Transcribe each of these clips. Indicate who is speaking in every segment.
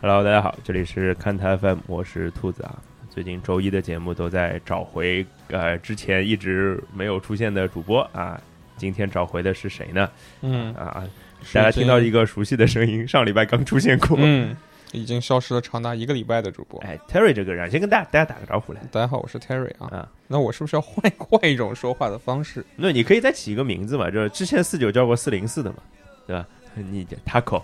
Speaker 1: Hello，大家好，这里是看台 FM，我是兔子啊。最近周一的节目都在找回呃之前一直没有出现的主播啊，今天找回的是谁呢？
Speaker 2: 嗯，
Speaker 1: 啊，大家听到一
Speaker 2: 个，
Speaker 1: 个熟悉的声音，上礼拜刚出现过。
Speaker 2: 嗯，已经消失了长达一个礼拜的主播。
Speaker 1: 哎，Terry 这个人，先跟大家大家打个招呼来。
Speaker 2: 大家好，我是 Terry 啊。
Speaker 1: 啊
Speaker 2: 那我是不是要换换一 种说话的方式？
Speaker 1: 那你可以再起一个名字嘛，就是之前四九叫过四零四的嘛，对吧？你 Taco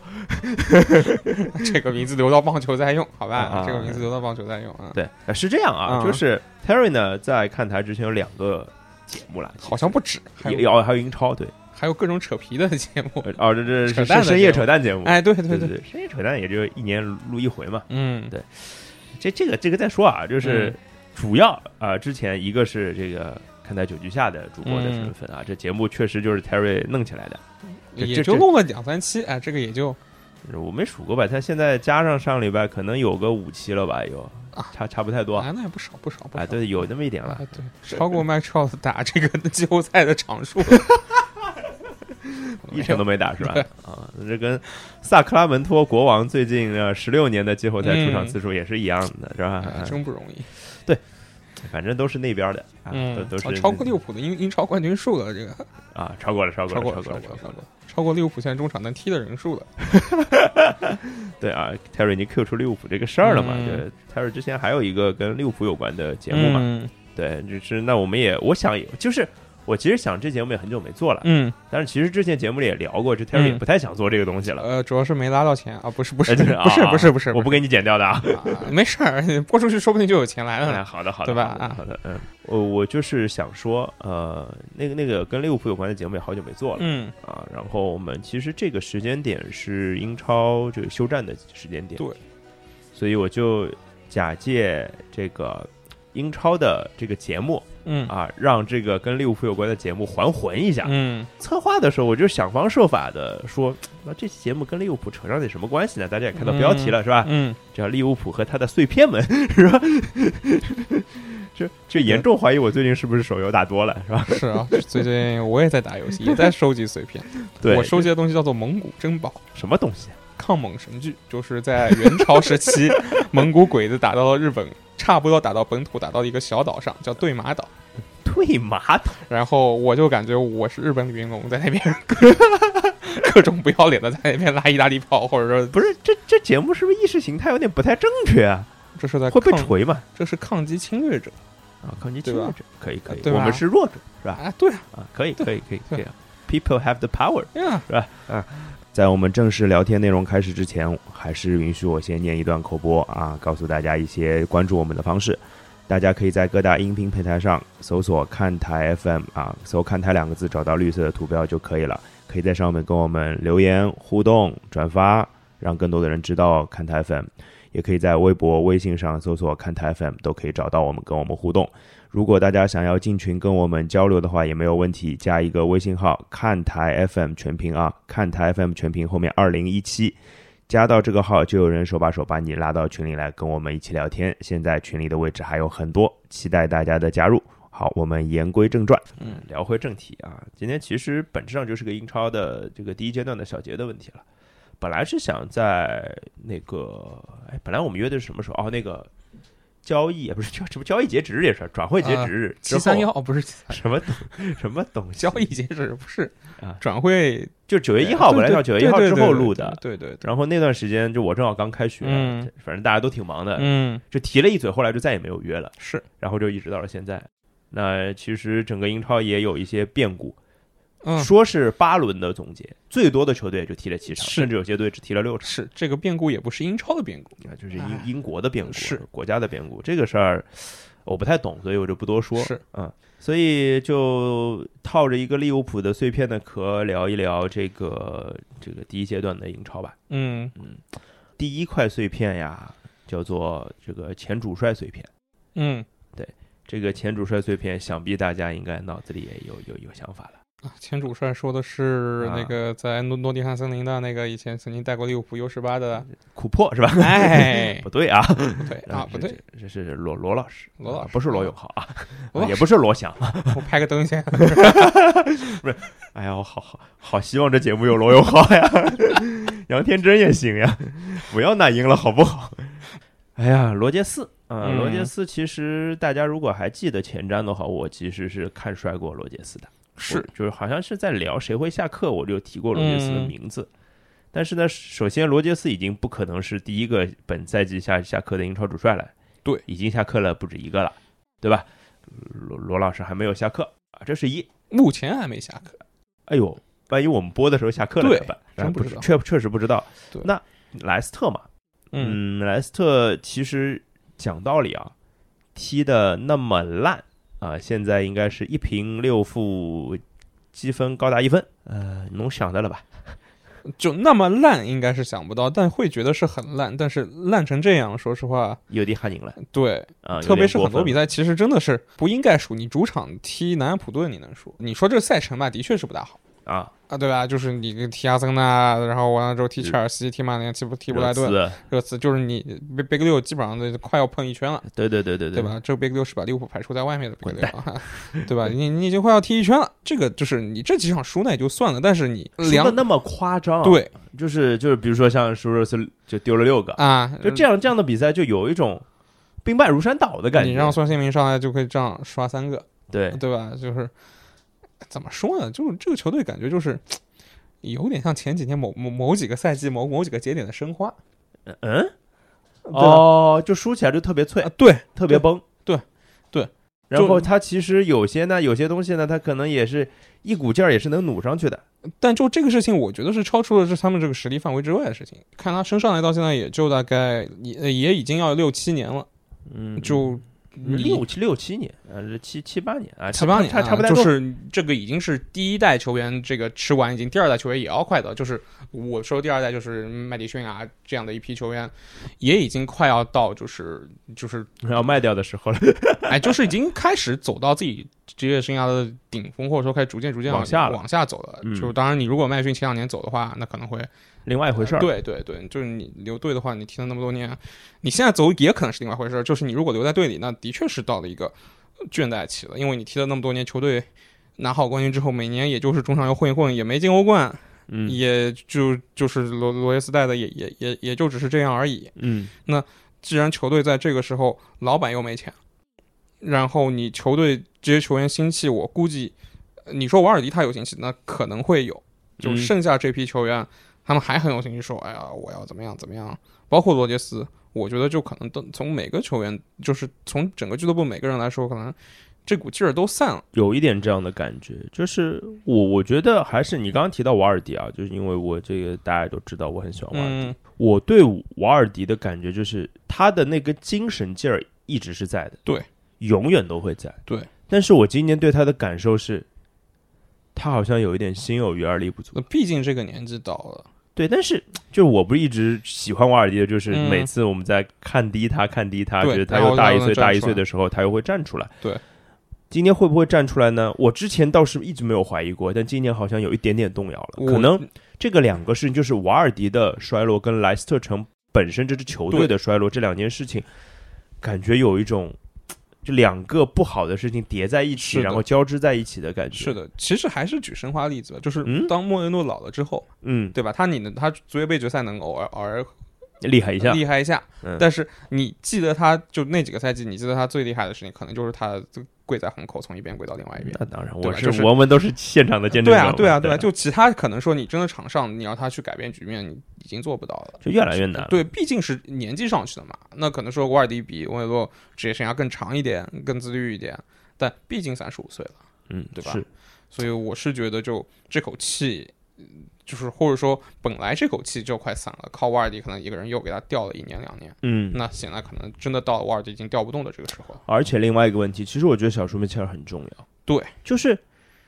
Speaker 2: 这个名字留到棒球再用，好吧？
Speaker 1: 啊
Speaker 2: 这个名字留到棒球再用啊。
Speaker 1: 对，呃是这样啊，
Speaker 2: 嗯
Speaker 1: 就是 Terry 呢在看台之前有两个节目啦，
Speaker 2: 好像不止，还
Speaker 1: 也
Speaker 2: 有
Speaker 1: 也哦还有英超对，
Speaker 2: 还有各种扯皮的节目。
Speaker 1: 呃哦这这
Speaker 2: 扯
Speaker 1: 是
Speaker 2: 淡的
Speaker 1: 深夜
Speaker 2: 节目
Speaker 1: 扯淡节目，
Speaker 2: 哎， 对对
Speaker 1: 对，对，深夜扯淡也就一年录一回嘛。
Speaker 2: 嗯
Speaker 1: 对这这个这个再说啊，就是
Speaker 2: 嗯
Speaker 1: 主要啊、呃之前一个是这个看台酒局下的主播
Speaker 2: 嗯
Speaker 1: 的身份啊，这节目确实就是 Terry 弄起来的，这
Speaker 2: 也
Speaker 1: 这
Speaker 2: 就
Speaker 1: 这
Speaker 2: 弄了两三期，哎，这个也就
Speaker 1: 我没数过吧，他现在加上上礼拜可能有个五期了吧，有
Speaker 2: 啊
Speaker 1: 差差不太多
Speaker 2: 啊，那也不少不少不
Speaker 1: 啊，
Speaker 2: 少。
Speaker 1: 对，有那么一点
Speaker 2: 啊
Speaker 1: 了。
Speaker 2: 对，超过 Mike Trout 打这个 季后赛的场
Speaker 1: 啊
Speaker 2: 数了，
Speaker 1: 一场都没打是吧？啊，这跟萨克拉门托国王最近呃十六年的季后赛出场次数也是一样的，是吧？
Speaker 2: 嗯哎
Speaker 1: 啊
Speaker 2: 真不容易。
Speaker 1: 反正都是那边的，啊，
Speaker 2: 嗯，
Speaker 1: 都都
Speaker 2: 啊
Speaker 1: 是
Speaker 2: 超过利物浦的英英超冠军数了，这个
Speaker 1: 啊，超过了，超过
Speaker 2: 超
Speaker 1: 了，超
Speaker 2: 过了，超
Speaker 1: 了，超过
Speaker 2: 过了，超
Speaker 1: 了
Speaker 2: 过。了，超过利物浦现在中场能踢的人数了。
Speaker 1: 对啊，Terry，你 Q 出利物浦这个事儿了嘛？
Speaker 2: 嗯
Speaker 1: 就 Terry 之前还有一个跟利物浦有关的节目嘛？
Speaker 2: 嗯
Speaker 1: 对，就是那我们也，我想也就是我其实想这节目也很久没做了，
Speaker 2: 嗯，
Speaker 1: 但是其实之前节目里也聊过，这 Terry 也
Speaker 2: 嗯
Speaker 1: 不太想做这个东西了。
Speaker 2: 呃，主要是没拉到钱啊，不是不是
Speaker 1: 哎
Speaker 2: 不
Speaker 1: 对
Speaker 2: 是
Speaker 1: 啊
Speaker 2: 不是不是，
Speaker 1: 我不给你剪掉的啊。
Speaker 2: 是啊没事儿， 播出去说不定就有钱来了
Speaker 1: 哎，
Speaker 2: 呢。
Speaker 1: 好的，好的，
Speaker 2: 嗯对吧
Speaker 1: 好的
Speaker 2: 啊
Speaker 1: 好的，嗯，我我就是想说，呃，那个那个跟利物浦有关的节目也好久没做了
Speaker 2: 嗯，
Speaker 1: 啊。然后我们其实这个时间点是英超这个休战的时间点，
Speaker 2: 对，
Speaker 1: 所以我就假借这个英超的这个节目
Speaker 2: 嗯
Speaker 1: 啊，让这个跟利物浦有关的节目还魂一下。
Speaker 2: 嗯
Speaker 1: 策划的时候，我就想方设法的说，那这期节目跟利物浦扯上点什么关系呢？大家也看到标题了，是吧？
Speaker 2: 嗯，
Speaker 1: 叫利物浦和他的碎片们，是吧？ 这这严重怀疑我最近是不是手游打多了，是吧？
Speaker 2: 是啊，最近我也在打游 戏，也在收集碎片。
Speaker 1: 对，
Speaker 2: 我收集的东西叫做蒙古珍宝。
Speaker 1: 什么东西啊？
Speaker 2: 抗蒙神剧，就是在元朝时 期，蒙古鬼子打到了日本，差不多打到本土，打到一个小岛上，叫对马岛。
Speaker 1: 对马桶
Speaker 2: 然后我就感觉我是日本李云龙在那边， 各种不要脸的在那边拉意大利炮，或者说
Speaker 1: 不是这这节目是不是意识形态有点不太正确啊？
Speaker 2: 这是在
Speaker 1: 会被
Speaker 2: 抗，
Speaker 1: 锤嘛？
Speaker 2: 这是抗击侵略者
Speaker 1: 啊，抗击
Speaker 2: 对
Speaker 1: 侵略
Speaker 2: 吧
Speaker 1: 者可以可以，
Speaker 2: 对
Speaker 1: 我
Speaker 2: 吧
Speaker 1: 们是弱者是吧？
Speaker 2: 啊！对啊，
Speaker 1: 啊，可以
Speaker 2: 对
Speaker 1: 可以可以可
Speaker 2: 对
Speaker 1: 以啊，People have the power。
Speaker 2: 对啊，
Speaker 1: 在我们正式聊天内容开始之前，还是允许我先念一段口播啊，告诉大家一些关注我们的方式。大家可以在各大音频平台上搜索“看台 FM” 啊，搜“看台”两个字，找到绿色的图标就可以了。可以在上面跟我们留言互动、转发，让更多的人知道看台 FM。也可以在微博、微信上搜索“看台 FM”，都可以找到我们，跟我们互动。如果大家想要进群跟我们交流的话，也没有问题，加一个微信号“看台 FM 全屏”啊，“看台 FM 全屏”后面二零一七，加到这个号就有人手把手把你拉到群里来跟我们一起聊天。现在群里的位置还有很多，期待大家的加入。好，我们言归正传，
Speaker 2: 嗯，
Speaker 1: 聊回正题啊。今天其实本质上就是个英超的这个第一阶段的小结的问题了。本来是想在那个，哎，本来我们约的是什么时候？哦，那个交易不是叫什么交易截止日也是转会截止日之
Speaker 2: 七
Speaker 1: 后，
Speaker 2: 三幺不是七三
Speaker 1: 什么东什么东西
Speaker 2: 交易截止不是
Speaker 1: 啊
Speaker 2: 转会
Speaker 1: 就九月一号，
Speaker 2: 对
Speaker 1: 本来要
Speaker 2: 对
Speaker 1: 九月一号
Speaker 2: 对
Speaker 1: 之
Speaker 2: 对
Speaker 1: 后
Speaker 2: 对
Speaker 1: 录的。
Speaker 2: 对对对，
Speaker 1: 然后那段时间，就我正好刚开学，
Speaker 2: 嗯
Speaker 1: 反正大家都挺忙的，
Speaker 2: 嗯，
Speaker 1: 就提了一嘴，后来就再也没有约了，
Speaker 2: 是
Speaker 1: 然后就一直到了现在。那其实整个英超也有一些变故，
Speaker 2: 嗯。
Speaker 1: 说是八轮的总结，最多的球队也就踢了七场，
Speaker 2: 是
Speaker 1: 甚至有些队只踢了六场，
Speaker 2: 是这个变故也不是英超的变故，
Speaker 1: 啊，就是英
Speaker 2: 哎
Speaker 1: 英国的变故，
Speaker 2: 是
Speaker 1: 国家的变故，这个事儿我不太懂，所以我就不多说。
Speaker 2: 是
Speaker 1: 嗯，所以就套着一个利物浦的碎片的壳聊一聊这个这个第一阶段的英超吧。
Speaker 2: 嗯，
Speaker 1: 第一块碎片呀，叫做这个前主帅碎片。
Speaker 2: 嗯
Speaker 1: 这个前主帅碎片，想必大家应该脑子里也有有有想法了。
Speaker 2: 啊，前主帅说的是
Speaker 1: 啊
Speaker 2: 那个在诺诺丁汉森林的那个以前曾经带过利物浦 U 十八的，
Speaker 1: 库珀是吧？
Speaker 2: 哎
Speaker 1: 不，对啊，
Speaker 2: 不对啊，不对，，
Speaker 1: 这是是罗罗老师，
Speaker 2: 罗老
Speaker 1: 啊
Speaker 2: 师
Speaker 1: 不是罗永浩啊，
Speaker 2: 罗老
Speaker 1: 也不是罗 翔。啊
Speaker 2: 我拍个啊灯先。
Speaker 1: 哎呀，我好好好希望这节目有罗永浩呀！ 杨天真也行呀，不要那英了好不好？ 哎呀，罗杰斯啊，
Speaker 2: 嗯
Speaker 1: 罗杰斯其实大家如果还记得前瞻的话，我其实是看衰过罗杰斯的，我
Speaker 2: 是
Speaker 1: 就是好像是在聊谁会下课，我就提过罗杰斯的
Speaker 2: 嗯
Speaker 1: 名字。但是呢，首先罗杰斯已经不可能是第一个本赛季下下课的英超主帅了，
Speaker 2: 对，
Speaker 1: 已经下课了不止一个了，对吧？罗罗老师还没有下课啊，这是一。
Speaker 2: 目前还没下课。
Speaker 1: 哎呦，万一我们播的时候下课了
Speaker 2: 对
Speaker 1: 怎么办？
Speaker 2: 真
Speaker 1: 啊
Speaker 2: 不
Speaker 1: 不
Speaker 2: 知
Speaker 1: 是
Speaker 2: 道
Speaker 1: 确确实不知道。
Speaker 2: 对
Speaker 1: 那莱斯特嘛，嗯，
Speaker 2: 嗯，
Speaker 1: 莱斯特其实讲道理啊，踢的那么烂啊，现在应该是一平六负，积分高达一分。呃，能想到了吧？
Speaker 2: 嗯就那么烂，应该是想不到，但会觉得是很烂。但是烂成这样，说实话，
Speaker 1: 有点汗赢了
Speaker 2: 对，
Speaker 1: 啊，
Speaker 2: 特别是很多比
Speaker 1: 赛，
Speaker 2: 赛，其实真的是不应该输。你主场踢南安普顿，你能输？你说这赛程吧，的确是不大好
Speaker 1: 啊，
Speaker 2: 啊，对吧？就是你踢阿森纳，然后完了之后踢切尔西、踢曼联、踢不踢布莱顿、
Speaker 1: 嗯热刺
Speaker 2: 热刺，就是你 Big Big 六基本上都快要碰一圈了，
Speaker 1: 对对对对
Speaker 2: 对
Speaker 1: 对？
Speaker 2: 吧？这个 Big 六是把利物浦排除在外面的 Big 六啊，对吧？你你已经快要踢一圈了，这个就是你这几场输那也就算了，但是你
Speaker 1: 输
Speaker 2: 两
Speaker 1: 的那么夸张、，啊
Speaker 2: 对
Speaker 1: 就是就是，比如说像输热刺就丢了六个，
Speaker 2: 啊，
Speaker 1: 就这样这样的比赛就有一种兵败如山倒的感觉。
Speaker 2: 你让孙兴民上来就可以这样刷三个，
Speaker 1: 对
Speaker 2: 对吧？就是怎么说呢？就是这个球队感觉就是有点像前几年某某某几个赛季某某几个节点的申花，
Speaker 1: 嗯
Speaker 2: 对吧
Speaker 1: 哦，就输起来就特别脆
Speaker 2: 啊，，对
Speaker 1: 特别崩。
Speaker 2: 对对
Speaker 1: 然
Speaker 2: 就
Speaker 1: 后它其实有些呢，有些东西呢，它可能也是一股劲儿，也是能努上去的。
Speaker 2: 但就这个事情，我觉得是超出了这他们这个实力范围之外的事情。看他升上来到现在，也就大概也也已经要六七年了，
Speaker 1: 嗯
Speaker 2: 就
Speaker 1: 六七六七年，呃，是七七八年啊，
Speaker 2: 七八年、
Speaker 1: 差
Speaker 2: 啊，
Speaker 1: 不差不太
Speaker 2: 就
Speaker 1: 多。
Speaker 2: 是这个已经是第一代球员这个吃完，已经第二代球员也要快的，就是我说第二代就是麦迪逊啊这样的一批球员，也已经快要到就是就是
Speaker 1: 要卖掉的时候了，
Speaker 2: 哎，就是已经开始走到自己职业生涯的顶峰，或者说开始逐渐逐渐
Speaker 1: 往下了
Speaker 2: 往下走了。
Speaker 1: 嗯
Speaker 2: 就当然，你如果麦迪逊前两年走的话，那可能会
Speaker 1: 另外一回事儿。
Speaker 2: 对对对，就是你留队的话，你踢了那么多年，你现在走也可能是另外一回事儿。就是你如果留在队里，那的确是到了一个倦怠期了，因为你踢了那么多年，球队拿好冠军之后，每年也就是中上游混一混，也没进欧冠，
Speaker 1: 嗯
Speaker 2: 也就就是罗罗耶斯带的也也也也就只是这样而已。
Speaker 1: 嗯，
Speaker 2: 既然球队在这个时候老板又没钱，然后你球队这些球员心气，我估计呃你说瓦尔迪他有心气，那可能会有，就
Speaker 1: 嗯
Speaker 2: 剩下这批球员，他们还很有心气说，哎呀，我要怎么样怎么样，包括罗杰斯，我觉得就可能都从每个球员，就是从整个俱乐部每个人来说，可能这股劲儿都散了。
Speaker 1: 有一点这样的感觉，就是我我觉得还是你刚刚提到瓦尔迪啊，就是因为我这个大家都知道我很喜欢瓦尔迪。
Speaker 2: 嗯，
Speaker 1: 我对瓦尔迪的感觉就是他的那个精神劲儿一直是在的，
Speaker 2: 对，
Speaker 1: 永远都会在，
Speaker 2: 对。
Speaker 1: 但是我今年对他的感受是，他好像有一点心有余而力不足
Speaker 2: 那。毕竟这个年纪到了，
Speaker 1: 对，但是就我不是一直喜欢瓦尔迪的，就是
Speaker 2: 嗯
Speaker 1: 每次我们在看低他、看低他，
Speaker 2: 对
Speaker 1: 觉得他
Speaker 2: 然
Speaker 1: 又
Speaker 2: 后
Speaker 1: 大
Speaker 2: 他
Speaker 1: 一
Speaker 2: 能
Speaker 1: 岁、
Speaker 2: 站
Speaker 1: 大一
Speaker 2: 出
Speaker 1: 岁
Speaker 2: 来
Speaker 1: 的时候，他又会站出来。
Speaker 2: 对，
Speaker 1: 今年会不会站出来呢？我之前倒是一直没有怀疑过，但今年好像有一点点动摇了。
Speaker 2: 我
Speaker 1: 可能这个两个事情，就是瓦尔迪的衰落跟莱斯特城本身这支球队
Speaker 2: 对
Speaker 1: 的衰落这两件事情，感觉有一种这两个不好的事情叠在一
Speaker 2: 是
Speaker 1: 起，
Speaker 2: 的
Speaker 1: 然后交织在一起的感觉。
Speaker 2: 是，的，其实还是举申花例子吧，就是
Speaker 1: 嗯
Speaker 2: 当莫耶诺老了之后，
Speaker 1: 嗯，
Speaker 2: 对吧？他你能他足协杯决赛能偶尔偶尔
Speaker 1: 厉害一下，
Speaker 2: 厉害一下。
Speaker 1: 嗯
Speaker 2: 但是你记得他就那几个赛季，你记得他最厉害的事情，可能就是他跪在虹口从一边跪到另外一边。
Speaker 1: 那当然，
Speaker 2: 对
Speaker 1: 我
Speaker 2: 吧就是
Speaker 1: 我们都是现场的见证
Speaker 2: 对
Speaker 1: 者
Speaker 2: 啊，
Speaker 1: 嘛。
Speaker 2: 对啊，对
Speaker 1: 吧
Speaker 2: 啊，就其他可能说你真的场上你要他去改变局面，你已经做不到了。
Speaker 1: 就越来越难了。
Speaker 2: 对，毕竟是年纪上去了嘛。那可能说瓦尔迪比维洛职业生涯更长一点，更自律一点，但毕竟三十五岁了，
Speaker 1: 嗯，
Speaker 2: 对吧
Speaker 1: 是
Speaker 2: 所以我是觉得就这口气，嗯就是或者说本来这口气就快散了，靠瓦尔迪可能一个人又给他吊了一年两年。
Speaker 1: 嗯。
Speaker 2: 那显然可能真的到了瓦尔迪已经调不动的这个时候了。
Speaker 1: 而且另外一个问题，其实我觉得小舒梅切尔很重要。
Speaker 2: 对，
Speaker 1: 就是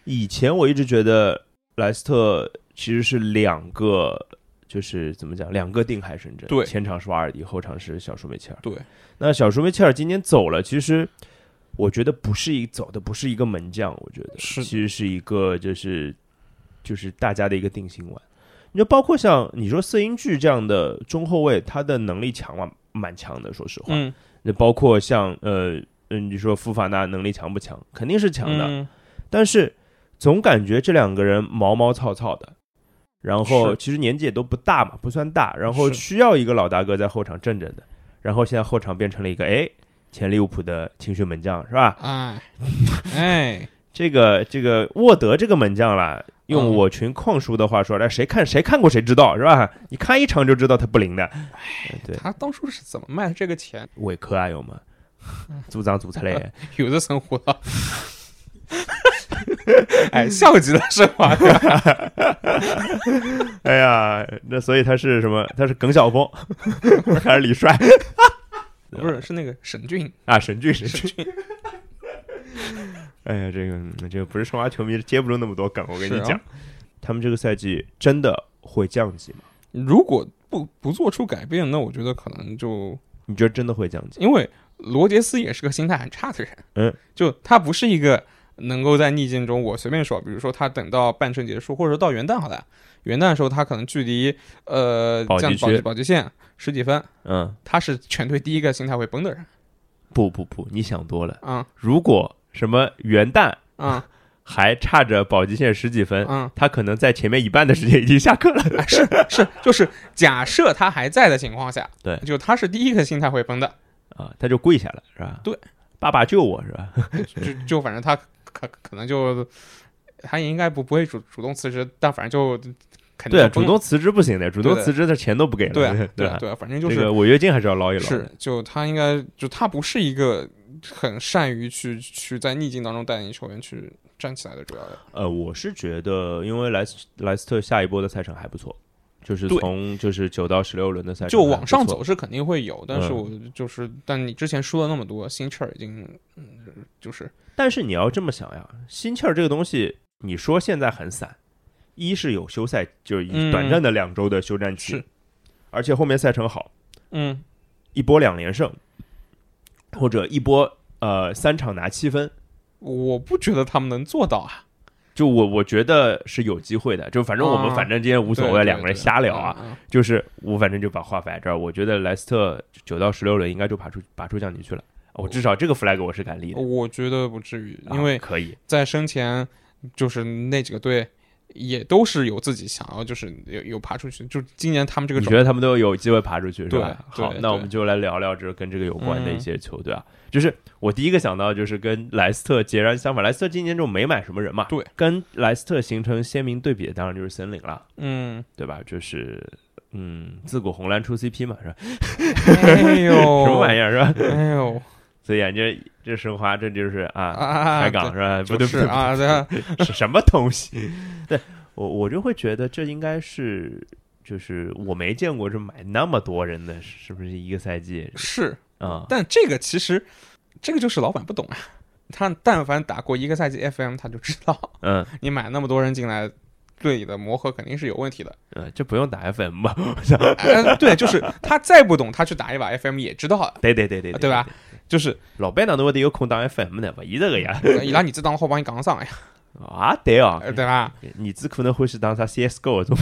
Speaker 1: 以前我一直觉得莱斯特其实是两个，就是怎么讲，两个定海神针。
Speaker 2: 对
Speaker 1: 前场是瓦尔迪，后场是小舒梅切尔。
Speaker 2: 对，
Speaker 1: 那小舒梅切尔今年走了，其实我觉得不是一走的不是一个门将，我觉得
Speaker 2: 是的
Speaker 1: 其实是一个就是就是大家的一个定心丸。你就包括像你说瑟英剧这样的中后卫，他的能力强吗？蛮强的，说实话。
Speaker 2: 嗯，
Speaker 1: 那包括像呃嗯，你说富法纳能力强不强？肯定是强的，
Speaker 2: 嗯
Speaker 1: 但是总感觉这两个人毛毛糙糙的，然后
Speaker 2: 是
Speaker 1: 其实年纪也都不大嘛，不算大，然后
Speaker 2: 是
Speaker 1: 需要一个老大哥在后场镇镇的，然后现在后场变成了一个哎前利物浦的青训门将是吧？
Speaker 2: 哎哎，
Speaker 1: 这个这个沃德这个门将啦，用
Speaker 2: 嗯
Speaker 1: 我群矿叔的话说，来谁看谁看过谁知道是吧？你看一场就知道他不灵的。对
Speaker 2: 他当初是怎么卖这个钱？
Speaker 1: 伪科啊，有吗？组长组出来的，
Speaker 2: 有的生活了。 哎，笑极了是吧？对吧
Speaker 1: 哎呀，那所以他是什么？他是耿晓峰 还是李帅？
Speaker 2: 不是，是那个沈俊，
Speaker 1: 啊，神剧神剧。 哎呀，这个嗯这个不是申花球迷接不住那么多梗，我跟你
Speaker 2: 是啊
Speaker 1: 讲，他们这个赛季真的会降级吗？
Speaker 2: 如果不不做出改变，那我觉得可能就
Speaker 1: 你觉得真的会降级？
Speaker 2: 因为罗杰斯也是个心态很差的人，
Speaker 1: 嗯，
Speaker 2: 就他不是一个能够在逆境中，我随便说，比如说他等到半程结束，或者到元旦好了，元旦的时候他可能距离呃
Speaker 1: 保级
Speaker 2: 降
Speaker 1: 区
Speaker 2: 保级保级线十几分，
Speaker 1: 嗯，
Speaker 2: 他是全队第一个心态会崩的人，
Speaker 1: 不不不，你想多了。
Speaker 2: 啊
Speaker 1: 如果什么元旦
Speaker 2: 啊
Speaker 1: 还差着保级线十几分，
Speaker 2: 啊！
Speaker 1: 他可能在前面一半的时间已经下课了。
Speaker 2: 哎是是，就是假设他还在的情况下，
Speaker 1: 对
Speaker 2: 就他是第一个心态会崩的，
Speaker 1: 啊，他就跪下了，是吧？
Speaker 2: 对，
Speaker 1: 爸爸救我是吧？
Speaker 2: 就就反正他可可能就他也应该不不会主主动辞职，但反正就肯定
Speaker 1: 对啊，
Speaker 2: 要
Speaker 1: 主
Speaker 2: 崩
Speaker 1: 动辞职不行的，主动
Speaker 2: 对的
Speaker 1: 辞职他钱都不给了，
Speaker 2: 对啊
Speaker 1: 对
Speaker 2: 对啊
Speaker 1: 吧
Speaker 2: 对啊，反正就是
Speaker 1: 这个违约金还是要捞一捞。
Speaker 2: 是，就他应该就他不是一个很善于去去在逆境当中带领球员去站起来的主要的。
Speaker 1: 呃，我是觉得，因为莱斯莱斯特下一波的赛程还不错，就是
Speaker 2: 对
Speaker 1: 从就是九到十六轮的赛程
Speaker 2: 就
Speaker 1: 还
Speaker 2: 往
Speaker 1: 不
Speaker 2: 上
Speaker 1: 错
Speaker 2: 走，是肯定会有，但是
Speaker 1: 嗯
Speaker 2: 我就是，但你之前输了那么多，心气儿已经，嗯，就是
Speaker 1: 但是你要这么想呀，心气儿这个东西，你说现在很散，一是有休赛，就是一
Speaker 2: 嗯
Speaker 1: 短暂的两周的休战期，
Speaker 2: 是，
Speaker 1: 而且后面赛程好，
Speaker 2: 嗯，
Speaker 1: 一波两连胜，或者一波呃三场拿七分，
Speaker 2: 我不觉得他们能做到啊。
Speaker 1: 就我我觉得是有机会的。就反正我们
Speaker 2: 啊
Speaker 1: 反正今天无所谓，
Speaker 2: 对
Speaker 1: 两个人瞎聊啊。，
Speaker 2: 对对嗯嗯
Speaker 1: 就是我反正就把话摆这儿，我觉得莱斯特九到十六轮应该就爬出爬出降级去了。我至少这个 flag 我是敢立的，
Speaker 2: 我觉得不至于，
Speaker 1: 啊
Speaker 2: 哦因为
Speaker 1: 可以，
Speaker 2: 在生前就是那几个队也都是有自己想要，就是有有爬出去，就是今年他们这个
Speaker 1: 你
Speaker 2: 状
Speaker 1: 觉得他们都有机会爬出去是吧？
Speaker 2: 对
Speaker 1: 好，
Speaker 2: 对
Speaker 1: 那我
Speaker 2: 对
Speaker 1: 们就来聊聊这跟这个有关的
Speaker 2: 嗯
Speaker 1: 一些球队啊。就是我第一个想到就是跟莱斯特截然相反，莱斯特今年就没买什么人嘛，
Speaker 2: 对，
Speaker 1: 跟莱斯特形成鲜明对比的当然就是森林了，
Speaker 2: 嗯，
Speaker 1: 对吧？就是。嗯，自古红蓝出 CP 嘛，是吧？
Speaker 2: 哎呦，
Speaker 1: 什么玩意儿是吧？
Speaker 2: 哎呦
Speaker 1: 所以啊，这这申花这就是啊，
Speaker 2: 啊！
Speaker 1: 开港是吧？不对
Speaker 2: 对就
Speaker 1: 不
Speaker 2: 是
Speaker 1: 对
Speaker 2: 啊，对啊，
Speaker 1: 是什么东西？对我我就会觉得这应该是就是我没见过这买那么多人的，是不是一个赛季
Speaker 2: 是。
Speaker 1: 啊？
Speaker 2: 但这个其实，这个就是老板不懂啊。他但凡打过一个赛季 FM，他就知道
Speaker 1: 嗯
Speaker 2: 你买那么多人进来，对你的磨合肯定是有问题的。
Speaker 1: 嗯，这不用打 FM 吧？
Speaker 2: 哎对，就是他再不懂，他去打一把 FM 也知道啊，
Speaker 1: 对对对对
Speaker 2: 对吧？？就是
Speaker 1: 老板哪能会得有空打 FM 呢？勿伊这个呀
Speaker 2: 伊拉儿子当好帮你讲上呀，
Speaker 1: 啊对哦，
Speaker 2: 呃对吧？
Speaker 1: 儿子可能欢喜打啥 CS:GO 这种，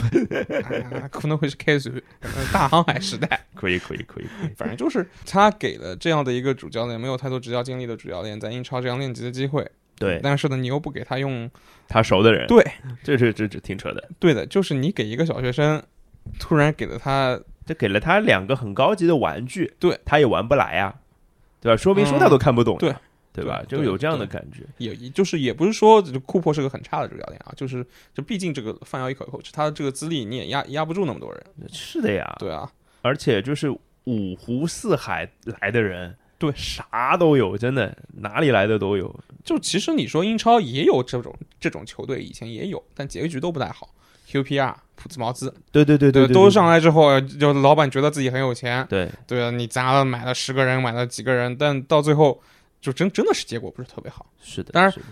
Speaker 2: 啊 可能会是开始呃大航海时代。
Speaker 1: 可以可以可以可以，
Speaker 2: 反正就是他给了这样的一个主教练，没有太多执教经历的主教练在英超这样练级的机会。
Speaker 1: 对
Speaker 2: 但是呢，你又不给他用。
Speaker 1: 他熟的人，
Speaker 2: 对，
Speaker 1: 这是这这挺扯的，
Speaker 2: 对的，就是你给一个小学生，突然给了他，
Speaker 1: 这给了他两个很高级的玩具，
Speaker 2: 对，
Speaker 1: 他也玩不来呀，对吧？说明书他
Speaker 2: 嗯
Speaker 1: 都看不懂呀，啊
Speaker 2: 对
Speaker 1: 对吧？
Speaker 2: 对
Speaker 1: 就有这样的
Speaker 2: 对
Speaker 1: 感觉，
Speaker 2: 也就是也不是说就库珀是个很差的主教练啊，就是就毕竟这个饭要一口一口吃，他的这个资历你也压压不住那么多人，
Speaker 1: 是的呀，
Speaker 2: 对啊，
Speaker 1: 而且就是五湖四海来的人，
Speaker 2: 对
Speaker 1: 啥都有，真的哪里来的都有。
Speaker 2: 就其实你说英超也有这种这种球队，以前也有，但结局都不太好。QPR、普兹茅斯，
Speaker 1: 对对对
Speaker 2: 都上来之后，就老板觉得自己很有钱，
Speaker 1: 对
Speaker 2: 对啊，你砸了买了十个人，买了几个人，但到最后就真真的是结果不是特别好。
Speaker 1: 是的，
Speaker 2: 当然
Speaker 1: 是的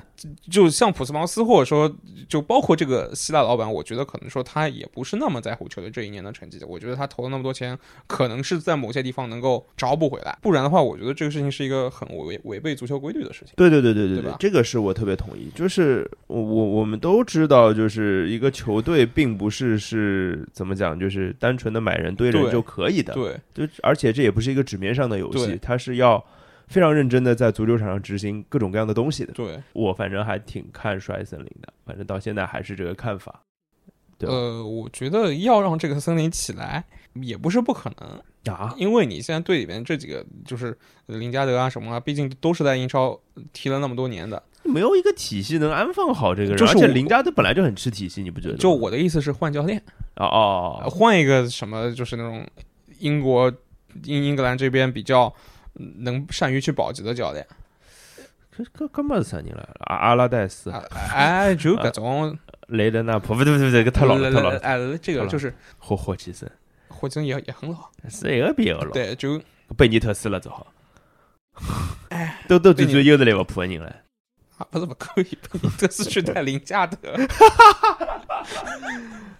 Speaker 2: 就像普斯茅斯，或者说就包括这个希腊老板，我觉得可能说他也不是那么在乎球队这一年的成绩的。我觉得他投了那么多钱，可能是在某些地方能够找补回来，不然的话，我觉得这个事情是一个很违违背足球规律的事情。
Speaker 1: 对对对对对
Speaker 2: 对吧
Speaker 1: 这个是我特别同意。就是我我我们都知道，就是一个球队并不是是怎么讲，就是单纯的买人堆人
Speaker 2: 对
Speaker 1: 就可以的。
Speaker 2: 对，
Speaker 1: 就而且这也不是一个纸面上的游戏
Speaker 2: 对，
Speaker 1: 它是要非常认真的在足球场上执行各种各样的东西的。
Speaker 2: 对，
Speaker 1: 我反正还挺看衰森林的，反正到现在还是这个看法。对吧
Speaker 2: 呃，我觉得要让这个森林起来也不是不可能，
Speaker 1: 啊，
Speaker 2: 因为你现在队里面这几个就是呃林加德啊什么啊，毕竟都是在英超踢了那么多年的。
Speaker 1: 没有一个体系能安放好这个人，
Speaker 2: 就是
Speaker 1: 而且
Speaker 2: 我
Speaker 1: 林加德本来就很吃体系，你不觉得吗？
Speaker 2: 就我的意思是换教练，
Speaker 1: 哦哦
Speaker 2: 呃换一个什么就是那种英国英英格兰这边比较嗯能善于去保级的教练，
Speaker 1: 这这根本三年来了，阿阿拉戴斯、
Speaker 2: 啊哎，就搿种
Speaker 1: 雷德纳普，不对不对不对，呃太老了太老了，
Speaker 2: 哎，这
Speaker 1: 太
Speaker 2: 个
Speaker 1: 老
Speaker 2: 就是
Speaker 1: 霍霍奇森，
Speaker 2: 霍金也也很老，
Speaker 1: 谁个别个老，
Speaker 2: 对，就
Speaker 1: 贝尼特斯了只 好，都都就
Speaker 2: 哎贝尼
Speaker 1: 就又是利物浦的人了，
Speaker 2: 啊不是不可以，贝尼特斯取代林加德。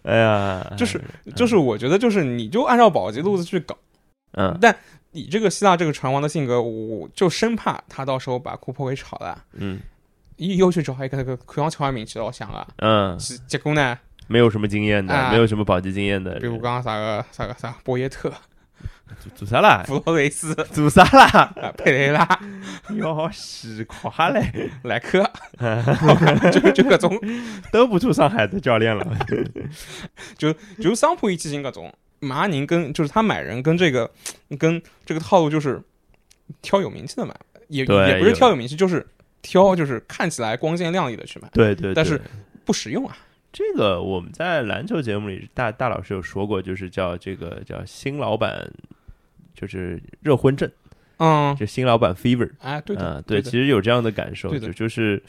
Speaker 1: 哎呀，
Speaker 2: 就是就是我觉得就是你就按照保级路子去搞，
Speaker 1: 嗯，
Speaker 2: 但你这个希腊这个船王的性格，我就生怕他到时候把库珀给炒了，
Speaker 1: 嗯
Speaker 2: 又又去找一个那个国王乔安名去老想啊，
Speaker 1: 嗯，
Speaker 2: 结结果呢，
Speaker 1: 没有什么经验的，
Speaker 2: 啊
Speaker 1: 没有什么保级经验的
Speaker 2: 比如
Speaker 1: 人，
Speaker 2: 刚刚啥个啥个啥博耶特、
Speaker 1: 做啥啦？
Speaker 2: 弗洛雷斯、
Speaker 1: 做啥 啦？
Speaker 2: 啊佩雷拉、
Speaker 1: 要死垮嘞，
Speaker 2: 莱科， 就就各种
Speaker 1: 兜不住上海的教练了，
Speaker 2: 就桑普一起型各种马宁跟就是他买人跟这个跟这个套路就是挑有名气的买，也
Speaker 1: 对
Speaker 2: 也不是
Speaker 1: 有
Speaker 2: 挑有名气，就是挑就是看起来光鲜亮丽的去买，
Speaker 1: 对对，对
Speaker 2: 但是不实用啊。
Speaker 1: 这个我们在篮球节目里，大大老师有说过，就是叫这个叫新老板，就是热昏症，
Speaker 2: 嗯，
Speaker 1: 就新老板 fever。
Speaker 2: 哎，对的，
Speaker 1: 嗯，
Speaker 2: 对
Speaker 1: 对，
Speaker 2: 的
Speaker 1: 其实有这样的感受，
Speaker 2: 对的
Speaker 1: 就就是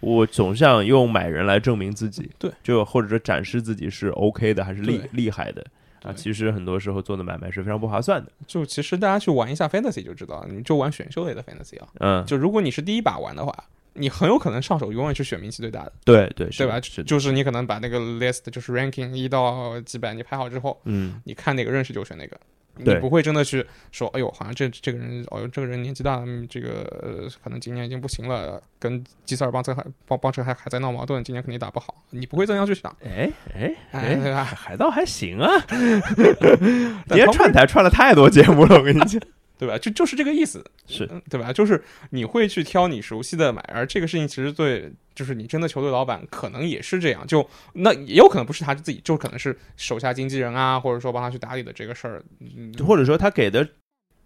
Speaker 1: 我总想用买人来证明自己，
Speaker 2: 对，
Speaker 1: 就或者说展示自己是 OK 的，还是厉
Speaker 2: 对
Speaker 1: 厉害的啊。
Speaker 2: 对
Speaker 1: 其实很多时候做的买卖是非常不划算的。
Speaker 2: 就其实大家去玩一下 fantasy 就知道，你就玩选秀类的 fantasy 啊。
Speaker 1: 嗯，
Speaker 2: 就如果你是第一把玩的话，你很有可能上手永远是选名气最大的，
Speaker 1: 对对，是
Speaker 2: 对
Speaker 1: 的
Speaker 2: 吧？
Speaker 1: 是的，
Speaker 2: 就是你可能把那个 list 就是 ranking 一到几百，你排好之后，
Speaker 1: 嗯，
Speaker 2: 你看哪个认识就选哪个。你
Speaker 1: 对
Speaker 2: 不会真的去说，哎呦，好像这这个人，哦，这个人年纪大了，嗯这个呃，可能今年已经不行了，跟基塞尔邦车还邦邦车还还在闹矛盾，今年肯定打不好。你不会这样去想，
Speaker 1: 哎哎
Speaker 2: 哎，
Speaker 1: 哎，
Speaker 2: 对吧？
Speaker 1: 海盗还行啊，
Speaker 2: 但
Speaker 1: 哎别
Speaker 2: 他们
Speaker 1: 串台串了太多节目了，我跟你讲，
Speaker 2: 对吧？就就是这个意思，
Speaker 1: 是
Speaker 2: 嗯对吧？就是你会去挑你熟悉的买，而这个事情其实对，就是你真的球队老板可能也是这样，就那也有可能不是他自己，就可能是手下经纪人啊，或者说帮他去打理的这个事儿，嗯，
Speaker 1: 或者说他给的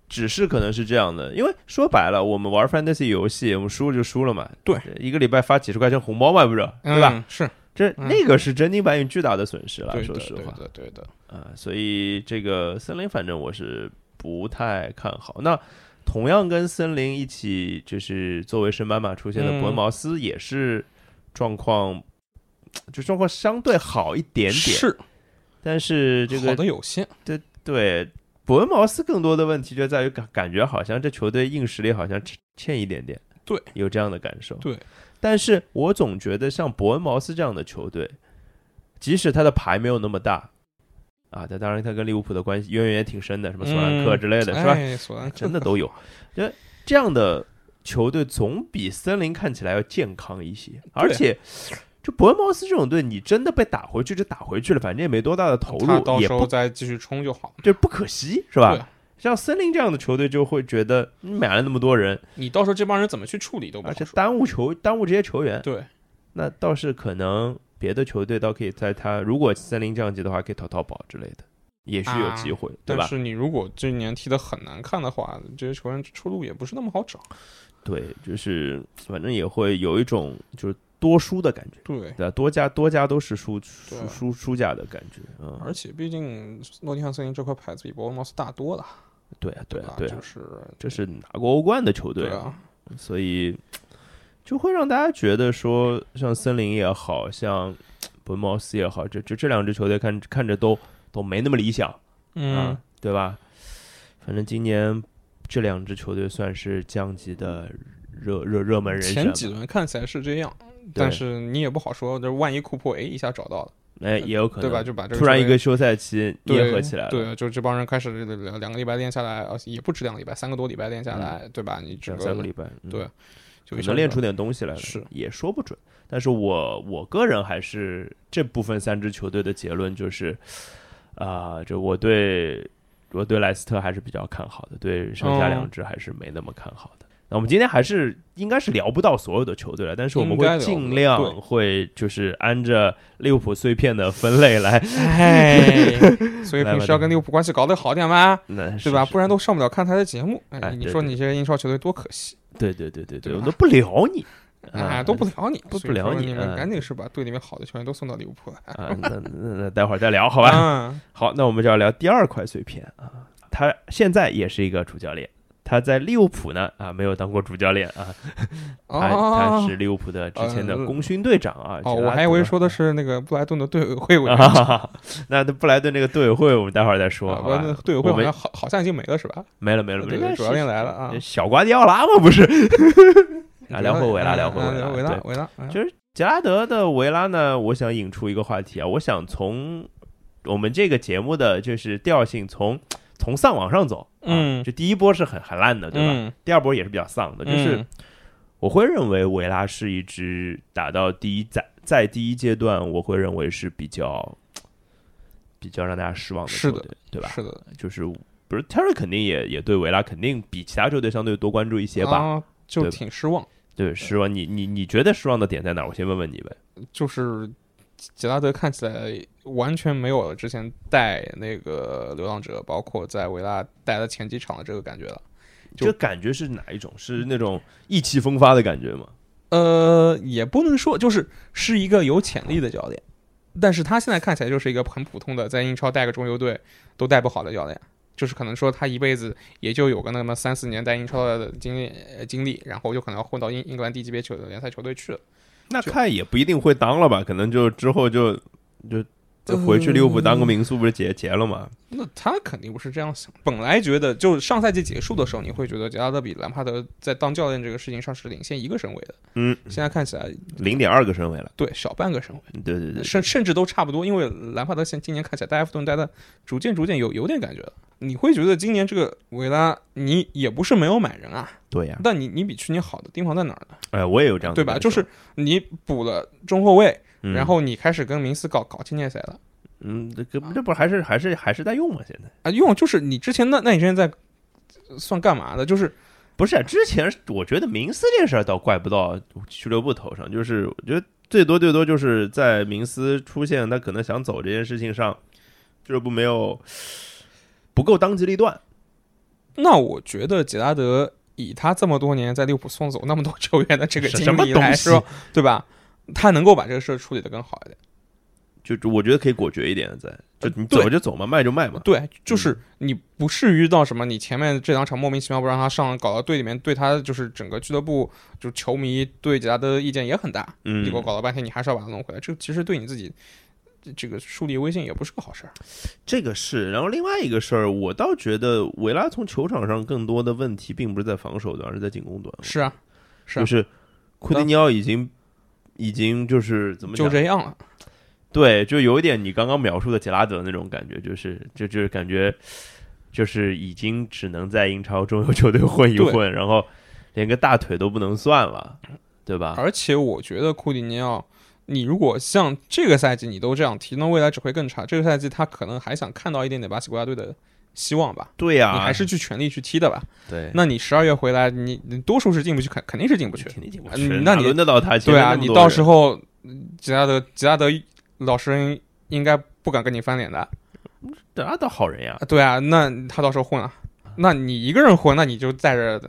Speaker 1: 指示可能是这样的，因为说白了，我们玩 fantasy 游戏，我们输了就输了嘛，
Speaker 2: 对，
Speaker 1: 一个礼拜发几十块钱红包嘛，不是，对吧？
Speaker 2: 嗯？是，
Speaker 1: 这
Speaker 2: 嗯
Speaker 1: 那个是真金白银巨大的损失了，
Speaker 2: 对
Speaker 1: 说
Speaker 2: 的，
Speaker 1: 实
Speaker 2: 对
Speaker 1: 话
Speaker 2: 的，对的，
Speaker 1: 啊、所以这个森林反正我是不太看好。那同样跟森林一起就是作为升班马出现的
Speaker 2: 嗯
Speaker 1: 伯恩茅斯也是状况，就状况相对好一点点，
Speaker 2: 是
Speaker 1: 但是这个
Speaker 2: 好的有限，
Speaker 1: 对，伯恩茅斯更多的问题就在于感感觉好像这球队硬实力好像欠欠一点点，
Speaker 2: 对，
Speaker 1: 有这样的感受。
Speaker 2: 对，
Speaker 1: 但是我总觉得像伯恩茅斯这样的球队，即使他的牌没有那么大啊，但当然他跟利物浦的关系渊源也挺深的，什么索兰克之类的，是吧？
Speaker 2: 哎，索兰克
Speaker 1: 真的都有。就这样的球队总比森林看起来要健康一些，而且。就伯恩茅斯这种队，你真的被打回去就打回去了，反正也没多大的投
Speaker 2: 他到
Speaker 1: 入，也
Speaker 2: 时
Speaker 1: 不
Speaker 2: 候再继续冲就好。
Speaker 1: 就不可惜，是
Speaker 2: 对啊
Speaker 1: 吧？，像森林这样的球队就会觉得你买了那么多人，
Speaker 2: 你到时候这帮人怎么去处理都不
Speaker 1: 而
Speaker 2: 好
Speaker 1: 且
Speaker 2: 说。
Speaker 1: 耽误球耽误这些球员，
Speaker 2: 对，
Speaker 1: 那倒是可能别的球队倒可以在他如果森林降级的话，可以淘淘宝之类的，也许有机会，对
Speaker 2: 啊但
Speaker 1: 吧？
Speaker 2: 是你如果这一年踢得很难看的话，这些球员出路也不是那么好找。
Speaker 1: 对，就是反正也会有一种就是多输的感觉，
Speaker 2: 对，
Speaker 1: 对吧？多家多家都是输
Speaker 2: 对
Speaker 1: 输输输家的感觉，嗯，
Speaker 2: 而且毕竟诺丁汉森林这块牌子比伯恩茅斯大多了，
Speaker 1: 对啊，对
Speaker 2: 吧
Speaker 1: 啊，？对啊
Speaker 2: 就，是
Speaker 1: 这是拿过欧冠的球队
Speaker 2: 对
Speaker 1: 啊，
Speaker 2: 啊，
Speaker 1: 所以就会让大家觉得说，像森林也好像伯恩茅斯也好，这这这两支球队看看着都都没那么理想，
Speaker 2: 嗯
Speaker 1: 啊，，对吧？反正今年这两支球队算是降级的热热热门人选
Speaker 2: 前几
Speaker 1: 吧，
Speaker 2: 轮看起来是这样，
Speaker 1: 对
Speaker 2: 但是你也不好说，就是万一库珀哎一下找到了，
Speaker 1: 哎，也有可
Speaker 2: 对
Speaker 1: 能
Speaker 2: 吧？就把这
Speaker 1: 突然
Speaker 2: 球
Speaker 1: 一
Speaker 2: 员
Speaker 1: 个休赛期
Speaker 2: 对
Speaker 1: 捏合起来了，
Speaker 2: 对，就这帮人开始两两个礼拜练下来，而且也不止两个礼拜，三个多礼拜练下来，对吧？你整
Speaker 1: 嗯两
Speaker 2: 个
Speaker 1: 三个礼拜，嗯
Speaker 2: 对就
Speaker 1: 可
Speaker 2: 一下
Speaker 1: 能练出点东西来了，
Speaker 2: 是
Speaker 1: 也说不准。但是我我个人还是这部分三支球队的结论就是，啊、就我对我对莱斯特还是比较看好的，对剩下
Speaker 2: 哦
Speaker 1: 两支还是没那么看好的。那我们今天还是应该是聊不到所有的球队了，但是我们
Speaker 2: 应该
Speaker 1: 会
Speaker 2: 聊
Speaker 1: 尽
Speaker 2: 不到
Speaker 1: 量
Speaker 2: 对
Speaker 1: 会就是按着利物浦碎片的分类 来，
Speaker 2: 哎， 所以
Speaker 1: 来吧
Speaker 2: 平时要跟利物浦关系搞得好点吧，
Speaker 1: 那
Speaker 2: 对吧？
Speaker 1: 是
Speaker 2: 不然都上不了看台的节目。
Speaker 1: 哎
Speaker 2: 哎，
Speaker 1: 对
Speaker 2: 你说你这些英超球队多可惜，
Speaker 1: 对对对对对，
Speaker 2: 对
Speaker 1: 我
Speaker 2: 吧
Speaker 1: 都不聊你，啊
Speaker 2: 哎，都不聊你，
Speaker 1: 都不
Speaker 2: 所以
Speaker 1: 聊
Speaker 2: 说
Speaker 1: 你
Speaker 2: 你们
Speaker 1: 嗯
Speaker 2: 赶紧是把队里面好的球员都送到利物浦嗯来，
Speaker 1: 啊，那那那待会儿再聊好吧？
Speaker 2: 好吧？
Speaker 1: 好，那我们就要聊第二块碎片啊。他现在也是一个主教练，他在利物浦呢啊没有当过主教练啊，他、他
Speaker 2: 哦
Speaker 1: 是利物浦的之前的
Speaker 2: 呃
Speaker 1: 功勋队长啊。
Speaker 2: 哦，
Speaker 1: 杰拉
Speaker 2: 我还以
Speaker 1: 德
Speaker 2: 为说的是那个布莱顿的队委会委 员。
Speaker 1: 啊，那布莱顿这个队委会我们待会儿再说，
Speaker 2: 啊，
Speaker 1: 好
Speaker 2: 不
Speaker 1: 吧？
Speaker 2: 那队委会
Speaker 1: 我呃
Speaker 2: 好
Speaker 1: 们
Speaker 2: 像好好像已经没了是吧？呃
Speaker 1: 没了没了没
Speaker 2: 对
Speaker 1: 了，
Speaker 2: 主教练来了啊
Speaker 1: 是小瓜迪奥拉吗？不是啊，
Speaker 2: 主
Speaker 1: 聊
Speaker 2: 教练
Speaker 1: 回维拉，
Speaker 2: 啊
Speaker 1: 聊回
Speaker 2: 啊
Speaker 1: 维
Speaker 2: 维
Speaker 1: 拉，
Speaker 2: 拉
Speaker 1: 对。
Speaker 2: 维拉，嗯
Speaker 1: 就杰拉德的维拉呢，我想引出一个话题啊，我想从我们这个节目的就是调性从从丧往上走，啊
Speaker 2: 嗯
Speaker 1: 就第一波是很很烂的，对吧？
Speaker 2: 嗯，
Speaker 1: 第二波也是比较丧的，就是
Speaker 2: 嗯
Speaker 1: 我会认为维拉是一支打到第一在在第一阶段，我会认为是比较比较让大家失望的球
Speaker 2: 是的
Speaker 1: 队，对吧？
Speaker 2: 是的，
Speaker 1: 就是不是 Terry 肯定也也对维拉肯定比其他球队相对多关注一些吧？
Speaker 2: 啊，
Speaker 1: 对
Speaker 2: 就
Speaker 1: 吧
Speaker 2: 挺失望。
Speaker 1: 对，失望。你你你觉得失望的点在哪儿？我先问问你呗。
Speaker 2: 就是杰拉德看起来完全没有了之前带那个流浪者，包括在维拉带的前几场的这个感觉了。就
Speaker 1: 这感觉是哪一种？是那种意气风发的感觉吗？
Speaker 2: 呃，也不能说就是是一个有潜力的教练，但是他现在看起来就是一个很普通的，在英超带个中游队都带不好的教练。就是可能说他一辈子也就有个那么三四年带英超的经历呃经历，然后有可能要混到英英格兰低级别球联赛球队去了。
Speaker 1: 那
Speaker 2: 就
Speaker 1: 看也不一定会当了吧？可能就之后就就就回去利物浦
Speaker 2: 嗯
Speaker 1: 当个民宿，不是结结了吗？
Speaker 2: 那他肯定不是这样想。本来觉得，就上赛季结束的时候，你会觉得杰拉德比兰帕德在当教练这个事情上是领先一个身位的。
Speaker 1: 嗯，
Speaker 2: 现在看起来，
Speaker 1: 零点二个身位了。
Speaker 2: 对小半个身位，
Speaker 1: 对对对，
Speaker 2: 甚甚至都差不多。因为兰帕德现今年看起来带埃弗顿带的逐渐逐渐有有点感觉了。你会觉得今年这个维拉，你也不是没有买人啊，
Speaker 1: 对呀、
Speaker 2: 但你你比去年好的地方在哪儿呢？
Speaker 1: 哎，我也有这样的
Speaker 2: 对吧？
Speaker 1: 感
Speaker 2: 就
Speaker 1: 受
Speaker 2: 是你补了中后卫，
Speaker 1: 嗯
Speaker 2: 然后你开始跟明斯搞搞青年赛了。
Speaker 1: 嗯，这个这不还是还是还是在用吗？现在
Speaker 2: 啊，用就是你之前那那你之前在算干嘛的？就是
Speaker 1: 不是、啊之前我觉得明斯这事儿倒怪不到俱乐部头上，就是我觉得最多最多就是在明斯出现他可能想走这件事情上，俱乐部没有不够当机立断。
Speaker 2: 那我觉得杰拉德以他这么多年在利物浦送走那么多球员的这个
Speaker 1: 是
Speaker 2: 经
Speaker 1: 什么
Speaker 2: 历
Speaker 1: 东
Speaker 2: 来
Speaker 1: 西
Speaker 2: 说，对吧？他能够把这个事儿处理得更好一点。
Speaker 1: 就就我觉得可以果决一点，啊在就你
Speaker 2: 对
Speaker 1: 走就走嘛，卖就卖嘛。
Speaker 2: 对，就是
Speaker 1: 嗯
Speaker 2: 你不至于到什么，你前面这两场莫名其妙不让他上，搞到队里面对他就是整个俱乐部就球迷对杰拉德的意见也很大。
Speaker 1: 嗯
Speaker 2: 你给我搞了半天，你还是要把他弄回来，这其实对你自己这个树立威信也不是个好事儿。
Speaker 1: 嗯这个是。然后另外一个事儿，我倒觉得维拉从球场上更多的问题并不是在防守端，而是在进攻端。
Speaker 2: 是啊，是
Speaker 1: 就
Speaker 2: 啊，
Speaker 1: 是库蒂尼奥已经已经就是怎么
Speaker 2: 就
Speaker 1: 讲？
Speaker 2: 这样了。
Speaker 1: 对，就有一点你刚刚描述的杰拉德那种感觉，就是就就是感觉就是已经只能在英超中游球队混一
Speaker 2: 对
Speaker 1: 混，然后连个大腿都不能算了，对吧？
Speaker 2: 而且我觉得库蒂尼奥，你如果像这个赛季你都这样踢，那未来只会更差。这个赛季他可能还想看到一点点巴西国家队的希望吧，
Speaker 1: 对呀、
Speaker 2: 你还是去全力去踢的吧。
Speaker 1: 对。
Speaker 2: 那你十二月回来，你你多数是进不去，肯肯定是进不去。
Speaker 1: 肯定进不
Speaker 2: 嗯
Speaker 1: 去，
Speaker 2: 那
Speaker 1: 哪
Speaker 2: 你
Speaker 1: 轮得到他？前
Speaker 2: 对
Speaker 1: 面
Speaker 2: 啊，
Speaker 1: 那么
Speaker 2: 你
Speaker 1: 多
Speaker 2: 到
Speaker 1: 人
Speaker 2: 时候嗯吉拉德吉拉德老师应该不敢跟你翻脸的。
Speaker 1: 对啊，倒好人呀，
Speaker 2: 对啊，那他到时候混啊。那你一个人混，那你就带着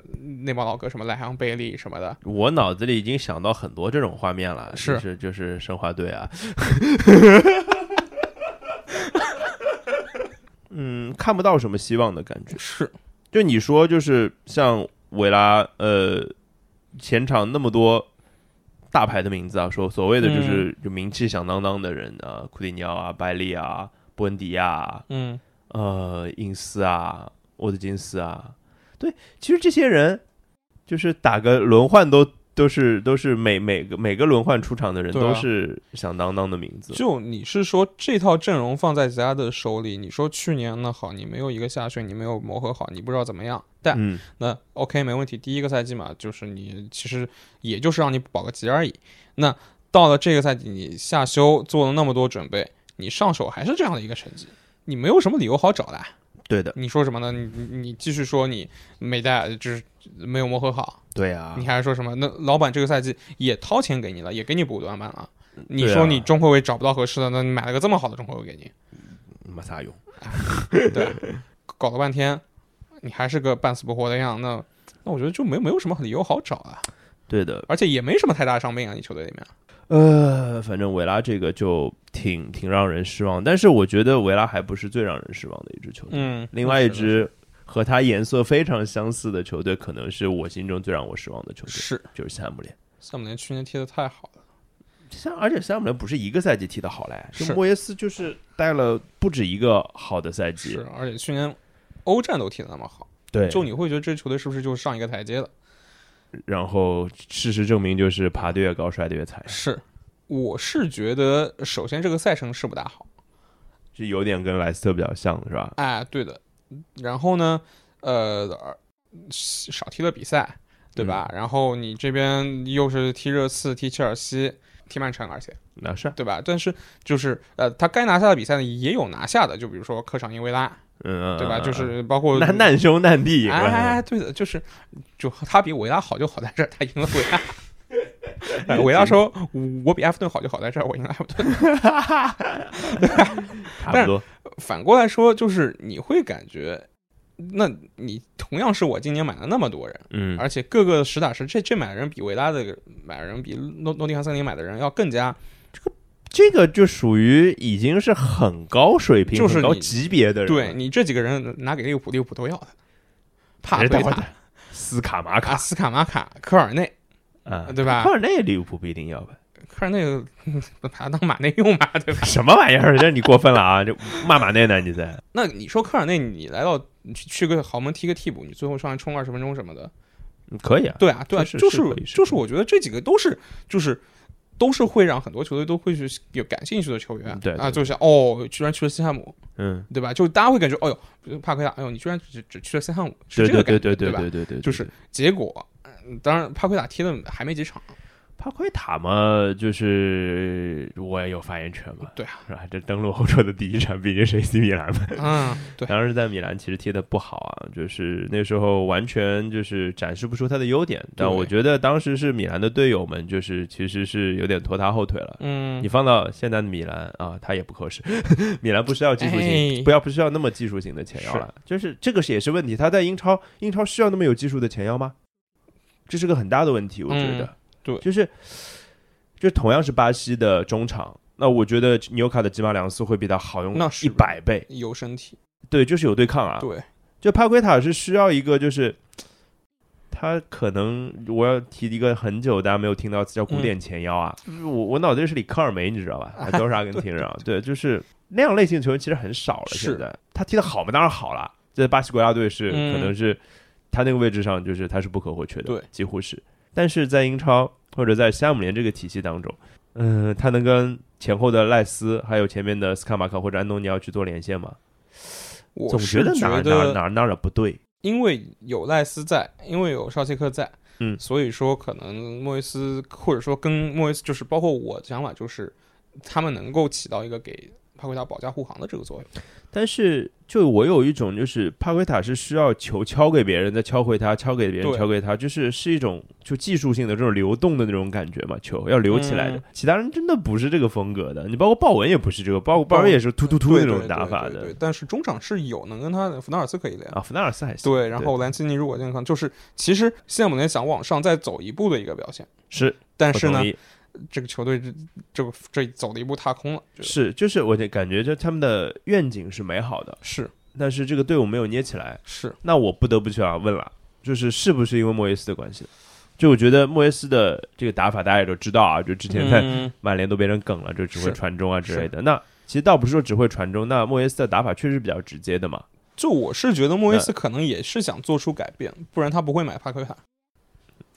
Speaker 2: 那帮老哥什么莱昂贝利什么的，
Speaker 1: 我脑子里已经想到很多这种画面了，
Speaker 2: 是
Speaker 1: 就是就是申花队啊，嗯，看不到什么希望的感觉。
Speaker 2: 是
Speaker 1: 就你说，就是像维拉，呃，前场那么多大牌的名字啊，说所谓的就是、就名气响当当的人啊，库蒂尼奥啊、拜利啊、布恩迪亚啊、
Speaker 2: 嗯，
Speaker 1: 呃，因斯啊、沃德金斯啊，对，其实这些人就是打个轮换都都是都是每每个每个轮换出场的人
Speaker 2: 对啊
Speaker 1: 都是响当当的名字，
Speaker 2: 就你是说这套阵容放在吉拉德手里，你说去年那好，你没有一个下训，你没有磨合好，你不知道怎么样。但、
Speaker 1: 嗯，
Speaker 2: 那 OK 没问题，第一个赛季嘛，就是你其实也就是让你保个级而已。那到了这个赛季，你下修做了那么多准备，你上手还是这样的一个成绩，你没有什么理由好找的啊。
Speaker 1: 对的，
Speaker 2: 你说什么呢？你你你继续说你没带，就是没有磨合好，
Speaker 1: 对啊
Speaker 2: 你，还说什么？那老板这个赛季也掏钱给你了，也给你补短板了。你
Speaker 1: 对啊
Speaker 2: 说你中后卫找不到合适的，那你买了个这么好的中后卫给 你，
Speaker 1: 没啥用。
Speaker 2: 对，搞了半天，你还是个半死不活的样，那那我觉得就没没有什么理由好找啊，
Speaker 1: 对的，
Speaker 2: 而且也没什么太大伤病啊，你球队里面，
Speaker 1: 呃，反正维拉这个就挺挺让人失望，但是我觉得维拉还不是最让人失望的一支球队。
Speaker 2: 嗯，
Speaker 1: 另外一支和他颜色非常相似的球队，可能是我心中最让我失望的球队，
Speaker 2: 是
Speaker 1: 就是西汉姆联。
Speaker 2: 萨姆联去年踢的太好了，
Speaker 1: 像而且西汉姆联不是一个赛季踢得好嘞，就是莫耶斯就是带了不止一个好的赛季
Speaker 2: 是，，而且去年欧战都踢的那么好，
Speaker 1: 对，
Speaker 2: 就你会觉得这支球队是不是就是上一个台阶了？
Speaker 1: 然后事实证明就是爬得越高摔得越惨，
Speaker 2: 是，我是觉得首先这个赛程是不大好。
Speaker 1: 是有点跟莱斯特比较像是吧？
Speaker 2: 哎，对的。然后呢，呃，而少踢了比赛，对吧？
Speaker 1: 嗯
Speaker 2: 然后你这边又是踢热刺、踢切尔西、踢曼城，而且
Speaker 1: 那是啊，
Speaker 2: 对吧？但是就是呃，他该拿下的比赛呢也有拿下的，就比如说客场英维拉，
Speaker 1: 嗯，嗯
Speaker 2: 对吧？
Speaker 1: 嗯
Speaker 2: 就
Speaker 1: 嗯
Speaker 2: 是包括
Speaker 1: 那难兄难弟赢
Speaker 2: 哎哎，
Speaker 1: 了，
Speaker 2: 哎对的，就是就他比维拉好就好在这儿，他赢了维 拉。哎维拉说：“我比埃弗顿好就好在这儿，我赢了埃弗顿。”
Speaker 1: 差不多，
Speaker 2: 反过来说，就是你会感觉，那你同样是我今年买了那么多人，
Speaker 1: 嗯，
Speaker 2: 而且各个实打实，这这买的人比维拉的买的人比诺诺丁汉森林买的人要更加，
Speaker 1: 这个就属于已经是很高水平、
Speaker 2: 就是
Speaker 1: 很高
Speaker 2: 你
Speaker 1: 级别的人了，
Speaker 2: 对你这几个人拿给利物浦，利物浦都要的，帕
Speaker 1: 谁
Speaker 2: 奎
Speaker 1: 打的
Speaker 2: 塔、
Speaker 1: 斯卡马
Speaker 2: 卡
Speaker 1: 卡，
Speaker 2: 斯卡马卡、科尔内，
Speaker 1: 啊
Speaker 2: 对吧
Speaker 1: 科尔内利物浦不一定要吧？
Speaker 2: 科尔内 嗯把他当马内用嘛，对吧？
Speaker 1: 什么玩意儿？这你过分了啊！就骂马内呢？你在
Speaker 2: 那你说科尔内，你来到你去去个豪门踢个替补，你最后上来冲二十分钟什么的，
Speaker 1: 可以啊，
Speaker 2: 对啊，对啊，
Speaker 1: 确实
Speaker 2: 就是
Speaker 1: 可以是
Speaker 2: 就是，我觉得这几个都是就是都是会让很多球队都会去有感兴趣的球员，
Speaker 1: 嗯对
Speaker 2: 啊，
Speaker 1: 对
Speaker 2: 就是哦，居然去了西汉姆，
Speaker 1: 嗯，
Speaker 2: 对吧？就大家会感觉，哎呦，帕奎塔，哎呦，你居然只只去了西汉姆，是
Speaker 1: 对
Speaker 2: 这个
Speaker 1: 对
Speaker 2: 感
Speaker 1: 对对
Speaker 2: 觉，对
Speaker 1: 对
Speaker 2: 吧？
Speaker 1: 对对对，
Speaker 2: 就是结果，嗯当然帕奎塔踢的还没几场，
Speaker 1: 帕奎塔嘛，就是我也有发言权嘛，
Speaker 2: 对啊，
Speaker 1: 是吧？这登陆欧洲的第一场毕竟是 AC 米兰嘛，
Speaker 2: 嗯， 对，
Speaker 1: 当时在米兰其实踢的不好啊，就是那时候完全就是展示不出他的优点，但
Speaker 2: 对
Speaker 1: 我觉得当时是米兰的队友们，就是其实是有点拖他后腿了。
Speaker 2: 嗯
Speaker 1: 你，放到现在的米兰啊，他也不合适。 米兰不需要技术型，
Speaker 2: 哎
Speaker 1: 不要不需要那么技术型的前腰了。就是这个是也是问题，他在英超，英超需要那么有技术的前腰吗？这是个很大的问题，我觉得。
Speaker 2: 嗯对
Speaker 1: 就是就同样是巴西的中场，那我觉得纽卡的吉马良斯会比他好用
Speaker 2: 那是
Speaker 1: 一百倍。
Speaker 2: 有身体，
Speaker 1: 对，就是有对抗啊。
Speaker 2: 对，
Speaker 1: 就帕奎塔是需要一个就是。他可能我要提一个很久大家没有听到
Speaker 2: 嗯
Speaker 1: 词叫古典前腰啊，我我脑子是里克尔梅，你知道吧？还都是阿根廷人 啊，对，就是那样类型的球员其实很少了。
Speaker 2: 是
Speaker 1: 现在他踢的好嘛，当然好了，在巴西国家队是、
Speaker 2: 嗯
Speaker 1: 可能是他那个位置上就是他是不可或缺的，
Speaker 2: 对，
Speaker 1: 几乎是。但是在英超或者在西汉姆联这个体系当中，嗯、他能跟前后的赖斯还有前面的斯卡马卡或者安东尼奥去做连线吗？
Speaker 2: 我
Speaker 1: 总
Speaker 2: 是
Speaker 1: 得哪儿
Speaker 2: 觉
Speaker 1: 哪儿
Speaker 2: 得
Speaker 1: 哪儿哪儿不对。
Speaker 2: 因为有赖斯在，因为有绍切克在，
Speaker 1: 嗯
Speaker 2: 所以说可能莫耶斯或者说跟莫耶斯就是包括我的想法就是，他们能够起到一个给帕奎塔保驾护航的这个作用。
Speaker 1: 但是，就我有一种，就是帕奎塔是需要球敲给别人，再敲回他，敲给别人，
Speaker 2: 对
Speaker 1: 敲给他，就是是一种就技术性的这种流动的那种感觉嘛，球要流起来的。
Speaker 2: 嗯
Speaker 1: 其他人真的不是这个风格的，你包括鲍文也不是这个，包括鲍文也是突突突
Speaker 2: 哦对
Speaker 1: 那
Speaker 2: 对
Speaker 1: 种打法
Speaker 2: 对对对
Speaker 1: 的
Speaker 2: 但是中场是有能跟他弗纳尔斯可以连。
Speaker 1: 啊。弗纳尔斯还行，
Speaker 2: 对，然后兰奇尼如果健康，就是其实现在我们想往上再走一步的一个表现，
Speaker 1: 是，
Speaker 2: 但
Speaker 1: 我
Speaker 2: 是呢
Speaker 1: 同，意
Speaker 2: 这个球队这这个这走了一步踏空了，就是
Speaker 1: 就是我就感觉就他们的愿景是美好的，
Speaker 2: 是
Speaker 1: 但是这个队伍没有捏起来，
Speaker 2: 是
Speaker 1: 那我不得不去啊问了，就是是不是因为莫耶斯的关系？就我觉得莫耶斯的这个打法大家也都知道啊，就之前在
Speaker 2: 嗯
Speaker 1: 曼联都被人梗了，就只会
Speaker 2: 是
Speaker 1: 传中啊之类的。那其实倒不是说只会传中，那莫耶斯的打法确实比较直接的嘛。
Speaker 2: 就我是觉得莫耶斯可能也是想做出改变，不然他不会买帕奎塔，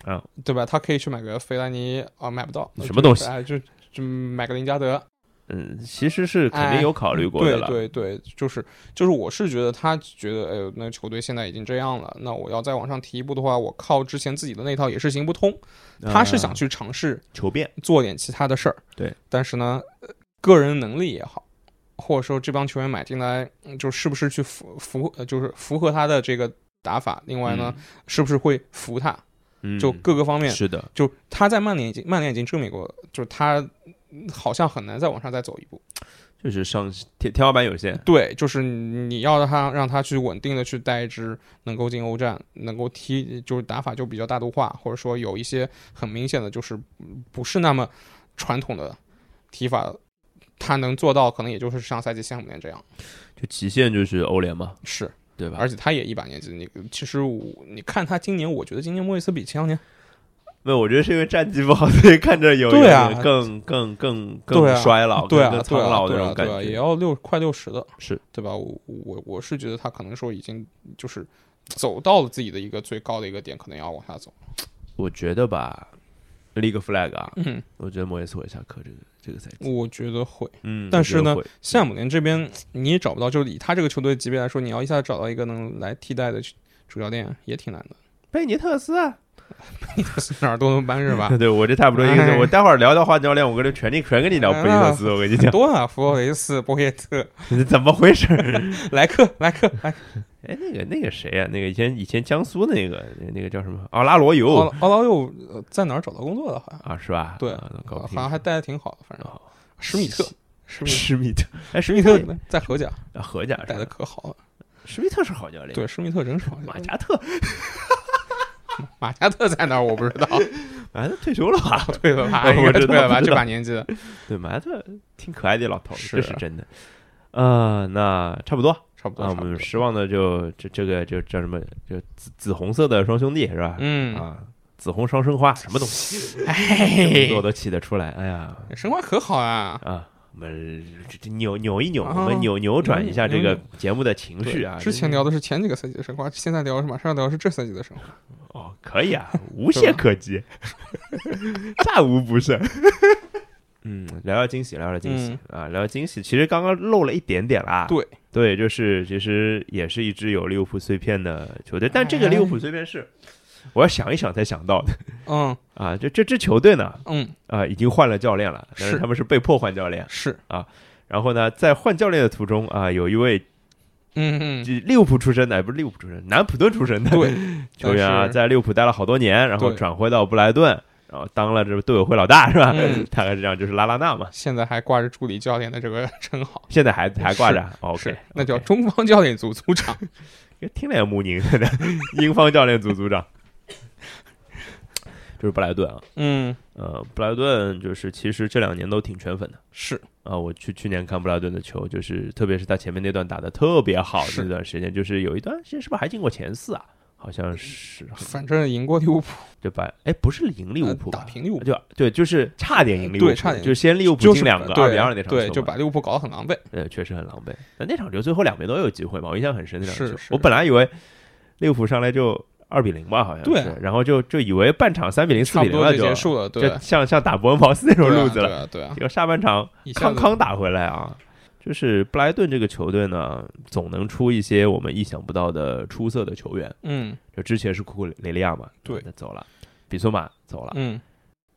Speaker 1: 啊，
Speaker 2: 对吧？他可以去买个费兰尼啊、买不到
Speaker 1: 什么东西
Speaker 2: 啊，就就买个林加德，
Speaker 1: 嗯，其实是肯定有考虑过的
Speaker 2: 哎对
Speaker 1: 了。
Speaker 2: 对对，就是就是，我是觉得他觉得，哎呦，那球队现在已经这样了，那我要再往上提一步的话，我靠之前自己的那套也是行不通。他是想
Speaker 1: 啊
Speaker 2: 去尝试
Speaker 1: 求变，
Speaker 2: 做点其他的事儿，
Speaker 1: 对，
Speaker 2: 但是呢，呃个人能力也好。或者说这帮球员买进来，嗯就是不是去符符呃，就是符合他的这个打法？另外呢，是不是会服他？
Speaker 1: 嗯
Speaker 2: 就各个方面，
Speaker 1: 是的，
Speaker 2: 就他在曼联已经曼联已经证明过了，就是他好像很难再往上再走一步。
Speaker 1: 就是上天天花板有限，
Speaker 2: 对，就是你要让他让他去稳定的去带一支能够进欧战、能够踢就是打法就比较大度化，或者说有一些很明显的就是不是那么传统的踢法，他能做到可能也就是上赛季下五年这样。
Speaker 1: 就极限就是欧联嘛，
Speaker 2: 是，
Speaker 1: 对吧？
Speaker 2: 而且他也一把年纪，你其实我你看他今年，我觉得今年莫耶斯比前两年
Speaker 1: 那我觉得是因为战绩不好，所以看着有
Speaker 2: 对啊
Speaker 1: 有点更更更
Speaker 2: 对
Speaker 1: 更
Speaker 2: 啊
Speaker 1: 衰老，
Speaker 2: 对
Speaker 1: 更
Speaker 2: 啊
Speaker 1: 更
Speaker 2: 对
Speaker 1: 苍
Speaker 2: 啊
Speaker 1: 老
Speaker 2: 对
Speaker 1: 那
Speaker 2: 啊
Speaker 1: 种感
Speaker 2: 对啊，也
Speaker 1: 觉。
Speaker 2: 要六快六十的，
Speaker 1: 是
Speaker 2: 对吧？我我我是觉得他可能说已经就是走到了自己的一个最高的一个点，可能要往下走。
Speaker 1: 我觉得吧，立个 flag 啊，
Speaker 2: 嗯，
Speaker 1: 我觉得莫耶斯会下课这个这个赛季。
Speaker 2: 我觉得会。
Speaker 1: 嗯，
Speaker 2: 但是呢
Speaker 1: 我觉得会，
Speaker 2: 夏姆联这边你也找不到，就是以他这个球队级别来说，你要一下子找到一个能来替代的主教练也挺难的，
Speaker 1: 贝尼特斯啊，
Speaker 2: 哪儿都能搬是吧
Speaker 1: ？对我这差不多意思
Speaker 2: 哎。
Speaker 1: 我待会儿聊到换教练，我跟你全力全跟你聊贝尼特斯，我跟你讲，
Speaker 2: 多啊，弗洛雷斯、博耶特、
Speaker 1: 你 怎么回事儿？
Speaker 2: 莱克、莱克、莱克
Speaker 1: 哎，那个那个谁呀、那个以前以前江苏那个那个叫什么哦奥拉罗尤
Speaker 2: 奥奥劳又呃在哪儿找到工作的？好像
Speaker 1: 啊，是吧？
Speaker 2: 对
Speaker 1: 啊搞不清
Speaker 2: 好
Speaker 1: 楚
Speaker 2: 像还待的挺好的，反正
Speaker 1: 哦
Speaker 2: 史密特，史密特
Speaker 1: 施密特，哎，施
Speaker 2: 史
Speaker 1: 密
Speaker 2: 密
Speaker 1: 特
Speaker 2: 特在荷甲
Speaker 1: 啊荷甲是
Speaker 2: 待的
Speaker 1: 吧？
Speaker 2: 可好了，
Speaker 1: 施密特是好教练，，
Speaker 2: 对，史密特真是好。
Speaker 1: 马加特
Speaker 2: 马加特在哪儿我不知 道，
Speaker 1: 啊，他退休了吧？
Speaker 2: 退了吧，
Speaker 1: 我
Speaker 2: 应该
Speaker 1: 知道
Speaker 2: 退了
Speaker 1: 我
Speaker 2: 吧，
Speaker 1: 知道
Speaker 2: 这把年纪了，
Speaker 1: 对，马加特挺可爱的老头儿，
Speaker 2: 是啊
Speaker 1: 这是真的。呃，那差不多啊，
Speaker 2: 差不多，
Speaker 1: 我
Speaker 2: 差不
Speaker 1: 们
Speaker 2: 多。
Speaker 1: 失望的就这这个就叫什么？就紫紫红色的双兄弟是吧？
Speaker 2: 嗯，
Speaker 1: 啊，紫红双生花什么东西？
Speaker 2: 哎
Speaker 1: 名字我，都起得出来，哎呀
Speaker 2: 申花可好啊，
Speaker 1: 啊！我们这这扭扭一扭，
Speaker 2: 啊
Speaker 1: 我们扭扭转一下这个
Speaker 2: 扭
Speaker 1: 节目的情绪啊。
Speaker 2: 对之前
Speaker 1: 这
Speaker 2: 聊的是前几个赛季的申花，现在聊的是马上要聊的是这赛季的申花。
Speaker 1: 哦，可以啊， 无懈可 击，战无不 胜。嗯，聊聊惊喜，聊聊惊喜、啊，聊聊惊喜。其实刚刚漏了一点点啦。
Speaker 2: 嗯对
Speaker 1: 对，就是其实也是一支有利物浦碎片的球队，但这
Speaker 2: 哎
Speaker 1: 个利物浦碎片是我要想一想才想到的
Speaker 2: 嗯
Speaker 1: 啊。就这支球队呢，
Speaker 2: 嗯，
Speaker 1: 啊，已经换了教练了，但是
Speaker 2: 是
Speaker 1: 他们是被迫换教练。
Speaker 2: 是，
Speaker 1: 然后呢，在换教练的途中啊，有一位
Speaker 2: 嗯 嗯，
Speaker 1: 就利物浦出身的，哎不是利物浦出身，南普顿出身的
Speaker 2: 对，
Speaker 1: 球员啊，
Speaker 2: 但是
Speaker 1: 在利物浦待了好多年，然后
Speaker 2: 对
Speaker 1: 转回到布莱顿，然后当了这个队委会老大是吧
Speaker 2: 嗯？
Speaker 1: 大概是这样，就是拉拉纳嘛，
Speaker 2: 现在还挂着助理教练的这个称号。
Speaker 1: 现在还还挂着。啊
Speaker 2: 是
Speaker 1: OK，，
Speaker 2: 那叫中方教练组 组长。
Speaker 1: 听了也木宁的英方教练组组长， 就是布莱顿啊，
Speaker 2: 嗯，
Speaker 1: 呃，布莱顿就是其实这两年都挺圈粉的。
Speaker 2: 是，
Speaker 1: 啊，我去去年看布莱顿的球，就是特别是他前面那段打的特别好
Speaker 2: 是
Speaker 1: 那段时间，就是有一段时间是不是还进过前四啊？好像是
Speaker 2: 反正赢过利物浦，
Speaker 1: 对吧？哎，不是赢利物
Speaker 2: 呃
Speaker 1: 浦吧，
Speaker 2: 打平利物浦，
Speaker 1: 就对，就是差点赢利物浦，
Speaker 2: 对差点
Speaker 1: 就是先利物浦
Speaker 2: 就是
Speaker 1: 进啊两个
Speaker 2: 对
Speaker 1: 二比二那场球嘛，
Speaker 2: 对，就把利物浦搞得很狼狈。
Speaker 1: 呃确实很狼狈。但那场球最后两边都有机会嘛，我印象很深那场
Speaker 2: 是
Speaker 1: 球，
Speaker 2: 是
Speaker 1: 我本来以为利物浦上来就二比零吧，好像
Speaker 2: 对啊
Speaker 1: 是，然后就就以为半场三比零四
Speaker 2: 差
Speaker 1: 比
Speaker 2: 不
Speaker 1: 零
Speaker 2: 多
Speaker 1: 了
Speaker 2: 就
Speaker 1: 就
Speaker 2: 结，束了，对，啊
Speaker 1: 就像像打伯恩茅斯那种
Speaker 2: 对啊
Speaker 1: 路子了
Speaker 2: 对。啊，对啊，
Speaker 1: 结果下半场
Speaker 2: 一下
Speaker 1: 康
Speaker 2: 子
Speaker 1: 康打回来啊！就是布莱顿这个球队呢，总能出一些我们意想不到的出色的球员。
Speaker 2: 嗯
Speaker 1: 就之前是库库雷利亚嘛，
Speaker 2: 对
Speaker 1: 那走了，比索马走了。
Speaker 2: 嗯，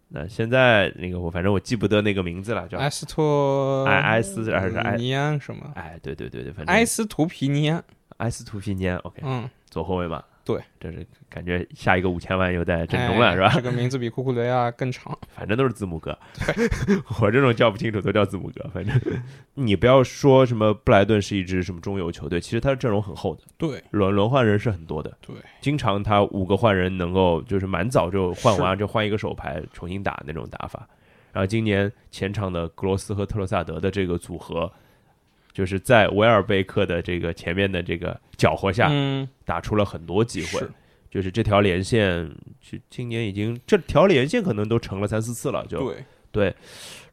Speaker 1: 那现在那个我反正我记不得那个名字了，叫
Speaker 2: 埃斯托
Speaker 1: 埃埃斯还是埃
Speaker 2: 尼安什么？
Speaker 1: 哎，对对对对，反正
Speaker 2: 埃嗯斯图皮尼安，
Speaker 1: 埃斯图皮涅，OK，
Speaker 2: 嗯，
Speaker 1: 左后卫嘛。
Speaker 2: 对，
Speaker 1: 这是感觉下一个五千万又在阵中了，
Speaker 2: 哎
Speaker 1: 是吧？
Speaker 2: 这个名字比库库雷亚更长。
Speaker 1: 反正都是字母哥， 我这种叫不清楚都叫字母哥。反正 你不要说什么布莱顿是一支什么中游球队，其实他的阵容很厚的，
Speaker 2: 对
Speaker 1: 轮轮换人是很多的，
Speaker 2: 对，
Speaker 1: 经常他五个换人能够就是蛮早就换完就换一个手牌重新打那种打法。然后今年前场的格罗斯和特罗萨德的这个组合，就是在维尔贝克的这个前面的这个搅和下，
Speaker 2: 嗯，
Speaker 1: 打出了很多机会。
Speaker 2: 是
Speaker 1: 就是这条连线，就今年已经这条连线可能都成了三四次了，就
Speaker 2: 对，
Speaker 1: 对，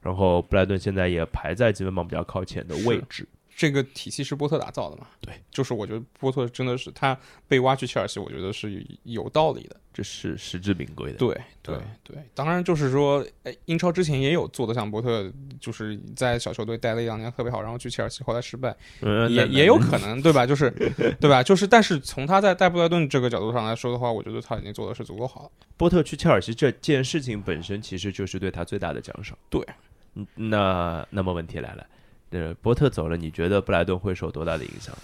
Speaker 1: 然后布莱顿现在也排在积分榜比较靠前的位置。
Speaker 2: 这个体系是波特打造的嘛？
Speaker 1: 对，
Speaker 2: 就是我觉得波特真的是他被挖去切尔西，我觉得是有道理的。
Speaker 1: 这是实至名归的。
Speaker 2: 对对
Speaker 1: 嗯
Speaker 2: 对，当然就是说，哎，英超之前也有做的像波特，就是在小球队待了一两年特别好，然后去切尔西，后来失败，
Speaker 1: 嗯，
Speaker 2: 也
Speaker 1: 那
Speaker 2: 也有可能，对吧？就是对吧？就是，但是从他在带布莱顿这个角度上来说的话，我觉得他已经做的是足够好了。
Speaker 1: 波特去切尔西这件事情本身，其实就是对他最大的奖赏。
Speaker 2: 对
Speaker 1: 嗯，那那么问题来了，呃，波特走了，你觉得布莱顿会受多大的影响？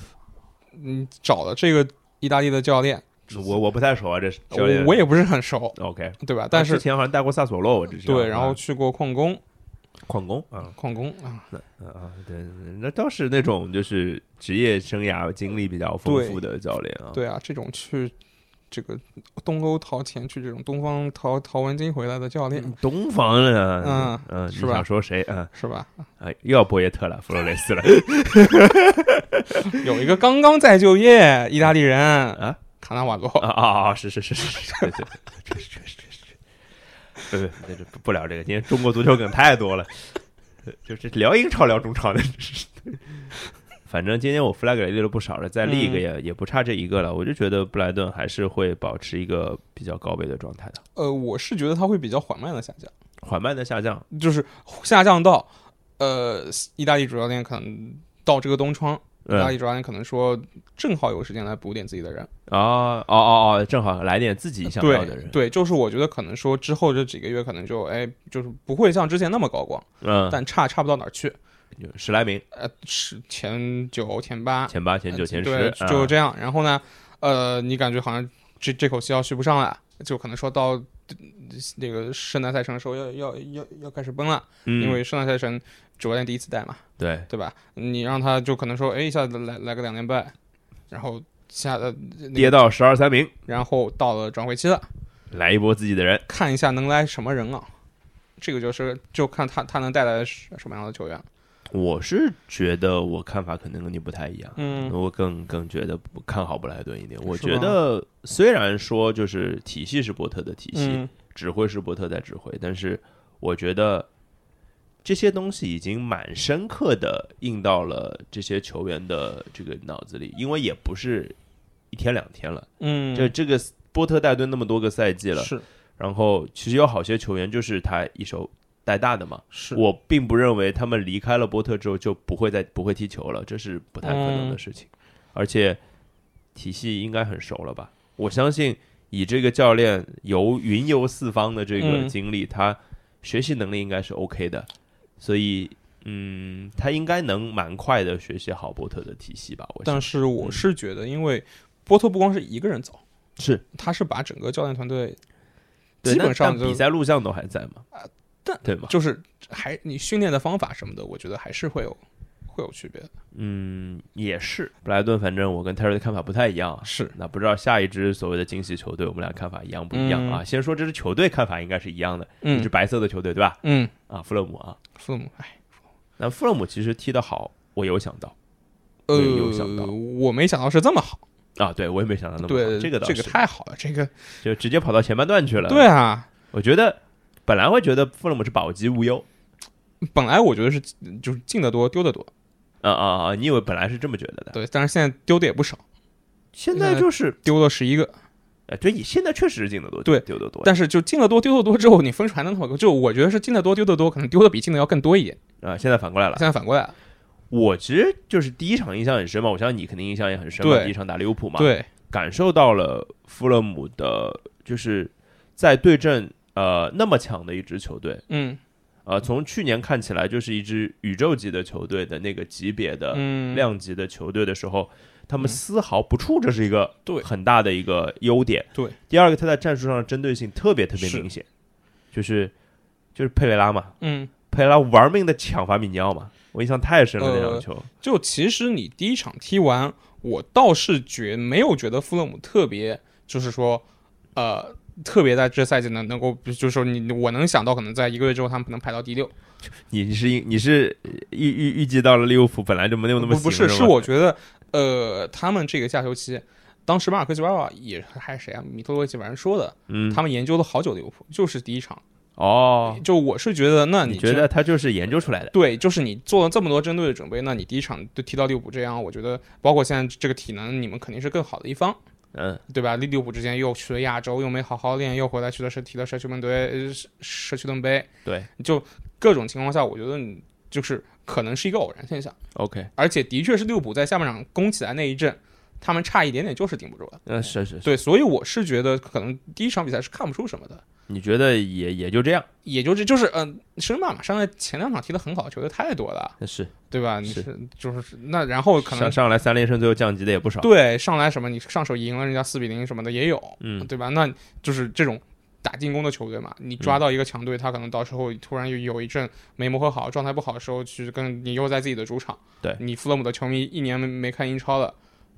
Speaker 2: 嗯，找了这个意大利的教练，
Speaker 1: 我我不太熟啊，这是教练
Speaker 2: 我我也不是很熟，
Speaker 1: OK。
Speaker 2: 对吧？但
Speaker 1: 之
Speaker 2: 是
Speaker 1: 前好像带过萨索洛，我之前
Speaker 2: 对，然后去过矿工，
Speaker 1: 矿工啊
Speaker 2: 矿工啊，
Speaker 1: 啊，对，那倒是那种就是职业生涯经历比较丰富的教练啊，
Speaker 2: 对啊，这种去这个东欧淘钱去这种东方淘淘完金回来的教练
Speaker 1: 嗯，东方人，
Speaker 2: 嗯
Speaker 1: 嗯，
Speaker 2: 是
Speaker 1: 你
Speaker 2: 吧
Speaker 1: 想说谁？嗯
Speaker 2: 是吧？
Speaker 1: 啊，又要波耶特了，弗洛雷斯 了
Speaker 2: 有一个刚刚再就业意大利人
Speaker 1: 啊
Speaker 2: 卡纳瓦罗，
Speaker 1: 啊啊啊！是是是是是， 对对确实确实确实确实，不不这这不不聊这个，今天中国足球梗太多了， 就是聊英超聊中超的，反正今天我 flag 也立了不少了，再立一个
Speaker 2: 嗯
Speaker 1: 也、也不差这一个了，我就觉得布莱顿还是会保持一个比较高位的状态的，
Speaker 2: 呃，我是觉得他会比较缓慢的下降，
Speaker 1: 缓慢的下降，
Speaker 2: 就是下降到呃，意大利主教练可能到这个东窗，意大
Speaker 1: 嗯
Speaker 2: 利主教练可能说正好有时间来补点自己的人，
Speaker 1: 啊哦哦哦，正好来点自己想要的
Speaker 2: 对
Speaker 1: 人，
Speaker 2: 对，就是我觉得可能说之后这几个月可能就哎，就是不会像之前那么高光，
Speaker 1: 嗯，
Speaker 2: 但差差不到哪儿去，
Speaker 1: 有嗯十来名，
Speaker 2: 呃，是前九前八，
Speaker 1: 前八、前九、前
Speaker 2: 呃对
Speaker 1: 十，，
Speaker 2: 就
Speaker 1: 嗯
Speaker 2: 这样。然后呢，呃，你感觉好像这这口气要续不上了，就可能说到呃那个圣诞赛程的时候要要要要开始崩了，
Speaker 1: 嗯，
Speaker 2: 因为圣诞赛程主教练第一次带嘛，
Speaker 1: 对
Speaker 2: 对吧？你让他就可能说，哎，一下子来来个两连败，然后下呃那个
Speaker 1: 跌到十二三名，
Speaker 2: 然后到了转会期了，
Speaker 1: 来一波自己的人。
Speaker 2: 看一下能来什么人啊。这个就是就看他他能带来什什么样的球员。
Speaker 1: 我是觉得我看法可能跟你不太一样，
Speaker 2: 嗯
Speaker 1: 我更更觉得不看好布莱顿一点。我
Speaker 2: 是
Speaker 1: 觉
Speaker 2: 吗
Speaker 1: 得虽然说就是体系是伯特的体系，
Speaker 2: 嗯
Speaker 1: 指挥是伯特在指挥，但是我觉得这些东西已经蛮深刻的印到了这些球员的这个脑子里，因为也不是一天两天了，
Speaker 2: 嗯，
Speaker 1: 这这个波特带队那么多个赛季了，
Speaker 2: 是
Speaker 1: 然后其实有好些球员就是他一手带大的嘛。
Speaker 2: 是
Speaker 1: 我并不认为他们离开了波特之后就不会再不会踢球了，这是不太可能的事情。而且体系应该很熟了吧？我相信以这个教练游云游四方的这个
Speaker 2: 嗯
Speaker 1: 经历，他学习能力应该是 OK 的，所以嗯，他应该能蛮快的学习好波特的体系吧？我想
Speaker 2: 但是
Speaker 1: 嗯
Speaker 2: 我是觉得，因为波特不光是一个人走，
Speaker 1: 是
Speaker 2: 他是把整个教练团队
Speaker 1: 对
Speaker 2: 基本
Speaker 1: 那
Speaker 2: 上
Speaker 1: 但
Speaker 2: 就
Speaker 1: 比赛录像都还在嘛？
Speaker 2: 但
Speaker 1: 对吗？
Speaker 2: 就是还你训练的方法什么的，我觉得还是会有会有区别的。
Speaker 1: 嗯，也是。布莱顿，反正我跟泰瑞的看法不太一样啊。
Speaker 2: 是
Speaker 1: 那不知道下一支所谓的惊喜球队，我们俩看法一样不一样啊？先说这支球队看法应该是一样的，一
Speaker 2: 嗯
Speaker 1: 支白色的球队对吧？
Speaker 2: 嗯，
Speaker 1: 啊，弗勒姆啊，
Speaker 2: 父母哎，
Speaker 1: 那弗勒姆其实踢得好，我有想到
Speaker 2: 呃
Speaker 1: 对有想到，
Speaker 2: 我没想到是这么好，
Speaker 1: 啊，对我也没想到那么好
Speaker 2: 对
Speaker 1: 这个倒
Speaker 2: 这
Speaker 1: 是
Speaker 2: 个太好了，这个
Speaker 1: 就直接跑到前半段去了。
Speaker 2: 对，啊，
Speaker 1: 我觉得本来会觉得弗勒姆是保级无忧，
Speaker 2: 本来我觉得是就是进的多丢的多，
Speaker 1: 啊啊啊！你以为本来是这么觉得的？
Speaker 2: 对，但是现在丢的也不少，
Speaker 1: 现在就是，
Speaker 2: 丢了十一个，
Speaker 1: 呃，对，现在确实是进的多，
Speaker 2: 对
Speaker 1: 丢的多，
Speaker 2: 但是就进的多丢的多之后，你分数还能投个，就我觉得是进的多丢的多，可能丢的比进的要更多一点。
Speaker 1: 啊，现在反过来了
Speaker 2: 现。在反过来了，
Speaker 1: 我其实就是第一场印象很深嘛，我相信你肯定印象也很深嘛。
Speaker 2: 对
Speaker 1: 第一场打利物浦嘛，
Speaker 2: 对，
Speaker 1: 感受到了富勒姆的，就是在对阵呃那么强的一支球队，
Speaker 2: 嗯
Speaker 1: 呃，从去年看起来就是一支宇宙级的球队的那个级别的、
Speaker 2: 嗯，
Speaker 1: 量级的球队的时候，他们
Speaker 2: 嗯
Speaker 1: 丝毫不怵，这是一个
Speaker 2: 对
Speaker 1: 很大的一个优点。
Speaker 2: 对，
Speaker 1: 第二个他在战术上的针对性特别特别
Speaker 2: 是
Speaker 1: 明显，就是就是佩雷拉嘛，
Speaker 2: 嗯。
Speaker 1: 佩雷拉玩命的抢法米尼奥嘛，我印象太深了那场
Speaker 2: 呃
Speaker 1: 球。
Speaker 2: 就其实你第一场踢完，我倒是觉没有觉得富勒姆特别，就是说，呃，特别在这赛季能能够，就是说你我能想到可能在一个月之后他们可能排到第六，
Speaker 1: 你你是你是呃预预预计到了利物浦本来就没有那么
Speaker 2: 不不
Speaker 1: 喜欢
Speaker 2: 是，
Speaker 1: 吗
Speaker 2: 是我觉得，呃，他们这个下球期，当时马尔科齐巴瓦也还是谁啊，米特洛维奇反正说的，
Speaker 1: 嗯
Speaker 2: 他们研究了好久利物浦，就是第一场，
Speaker 1: 哦，
Speaker 2: 就我是觉得，那
Speaker 1: 你
Speaker 2: 你
Speaker 1: 觉
Speaker 2: 这
Speaker 1: 得他就是研究出来的？
Speaker 2: 对，就是你做了这么多针对的准备，那你第一场就踢到利物浦这样，我觉得包括现在这个体能，你们肯定是更好的一方。
Speaker 1: 嗯
Speaker 2: 对吧？利物浦之前又去了亚洲，又没好好练，又回来去了社踢了社区盾队、呃社社区盾杯，
Speaker 1: 对
Speaker 2: 就各种情况下，我觉得你就是可能是一个偶然现象，
Speaker 1: ，OK，
Speaker 2: 而且的确是利物浦在下半场攻起来那一阵，他们差一点点就是顶不住了。
Speaker 1: 嗯是是是，
Speaker 2: 对，所以我是觉得可能第一场比赛是看不出什么的，
Speaker 1: 你觉得也也就这样？
Speaker 2: 也就是就是嗯，申办马上来前两场踢得很好，球队太多了，
Speaker 1: 是
Speaker 2: 对吧？你
Speaker 1: 是
Speaker 2: 是就是那然后嗯可能
Speaker 1: 上上来三连胜，最后降级的也不少。
Speaker 2: 对上来什么你上手赢了人家四比零什么的也有，
Speaker 1: 嗯
Speaker 2: 对吧？那就是这种打进攻的球队嘛，你
Speaker 1: 嗯
Speaker 2: 抓到一个强队，他可能到时候突然有有一阵没磨合好、状态不好的时候，去跟你又在自己的主场，
Speaker 1: 对
Speaker 2: 你弗洛姆的球迷一年没没看英超了，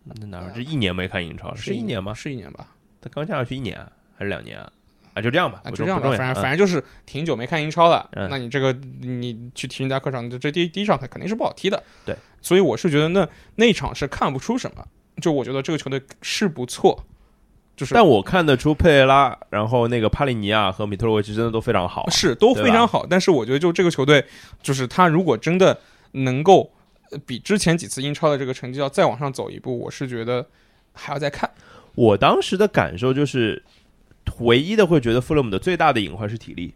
Speaker 1: 那哪是一年没看英超了？哦是一年吗？
Speaker 2: 是一年吧？
Speaker 1: 他刚下去一年啊还是两年啊？啊，就这样吧，不
Speaker 2: 啊，就
Speaker 1: 重
Speaker 2: 这样
Speaker 1: 不
Speaker 2: 吧，
Speaker 1: 重要
Speaker 2: 反
Speaker 1: 嗯
Speaker 2: 正反正就是挺久没看英超了。
Speaker 1: 嗯
Speaker 2: 那你这个你去踢人家客场，这这第一第一场肯定是不好踢的。
Speaker 1: 对，
Speaker 2: 所以我是觉得那那一场是看不出什么，就我觉得这个球队是不错，就是
Speaker 1: 但我看得出佩雷拉，然后那个帕利尼亚和米特罗维奇真的都非常好。
Speaker 2: 是都非常好。但是我觉得就这个球队，就是他如果真的能够呃比之前几次英超的这个成绩要再往上走一步，我是觉得还要再看。
Speaker 1: 我当时的感受就是，唯一的会觉得富勒姆的最大的隐患是体力，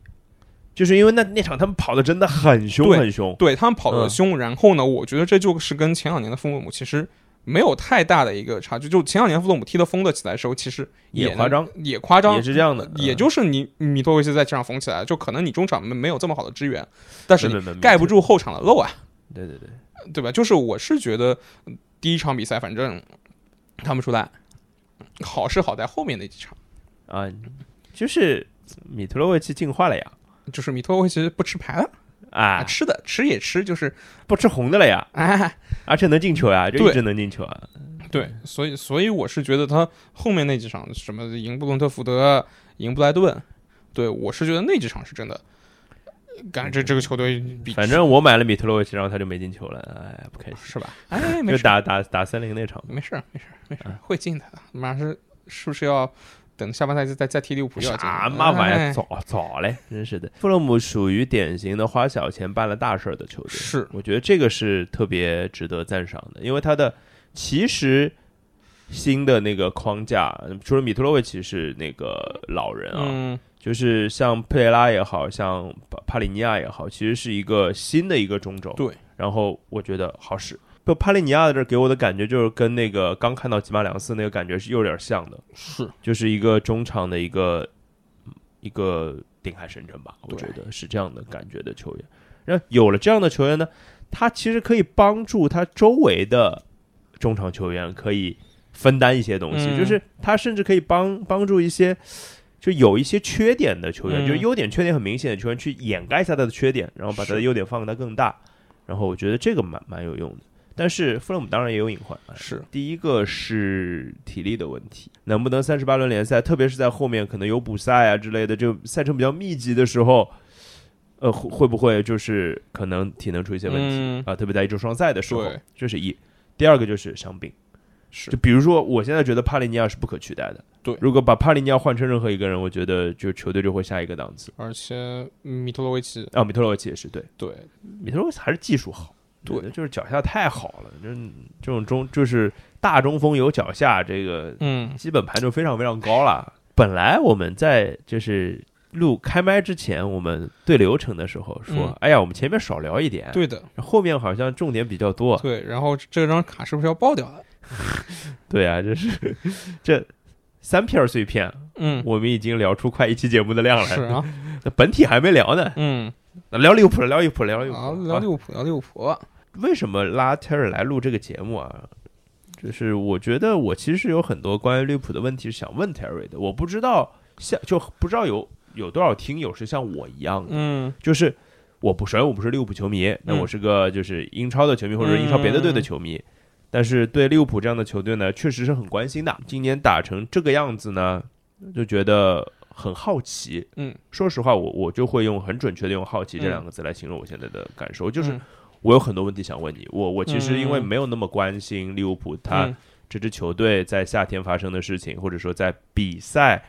Speaker 1: 就是因为那那场他们跑的真的很凶
Speaker 2: 对
Speaker 1: 很凶。
Speaker 2: 对他们跑得
Speaker 1: 嗯
Speaker 2: 凶，然后呢，我觉得这就是跟前两年的父母其实没有太大的一个差距。就前两年父母踢得疯得起来的时候，其实
Speaker 1: 也
Speaker 2: 能
Speaker 1: 夸张，
Speaker 2: 也夸张
Speaker 1: 也，是这样的，
Speaker 2: 也
Speaker 1: 嗯
Speaker 2: 就是你米托维奇在这场缝起来，就可能你中场没没有这么好的支援，但是
Speaker 1: 没
Speaker 2: 你
Speaker 1: 没没
Speaker 2: 盖不住后场的漏啊，
Speaker 1: 对对对，
Speaker 2: 对吧？就是我是觉得嗯第一场比赛反正看不出来，好是好在后面那几场，
Speaker 1: 啊，就是米特罗维奇进化了呀，
Speaker 2: 就是米托维奇不吃牌了，
Speaker 1: 啊，
Speaker 2: 吃的吃也吃， 就是
Speaker 1: 不吃红的了呀，
Speaker 2: 哎。
Speaker 1: 而且能进球呀，就
Speaker 2: 对
Speaker 1: 一直能进球啊。
Speaker 2: 对，所以所以我是觉得他后面那几场什么赢布伦特福德、赢布莱顿，对我是觉得那几场是真的，感觉这这个球队比
Speaker 1: 反正我买了米特罗维奇，然后他就没进球了，哎，不开心。
Speaker 2: 是吧？哎，没
Speaker 1: 就
Speaker 2: 事
Speaker 1: 打
Speaker 2: 儿，
Speaker 1: 打打啊森林那场，
Speaker 2: 没事儿，没事儿，没事儿，会进的。马上是是不是要等下半赛季再再踢利物浦又要进？
Speaker 1: 啥嘛玩意
Speaker 2: 哎
Speaker 1: 儿，早早嘞，真是的。富勒姆属于典型的花小钱办了大事儿的球队，
Speaker 2: 是
Speaker 1: 我觉得这个是特别值得赞赏的，因为他的其实新的那个框架，除了米特罗维奇是那个老人啊，
Speaker 2: 嗯，
Speaker 1: 就是像佩雷拉也好像帕帕里尼亚也好，其实是一个新的一个中轴。
Speaker 2: 对，
Speaker 1: 然后我觉得好使。就帕里尼亚的这儿给我的感觉就是跟那个刚看到吉马良斯那个感觉是有点像的，
Speaker 2: 是
Speaker 1: 就是一个中场的一个一个定海神针吧，我
Speaker 2: 对
Speaker 1: 觉得是这样的感觉的球员。那有了这样的球员呢，他其实可以帮助他周围的中场球员可以分担一些东西，
Speaker 2: 嗯
Speaker 1: 就是他甚至可以帮帮助一些就有一些缺点的球员，
Speaker 2: 嗯
Speaker 1: 就是优点缺点很明显的球员去掩盖一下他的缺点，然后把他的
Speaker 2: 是
Speaker 1: 优点放大更大。然后我觉得这个蛮蛮有用的。但是弗洛姆当然也有隐患，哎
Speaker 2: 是，
Speaker 1: 第一个是体力的问题，能不能三十八轮联赛，特别是在后面可能有补赛啊之类的，就赛程比较密集的时候，呃，会会不会就是可能体能出一些问题、
Speaker 2: 嗯
Speaker 1: 啊？特别在一周双赛的时候
Speaker 2: 对，
Speaker 1: 这是一。第二个就是伤病，
Speaker 2: 是
Speaker 1: 就比如说我现在觉得帕利尼亚是不可取代的，
Speaker 2: 对
Speaker 1: 如果把帕利尼亚换成任何一个人，我觉得就球队就会下一个档次。
Speaker 2: 而且米托洛维奇
Speaker 1: 啊，米特罗维奇也是对，
Speaker 2: 对
Speaker 1: 米特罗维奇还是技术好，
Speaker 2: 对
Speaker 1: 的，就是脚下太好了，就是这种中就是大中锋有脚下这个
Speaker 2: 嗯
Speaker 1: 基本盘就非常非常高了。本来我们在就是录开麦之前，我们对流程的时候说，
Speaker 2: 嗯
Speaker 1: 哎呀，我们前面少聊一点，，
Speaker 2: 对的
Speaker 1: 后面好像重点比较多。
Speaker 2: 对，然后这张卡是不是要爆掉了？
Speaker 1: 对啊，这是这三片碎片，
Speaker 2: 嗯，
Speaker 1: 我们已经聊出快一期节目的量
Speaker 2: 是
Speaker 1: 来。
Speaker 2: 啊，
Speaker 1: 那本体还没聊呢，
Speaker 2: 嗯，
Speaker 1: 聊利物浦了，聊利物浦了，聊利物浦
Speaker 2: 好，
Speaker 1: 了。
Speaker 2: 啊聊利物浦，聊利物浦，
Speaker 1: 为什么拉泰尔来录这个节目啊？就是我觉得我其实有很多关于利物浦的问题是想问 Terry 的，我不知道像就不知道有有多少听友是像我一样的，
Speaker 2: 嗯。
Speaker 1: 就是我不首先我不是利物浦球迷，那
Speaker 2: 嗯
Speaker 1: 我是个就是英超的球迷或者英超别的队的球迷，但是对利物浦这样的球队呢，确实是很关心的。今年打成这个样子呢，就觉得很好奇。
Speaker 2: 嗯，
Speaker 1: 说实话，我我就会用很准确的用好奇这两个字来形容我现在的感受，就是
Speaker 2: 嗯
Speaker 1: 我有很多问题想问你。我我其实因为
Speaker 2: 嗯
Speaker 1: 没有那么关心利物浦他
Speaker 2: 嗯
Speaker 1: 这支球队在夏天发生的事情，或者说在比赛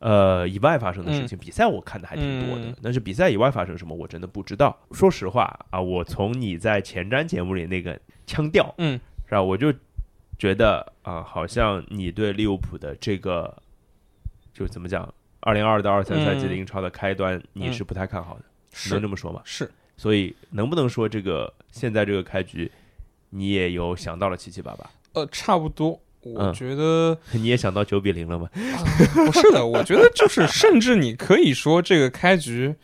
Speaker 1: 呃以外发生的事情，比赛我看的还挺多的。
Speaker 2: 嗯
Speaker 1: 但是比赛以外发生什么，我真的不知道。说实话啊，我从你在前瞻节目里那个腔调，
Speaker 2: 嗯，
Speaker 1: 是吧？我就觉得啊、好像你对利物浦的这个就怎么讲？二零二到二三赛季的
Speaker 2: 嗯
Speaker 1: 英超的开端，你是不太看好的，能
Speaker 2: 是
Speaker 1: 这么说吗？
Speaker 2: 是，
Speaker 1: 所以能不能说这个现在这个开局，你也有想到了七七八八？
Speaker 2: 呃，差不多。我
Speaker 1: 嗯
Speaker 2: 觉得、
Speaker 1: 你也想到九比零了吗？
Speaker 2: 不是的，我觉得就是，甚至你可以说这个开局，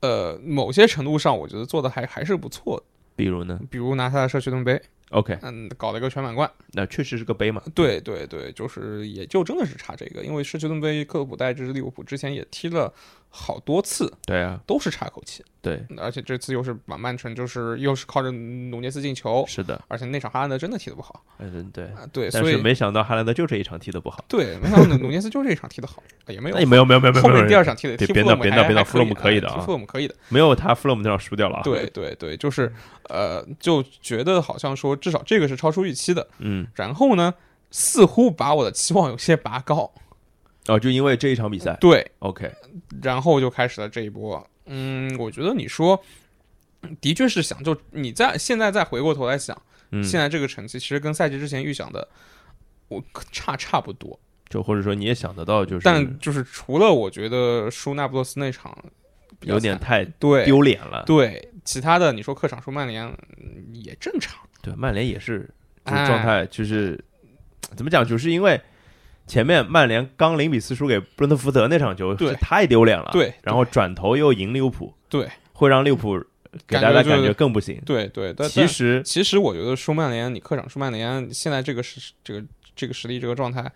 Speaker 2: 呃，某些程度上我觉得做的还还是不错的，
Speaker 1: 比如呢
Speaker 2: 比如拿下社区盾杯，
Speaker 1: ？OK，
Speaker 2: 嗯，搞了一个全满贯。
Speaker 1: 那确实是个杯嘛。
Speaker 2: 对对对，就是也就真的是差这个，因为社区盾杯克洛普带这支利物浦之前也踢了好多次，
Speaker 1: 对啊，
Speaker 2: 都是差口气，
Speaker 1: 对，
Speaker 2: 而且这次又是把曼城就是又是靠着努涅斯进球，
Speaker 1: 是的，
Speaker 2: 而且那场哈兰德真的踢得不好
Speaker 1: 嗯，对。
Speaker 2: 啊，对，
Speaker 1: 但
Speaker 2: 所
Speaker 1: 是
Speaker 2: 以
Speaker 1: 没想到哈兰德就这一场踢得不好。
Speaker 2: 对，没想到努努涅斯就这一场踢得好，啊也没有
Speaker 1: 那。也没有没有没有没有
Speaker 2: 后
Speaker 1: 没有
Speaker 2: 面第二场踢的
Speaker 1: 别
Speaker 2: 踢
Speaker 1: 别
Speaker 2: 弗
Speaker 1: 闹
Speaker 2: 洛姆
Speaker 1: 别
Speaker 2: 还
Speaker 1: 闹
Speaker 2: 还
Speaker 1: 别闹弗洛姆可
Speaker 2: 可
Speaker 1: 以
Speaker 2: 以哎
Speaker 1: 的啊
Speaker 2: 踢弗洛姆可以的。
Speaker 1: 没有他弗洛姆那场输掉了啊。
Speaker 2: 对，对对，就是呃，就觉得好像说至少这个是超出预期的，
Speaker 1: 嗯，
Speaker 2: 然后呢，似乎把我的期望有些拔高。
Speaker 1: 哦，就因为这一场比赛
Speaker 2: 对，
Speaker 1: ，OK，
Speaker 2: 然后就开始了这一波。嗯，我觉得你说，的确是想就你在现在再回过头来想，
Speaker 1: 嗯，
Speaker 2: 现在这个成绩其实跟赛季之前预想的我可差差不多，
Speaker 1: 就或者说你也想得到，就是
Speaker 2: 但就是除了我觉得输那不勒斯那场比较
Speaker 1: 有点
Speaker 2: 惨
Speaker 1: 太
Speaker 2: 对
Speaker 1: 丢脸了。
Speaker 2: 对，其他的你说客场输曼联嗯也正常，
Speaker 1: 对，曼联也是，就是
Speaker 2: 哎
Speaker 1: 状态就是、怎么讲，就是因为前面曼联刚零比四输给布伦特福德那场球
Speaker 2: 对
Speaker 1: 是太丢脸了，
Speaker 2: 对对
Speaker 1: 然后转头又赢利物浦，
Speaker 2: 对，
Speaker 1: 会让利物浦给大家
Speaker 2: 感觉就是
Speaker 1: 感觉更不行。
Speaker 2: 对对，但
Speaker 1: 其
Speaker 2: 但
Speaker 1: 实
Speaker 2: 其实我觉得输曼联，你客场输曼联，现在这个实这个这个实力这个状态，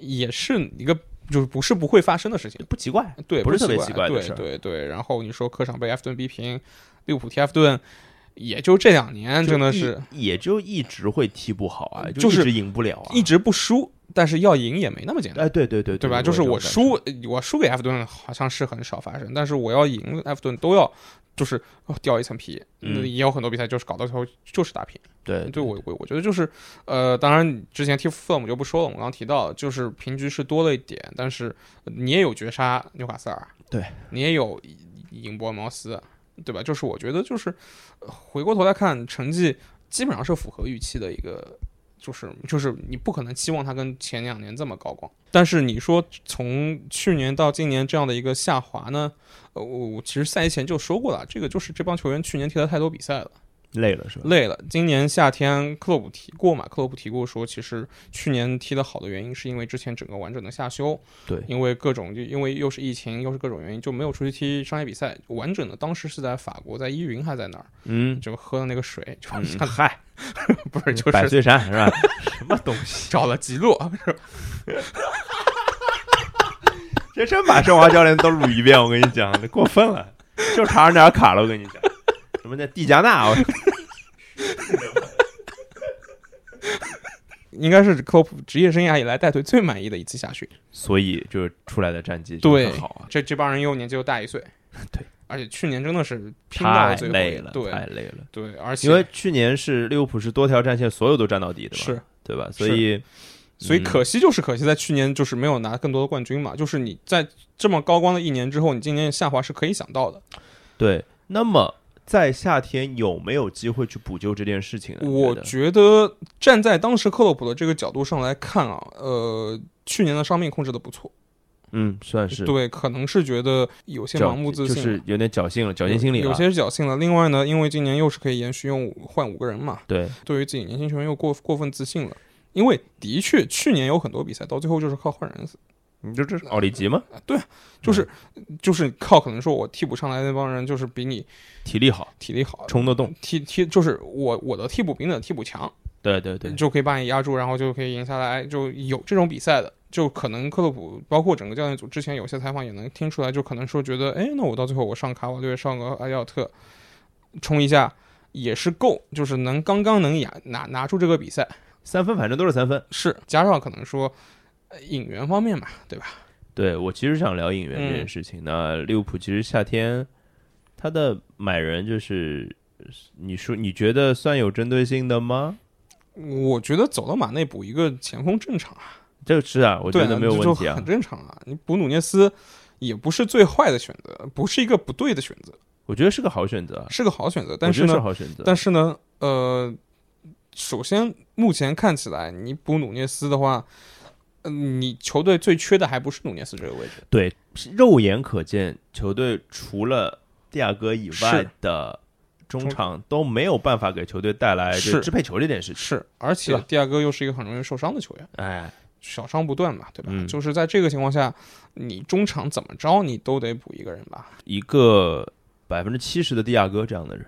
Speaker 2: 也是一个就是不是不会发生的事情。
Speaker 1: 不奇怪，
Speaker 2: 对，
Speaker 1: 不
Speaker 2: 不
Speaker 1: 是特别奇怪的
Speaker 2: 对
Speaker 1: 事儿
Speaker 2: 对对，然后你说客场被埃弗顿逼平，利物浦踢埃弗顿，也就这两年真的
Speaker 1: 就是一也就一直会踢不好啊，
Speaker 2: 就
Speaker 1: 一
Speaker 2: 是
Speaker 1: 直赢不了啊，
Speaker 2: 一直不输，但是要赢也没那么简单，
Speaker 1: 哎，对对对
Speaker 2: 对吧？就是我，输，我输给埃弗顿好像是很少发生，但是我要赢埃弗顿都要。就是哦掉一层皮，
Speaker 1: 嗯
Speaker 2: 那也有很多比赛就是搞到最后就是打平。
Speaker 1: 有这种感觉
Speaker 2: 对
Speaker 1: 对
Speaker 2: 我我我觉得就是，呃，当然之前踢弗勒姆就不说了，我们刚刚提到，就是平局是多了一点，但是你也有绝杀纽卡斯尔，
Speaker 1: 对
Speaker 2: 你也有赢博茅斯，对吧？就是我觉得就是呃回过头来看成绩，基本上是符合预期的一个。就是就是你不可能期望它跟前两年这么高光，但是你说从去年到今年这样的一个下滑呢，呃，我我其实赛季前就说过了，这个就是这帮球员去年踢了太多比赛了。
Speaker 1: 累了是吧？
Speaker 2: 累了。今年夏天，克洛普提过嘛？克洛普提过说，其实去年踢得好的原因是因为之前整个完整的夏休，
Speaker 1: 对，
Speaker 2: 因为各种因为又是疫情，又是各种原因，就没有出去踢商业比赛。完整的当时是在法国，在依云还在哪儿，
Speaker 1: 嗯，
Speaker 2: 就喝的那个水，就
Speaker 1: 嗯
Speaker 2: 是、
Speaker 1: 嗨，
Speaker 2: 不是就
Speaker 1: 百
Speaker 2: 是
Speaker 1: 岁山是 吧？什么东西？
Speaker 2: 找了吉洛，
Speaker 1: 这真把申华教练都捋一遍，我跟你讲，这过分了，就查尔纳尔卡了，我跟你 讲，什么叫蒂加纳？我
Speaker 2: 应该是克洛普职业生涯以来带队最满意的一次夏训。
Speaker 1: 所以就是出来的战绩就
Speaker 2: 对
Speaker 1: 很好啊，，
Speaker 2: 这这帮人又年纪又大一岁
Speaker 1: 对，
Speaker 2: 而且去年真的是拼到
Speaker 1: 太
Speaker 2: 了最后一
Speaker 1: 累
Speaker 2: 刻
Speaker 1: 了，太
Speaker 2: 对
Speaker 1: 累了。
Speaker 2: 对，而且
Speaker 1: 因为去年是利物浦是多条战线所有都站到底的嘛，
Speaker 2: 是
Speaker 1: 对吧？所以
Speaker 2: 所以
Speaker 1: 嗯
Speaker 2: 可惜就是可惜，在去年就是没有拿更多的冠军嘛。就是你在这么高光的一年之后，你今年下滑是可以想到的。
Speaker 1: 对，那么在夏天有没有机会去补救这件事情呢？
Speaker 2: 我
Speaker 1: 觉得
Speaker 2: 觉得站在当时克洛普的这个角度上来看啊，呃，去年的伤病控制的不错，
Speaker 1: 嗯，算是
Speaker 2: 对，可能是觉得有些
Speaker 1: 侥
Speaker 2: 盲目自
Speaker 1: 就
Speaker 2: 信，
Speaker 1: 是有点侥幸了，侥幸心理
Speaker 2: 有
Speaker 1: 了啊
Speaker 2: 有。些是侥幸了。另外呢，因为今年又是可以延续用五换五个人嘛，
Speaker 1: 对，
Speaker 2: 对于自己年轻球员又过过分自信了。因为的确，去年有很多比赛到最后就是靠换人
Speaker 1: 你就这是奥里吉吗？
Speaker 2: 就是就是靠可能说我替补上来那帮人就是比你
Speaker 1: 体力好，
Speaker 2: 体力好，
Speaker 1: 冲得动。
Speaker 2: 替替就是我我的替补比你的替补强，
Speaker 1: 对对对，
Speaker 2: 就可以把你压住，然后就可以赢下来，就有这种比赛的。就可能克洛普，包括整个教练组之前有些采访也能听出来，就可能说觉得，哎，那我到最后我上卡瓦略，上个埃奥特，冲一下也是够，就是能刚刚能拿拿拿出这个比赛，
Speaker 1: 三分反正都是三分。
Speaker 2: 是加上可能说呃引援方面嘛，对吧？
Speaker 1: 对我其实想聊引援这
Speaker 2: 嗯
Speaker 1: 件事情。那利物浦其实夏天他的买人就是，你说你觉得算有针对性的吗？
Speaker 2: 我觉得走到马内补一个前锋正常啊，
Speaker 1: 这是啊，我
Speaker 2: 对
Speaker 1: 觉
Speaker 2: 啊，
Speaker 1: 得没有
Speaker 2: 这
Speaker 1: 问
Speaker 2: 就
Speaker 1: 题啊
Speaker 2: 很。正常啊。你补努涅斯也不是最坏的选择，不是一个不对的选择。
Speaker 1: 我觉得是个好选择，啊
Speaker 2: 是个好选择，但
Speaker 1: 我
Speaker 2: 是
Speaker 1: 觉得是
Speaker 2: 呢，
Speaker 1: 好选择。啊
Speaker 2: 但
Speaker 1: 是
Speaker 2: 是呢，呃，首先目前看起来，你补努涅斯的话，嗯、你球队最缺的还不是努涅斯这个位置，
Speaker 1: 对，肉眼可见，球队除了蒂亚戈以外
Speaker 2: 是
Speaker 1: 的中
Speaker 2: 中
Speaker 1: 场都没有办法给球队带来就是支配球这件事情。
Speaker 2: 是，而且
Speaker 1: 对吧
Speaker 2: 蒂亚戈又是一个很容易受伤的球员，
Speaker 1: 哎，
Speaker 2: 小伤不断嘛，对吧？
Speaker 1: 嗯
Speaker 2: 就是在这个情况下，你中场怎么着你都得补一个人吧？
Speaker 1: 一个百分之七十的蒂亚戈这样的人，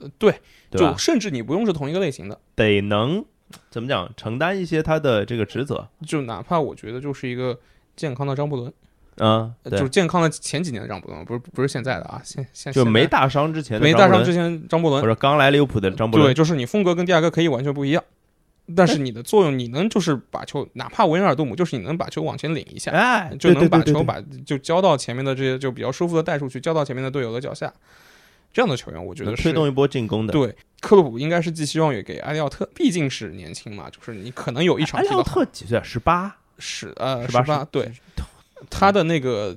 Speaker 2: 呃，对，
Speaker 1: 对吧
Speaker 2: 就？甚至你不用是同一个类型的，
Speaker 1: 得能怎么讲，承担一些他的这个职责。
Speaker 2: 就哪怕我觉得就是一个健康的张伯伦，
Speaker 1: 嗯，
Speaker 2: 呃
Speaker 1: 对
Speaker 2: 就是健康的前几年的张伯伦，不是不是现在的啊，现现
Speaker 1: 就
Speaker 2: 现
Speaker 1: 没
Speaker 2: 在
Speaker 1: 大伤之前的
Speaker 2: 没
Speaker 1: 张
Speaker 2: 带
Speaker 1: 伯
Speaker 2: 上
Speaker 1: 伦
Speaker 2: 之前张伯伦
Speaker 1: 或，者刚来利物浦的张伯
Speaker 2: 对，
Speaker 1: 伦，
Speaker 2: 就是你风格跟第二个可以完全不一样，但是你的作用，你能就是把球，哪怕维尔杜姆，就是你能把球往前领一下，
Speaker 1: 哎，
Speaker 2: 就
Speaker 1: 对
Speaker 2: 能把
Speaker 1: 对对
Speaker 2: 球
Speaker 1: 对
Speaker 2: 把就交到前面的这些就比较舒服的带出去，交到前面的队友的脚下，这样的球员，我觉
Speaker 1: 能
Speaker 2: 得
Speaker 1: 推
Speaker 2: 是。
Speaker 1: 动一波进攻的。
Speaker 2: 对，克洛普应该是寄希望于给埃利奥特，毕竟是年轻嘛，就是你可能有一场
Speaker 1: 埃
Speaker 2: 踢
Speaker 1: 利奥
Speaker 2: 的
Speaker 1: 特几岁啊？十八，
Speaker 2: 是呃
Speaker 1: 18
Speaker 2: 十八，对，他的那个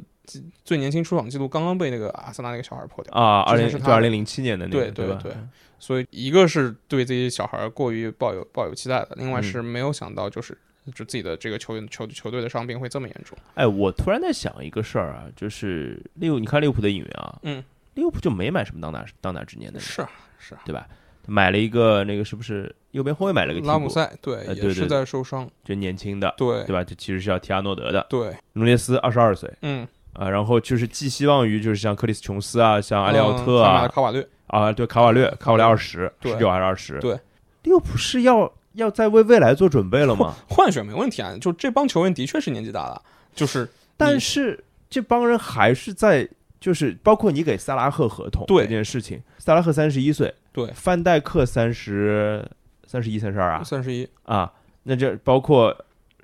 Speaker 2: 最年轻出场记录刚刚被那个阿森纳那个小孩破掉。
Speaker 1: 啊，二
Speaker 2: 之
Speaker 1: 零
Speaker 2: 前是
Speaker 1: 就
Speaker 2: 他
Speaker 1: 二零零七年的那个，
Speaker 2: 对对
Speaker 1: 吧？
Speaker 2: 对所以一个是对自己小孩过于抱有抱有期待的，另外是没有想到就是就自己的这个球员球球队的伤病会这么严重。
Speaker 1: 哎，我突然在想一个事儿啊，就是利物，你看利物浦的引援啊，
Speaker 2: 嗯，
Speaker 1: 利物浦就没买什么当打当打之年的人，
Speaker 2: 是啊是啊，
Speaker 1: 对吧？买了一个那个是不是右边后卫买了个替
Speaker 2: 拉姆
Speaker 1: 补，
Speaker 2: 塞对
Speaker 1: 呃对
Speaker 2: 也
Speaker 1: 对
Speaker 2: 是在受伤，
Speaker 1: 就年轻的，
Speaker 2: 对
Speaker 1: 对吧？这其实是要提阿诺德的，
Speaker 2: 对，
Speaker 1: 努涅斯二十二岁
Speaker 2: 嗯，
Speaker 1: 啊，然后就是寄希望于就是像克里斯琼斯啊，像阿利奥特
Speaker 2: 嗯还买了
Speaker 1: 啊
Speaker 2: 卡瓦略，
Speaker 1: 啊，对卡瓦略，卡瓦略二十
Speaker 2: 对
Speaker 1: 十九还是二十？
Speaker 2: 对，
Speaker 1: 利物浦是要要在为未来做准备了吗？
Speaker 2: 换血没问题啊，就这帮球员的确是年纪大了，就是
Speaker 1: 但
Speaker 2: 你
Speaker 1: 是这帮人还是在，就是包括你给萨拉赫合同
Speaker 2: 对
Speaker 1: 这件事情，萨拉赫三十一岁，
Speaker 2: 对
Speaker 1: 范戴克三十三十一、三十二啊
Speaker 2: 三十一，
Speaker 1: 啊，那这包括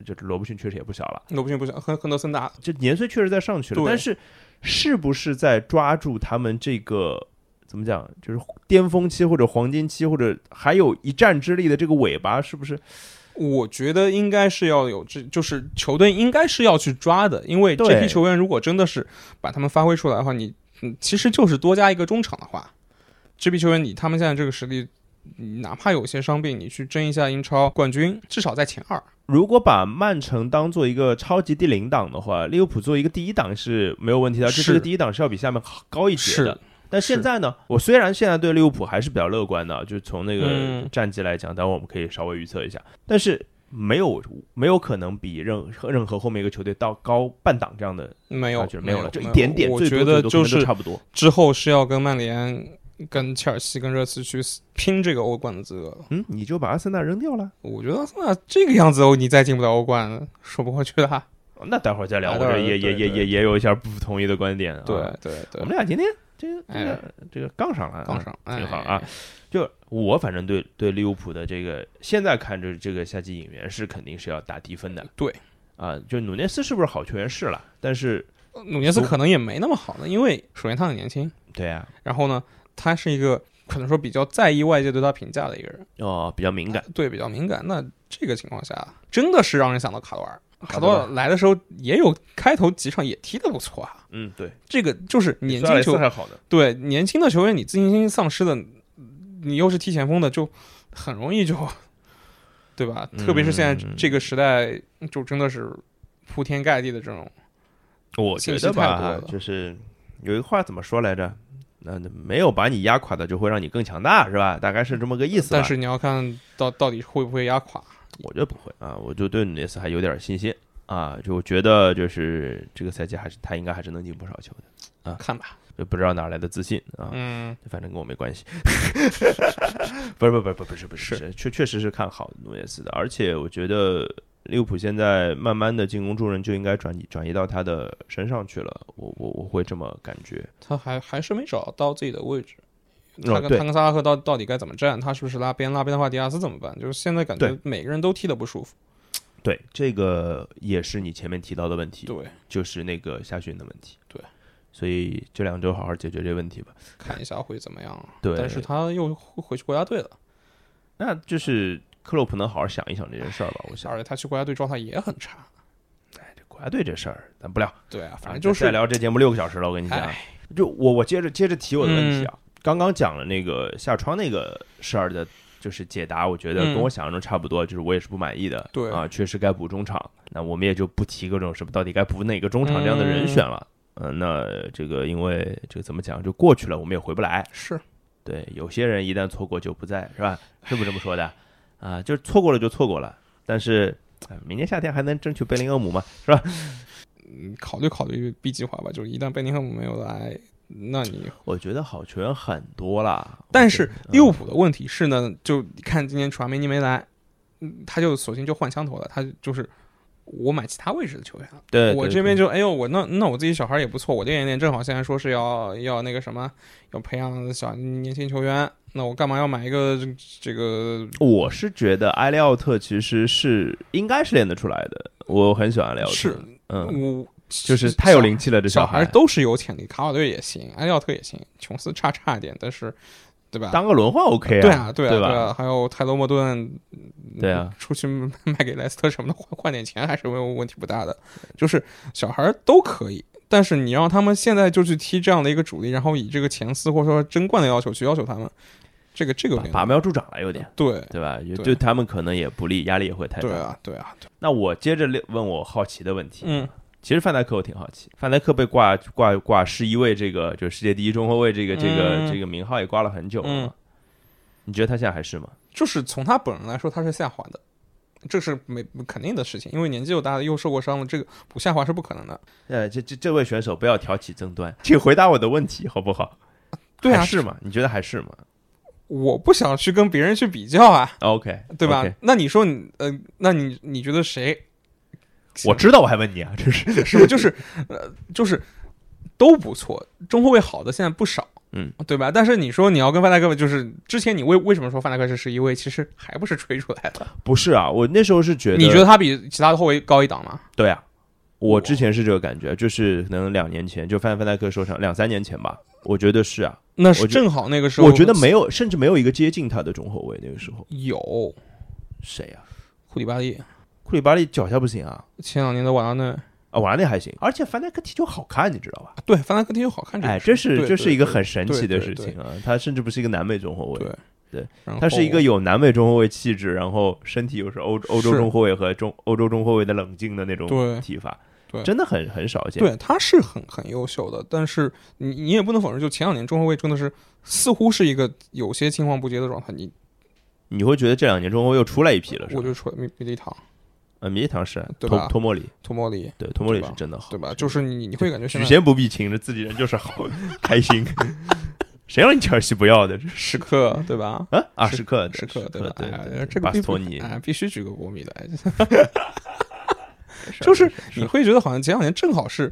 Speaker 1: 就罗布逊确实也不小了，
Speaker 2: 罗布逊不行，亨亨德森大，
Speaker 1: 就年岁确实在上去了，
Speaker 2: 对
Speaker 1: 但是是不是在抓住他们这个？怎么讲？就是巅峰期或者黄金期，或者还有一战之力的这个尾巴，是不是？
Speaker 2: 我觉得应该是要有这，就是球队应该是要去抓的，因为这
Speaker 1: 对
Speaker 2: 批球员如果真的是把他们发挥出来的话，你嗯其实就是多加一个中场的话，这批球员你他们现在这个实力，你哪怕有些伤病，你去争一下英超冠军，至少在前二。
Speaker 1: 如果把曼城当做一个超级第零档的话，利物浦作为一个第一档是没有问题的，这这
Speaker 2: 是
Speaker 1: 个第一档是要比下面高一截的。但现在呢，我虽然现在对利物浦还是比较乐观的，就从那个
Speaker 2: 嗯
Speaker 1: 战绩来讲，待会我们可以稍微预测一下，但是没有没有可能比任任何后面一个球队到高半档这样的
Speaker 2: 没
Speaker 1: 差
Speaker 2: 有
Speaker 1: 距，没
Speaker 2: 没
Speaker 1: 有了，就一点点，
Speaker 2: 我
Speaker 1: 最多
Speaker 2: 觉
Speaker 1: 最
Speaker 2: 得
Speaker 1: 多
Speaker 2: 就
Speaker 1: 可能
Speaker 2: 是
Speaker 1: 差不多。
Speaker 2: 之后是要跟曼联、跟切尔西、跟热刺去拼这个欧冠的资格了。
Speaker 1: 嗯，你就把阿森纳扔掉了？
Speaker 2: 我觉得阿森纳这个样子，哦你再进不了欧冠，说不过去的。
Speaker 1: 哦那待会儿再聊，
Speaker 2: 啊
Speaker 1: 我
Speaker 2: 待会
Speaker 1: 这
Speaker 2: 儿
Speaker 1: 也也
Speaker 2: 对
Speaker 1: 也
Speaker 2: 对
Speaker 1: 也也有一下不同意的观点啊。
Speaker 2: 对对对
Speaker 1: 我们，俩今天这个这
Speaker 2: 哎
Speaker 1: 个这个杠上了啊，
Speaker 2: 杠上
Speaker 1: 挺好
Speaker 2: 哎
Speaker 1: 啊。就我反正对对利物浦的这个现在看着这个夏季引援是肯定是要打低分的。
Speaker 2: 对
Speaker 1: 啊，就努涅斯是不是好球员是了，但是
Speaker 2: 努涅斯可能也没那么好呢，因为首先他很年轻，
Speaker 1: 对啊，
Speaker 2: 然后呢，他是一个可能说比较在意外界对他评价的一个人，
Speaker 1: 哦，比较敏感。
Speaker 2: 对比较敏感。那这个情况下，真的是让人想到卡罗尔。卡
Speaker 1: 多
Speaker 2: 罗尔来的时候也有开头几场也踢得不错啊，
Speaker 1: 嗯，对，
Speaker 2: 这个就是年
Speaker 1: 苏亚
Speaker 2: 轻
Speaker 1: 雷斯
Speaker 2: 球
Speaker 1: 还好呢。
Speaker 2: 对年轻的球员，你自信心丧失的，你又是踢前锋的，就很容易就，对吧？特别是现在
Speaker 1: 嗯
Speaker 2: 这个时代，就真的是铺天盖地的这种
Speaker 1: 我觉
Speaker 2: 信息
Speaker 1: 得
Speaker 2: 太多
Speaker 1: 吧
Speaker 2: 了，
Speaker 1: 就是有一个话怎么说来着？那没有把你压垮的，就会让你更强大，是吧？大概是这么个意思吧。
Speaker 2: 但是你要看到到底会不会压垮。
Speaker 1: 我觉得不会啊，我就对努涅斯还有点信心啊，就我觉得就是这个赛季还是他应该还是能进不少球的，
Speaker 2: 看吧，
Speaker 1: 就不知道哪来的自信啊，
Speaker 2: 嗯，
Speaker 1: 反正跟我没关系。 不是不是不是不是不是，确确实是看好努涅斯的，而且我觉得利物浦现在慢慢的进攻重任就应该转移转移到他的身上去了，我我我会这么感觉。
Speaker 2: 他还还是没找到自己的位置。他
Speaker 1: 哦
Speaker 2: 跟、
Speaker 1: 对
Speaker 2: 他跟萨拉赫到到底该怎么站？他是不是拉边？拉边的话，迪亚斯怎么办？就是现在感觉
Speaker 1: 对
Speaker 2: 每个人都踢得不舒服。
Speaker 1: 对，这个也是你前面提到的问题，
Speaker 2: 对，
Speaker 1: 就是那个夏训的问题。
Speaker 2: 对，
Speaker 1: 所以这两周好好解决这问题吧。
Speaker 2: 看一下会怎么样。啊
Speaker 1: 对
Speaker 2: 但是他又回回去国家队了，
Speaker 1: 那就是克洛普能好好想一想这件事儿吧。我想，
Speaker 2: 而且他去国家队状态也很差。
Speaker 1: 这国家队这事儿咱不聊，
Speaker 2: 对啊，
Speaker 1: 反正
Speaker 2: 反正
Speaker 1: 就
Speaker 2: 就是
Speaker 1: 哎再
Speaker 2: 是
Speaker 1: 聊这节目六个小时了。我跟你讲
Speaker 2: 哎，嗯
Speaker 1: 就我我接着接着提我的问题啊，刚刚讲了那个下窗那个事儿的，就是解答，我觉得
Speaker 2: 嗯
Speaker 1: 跟我想象中差不多，就是我也是不满意的。
Speaker 2: 对
Speaker 1: 啊，确实该补中场，那我们也就不提各种什么到底该补哪个中场这样的嗯人选了。嗯，那这个因为这个怎么讲，就过去了，我们也回不来。
Speaker 2: 是
Speaker 1: 对，有些人一旦错过就不在，是吧？是不是这么说的？啊，就是错过了就错过了，但是哎明年夏天还能争取贝林厄姆吗？是吧？
Speaker 2: 嗯，考虑考虑 B 计划吧，就是一旦贝林汉姆没有来，那你
Speaker 1: 我觉得好球员很多啦，
Speaker 2: 但是
Speaker 1: 我觉得嗯
Speaker 2: 利物浦的问题是呢，就看今年楚阿梅尼没来，嗯，他就索性就换枪头了，他就是我买其他位置的球员了。
Speaker 1: 对
Speaker 2: 我
Speaker 1: 对
Speaker 2: 这边
Speaker 1: 对
Speaker 2: 就哎呦，我那那我自己小孩也不错，我练一练，正好现在说是要要那个什么，要培养小年轻球员，那我干嘛要买一个这这个？
Speaker 1: 我是觉得埃利奥特其实是应该是练得出来的，我很喜欢埃利奥特，
Speaker 2: 是
Speaker 1: 嗯，
Speaker 2: 我
Speaker 1: 就是太有灵气了，这
Speaker 2: 小
Speaker 1: 孩
Speaker 2: 孩都是有潜力，卡瓦略也行，埃利奥特也行，琼斯差差一点，但是对吧？
Speaker 1: 当个轮换 OK
Speaker 2: 对
Speaker 1: 啊，
Speaker 2: 啊，对啊，
Speaker 1: 对
Speaker 2: 对
Speaker 1: 吧
Speaker 2: 啊，还有泰罗莫顿，
Speaker 1: 对啊，
Speaker 2: 出去卖卖给莱斯特什么的，换 换点钱还是没有问题不大的。就是小孩儿都可以，但是你让他们现在就去踢这样的一个主力，然后以这个前四或者说争冠的要求去要求他们，这个嗯这个有
Speaker 1: 拔
Speaker 2: 点
Speaker 1: 拔苗助长了有点，
Speaker 2: 对
Speaker 1: 对吧？也
Speaker 2: 对啊
Speaker 1: 对他们可能也不利，压力也会太
Speaker 2: 对
Speaker 1: 大。
Speaker 2: 啊对啊，对
Speaker 1: 那我接着问我好奇的问题，
Speaker 2: 嗯，
Speaker 1: 其实范戴克我挺好奇，范戴克被挂挂挂十一位这个就是世界第一中后卫这个这个、
Speaker 2: 嗯
Speaker 1: 这个名号也挂了很久了嘛、
Speaker 2: 嗯
Speaker 1: 你觉得他现在还是吗？
Speaker 2: 就是从他本人来说，他是下滑的。这是没肯定的事情，因为年纪又大了，又受过伤了，这个不下滑是不可能的。
Speaker 1: 呃，这这这位选手不要挑起争端，请回答我的问题好不好？
Speaker 2: 对啊
Speaker 1: 还，是吗？你觉得还是吗
Speaker 2: 我不想去跟别人去比较啊，
Speaker 1: ？OK，
Speaker 2: 对吧
Speaker 1: OK
Speaker 2: 那你说你，呃，那你你觉得谁
Speaker 1: 我知道，我还问你啊，这是
Speaker 2: 是 不是就是呃就是都不错，中后卫好的现在不少，
Speaker 1: 嗯，
Speaker 2: 对吧？但是你说你要跟范戴克，就是之前你为为什么说范戴克是十一位，其实还不是吹出来的？
Speaker 1: 不是啊？我那时候是觉得，
Speaker 2: 你觉得他比其他的后卫高一档吗？
Speaker 1: 对啊，我之前是这个感觉，就是可能两年前就范范戴克受伤，两三年前吧，我觉得是啊，
Speaker 2: 那
Speaker 1: 我
Speaker 2: 是
Speaker 1: 觉得
Speaker 2: 正好那个时候，
Speaker 1: 我觉得没有，甚至没有一个接近他的中后卫。那个时候
Speaker 2: 有
Speaker 1: 谁啊？
Speaker 2: 库里巴利，
Speaker 1: 库里巴利脚下不行啊，
Speaker 2: 前两年的瓦拉内，
Speaker 1: 啊，瓦拉内还行，而且范戴克踢球好看，你知道吧？
Speaker 2: 对范戴克踢球好看，
Speaker 1: 哎，
Speaker 2: 这
Speaker 1: 这
Speaker 2: 个事
Speaker 1: 是
Speaker 2: 对
Speaker 1: 这是一个
Speaker 2: 对
Speaker 1: 很神奇的
Speaker 2: 对
Speaker 1: 事
Speaker 2: 对对
Speaker 1: 情啊！他甚至不是一个南美中后卫，
Speaker 2: 对然后
Speaker 1: 他是一个有南美中后卫气质，然后身体又是欧欧洲
Speaker 2: 是
Speaker 1: 中后卫和中欧洲中后卫的冷静的那种
Speaker 2: 对
Speaker 1: 踢法，
Speaker 2: 对
Speaker 1: 真的很很少见。
Speaker 2: 对，他是很很优秀的，但是你你也不能否认，就前两年中后卫真的是似乎是一个有些青黄不接的状态。你
Speaker 1: 你会觉得这两年中后卫又出来一批了，是
Speaker 2: 我
Speaker 1: 吧？
Speaker 2: 就说米米利唐、
Speaker 1: 呃，米利唐是
Speaker 2: 对
Speaker 1: 托
Speaker 2: 吧
Speaker 1: 托莫里，
Speaker 2: 托莫里，
Speaker 1: 对，托莫里
Speaker 2: 对
Speaker 1: 是
Speaker 2: 吧
Speaker 1: 真的好，
Speaker 2: 对吧？就是你你会感觉现
Speaker 1: 举
Speaker 2: 在
Speaker 1: 贤不避亲，这自己人就是好， 开心。谁让你切尔西不要的？这是
Speaker 2: 时刻对吧？
Speaker 1: 啊，啊，
Speaker 2: 是
Speaker 1: 时刻
Speaker 2: 时刻
Speaker 1: 对
Speaker 2: 吧？
Speaker 1: 对
Speaker 2: 哎
Speaker 1: 对，
Speaker 2: 这个
Speaker 1: 巴斯
Speaker 2: 必
Speaker 1: 托
Speaker 2: 须
Speaker 1: 尼
Speaker 2: 哎，必须举个国米来，
Speaker 1: 啊
Speaker 2: 就是
Speaker 1: 是
Speaker 2: 你会觉得好像前两年正好是，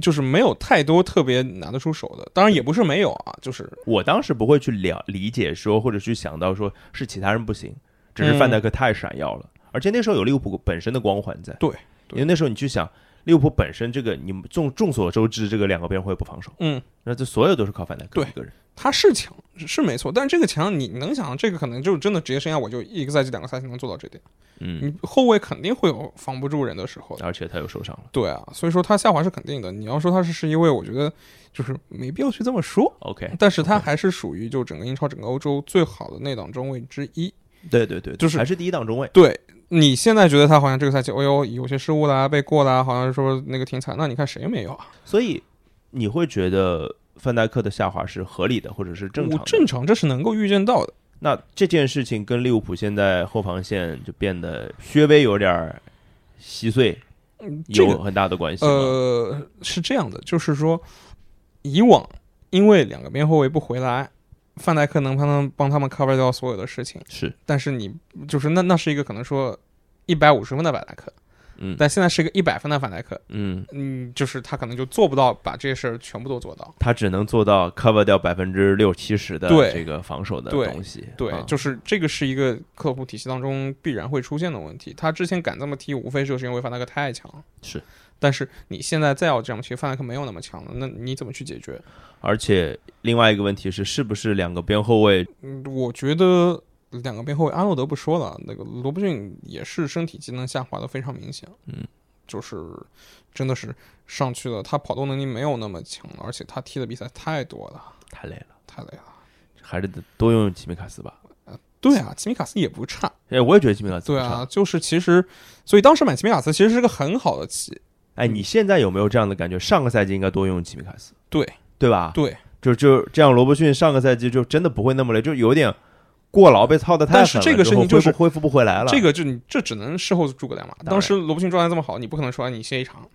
Speaker 2: 就是没有太多特别拿得出手的，当然也不是没有啊，就是
Speaker 1: 我当时不会去了理解说，或者去想到说是其他人不行，只是范戴克太闪耀了。而且那时候有利物浦本身的光环在，
Speaker 2: 对
Speaker 1: 因为那时候你去想利物浦本身这个，你们众众所周知，这个两个边后卫不防守，
Speaker 2: 嗯，
Speaker 1: 那这所有都是靠范戴克
Speaker 2: 对
Speaker 1: 一个人。
Speaker 2: 他是强是没错，但是这个强你能想，这个可能就是真的职业生涯，我就一个赛季两个赛季能做到这点，
Speaker 1: 嗯，
Speaker 2: 你后卫肯定会有防不住人的时候的。
Speaker 1: 而且他又受伤了。
Speaker 2: 对啊，所以说他下滑是肯定的。你要说他是十一位，我觉得就是没必要去这么说。
Speaker 1: OK，
Speaker 2: 但是他还是属于就整个英超、整个欧洲最好的那档中卫之一。
Speaker 1: 对对对，
Speaker 2: 就是
Speaker 1: 还是第一档中卫。
Speaker 2: 对你现在觉得他好像这个赛季，哎呦有些失误啦，被过啦，好像说那个停赛，那你看谁没有啊？
Speaker 1: 所以你会觉得范戴克的下滑是合理的，或者是正常
Speaker 2: 我
Speaker 1: 的？
Speaker 2: 正常，这是能够预见到的。
Speaker 1: 那这件事情跟利物浦现在后防线就变得稍微有点儿稀碎，
Speaker 2: 嗯这
Speaker 1: 有
Speaker 2: 个
Speaker 1: 很大的关系吗？
Speaker 2: 呃是这样的，就是说以往因为两个边后卫不回来。范戴克能帮他们帮他们 cover 掉所有的事情，
Speaker 1: 是，
Speaker 2: 但是你就是那那是一个可能说一百五十分的范戴克，
Speaker 1: 嗯
Speaker 2: 但现在是一个一百分的范戴克，
Speaker 1: 嗯，
Speaker 2: 嗯，就是他可能就做不到把这些事儿全部都做到。
Speaker 1: 他只能做到 cover 掉百分之六七十的
Speaker 2: 对
Speaker 1: 这个防守的
Speaker 2: 对
Speaker 1: 东西。
Speaker 2: 对，
Speaker 1: 啊
Speaker 2: 就是这个是一个客户体系当中必然会出现的问题。他之前敢这么踢，无非就是因为范戴克太强了。
Speaker 1: 是，
Speaker 2: 但是你现在再要这样踢，范戴克没有那么强了，那你怎么去解决？
Speaker 1: 而且另外一个问题是，是不是两个边后卫？
Speaker 2: 嗯，我觉得两个边后卫阿诺德不说了，那个罗伯逊也是身体机能下滑的非常明显。
Speaker 1: 嗯，
Speaker 2: 就是真的是上去了，他跑动能力没有那么强了，而且他踢的比赛太多了，
Speaker 1: 太累了，
Speaker 2: 太累了。
Speaker 1: 还是得多用吉米卡斯吧。
Speaker 2: 对啊，吉米卡斯也不差。
Speaker 1: 哎，我也觉得吉米卡斯不
Speaker 2: 对
Speaker 1: 差
Speaker 2: 啊，。就是其实，所以当时买吉米卡斯其实是个很好的棋。嗯
Speaker 1: 哎，你现在有没有这样的感觉？上个赛季应该多用吉米卡斯，
Speaker 2: 对
Speaker 1: 对吧？
Speaker 2: 对，
Speaker 1: 就就这样，罗伯逊上个赛季就真的不会那么累，就有点过劳被操的太狠了，
Speaker 2: 但是这个事情
Speaker 1: 就
Speaker 2: 就是
Speaker 1: 恢复不回来了。
Speaker 2: 这个就你这只能事后诸葛亮嘛。
Speaker 1: 当然
Speaker 2: 当时罗伯逊状态这么好，你不可能说你歇一场，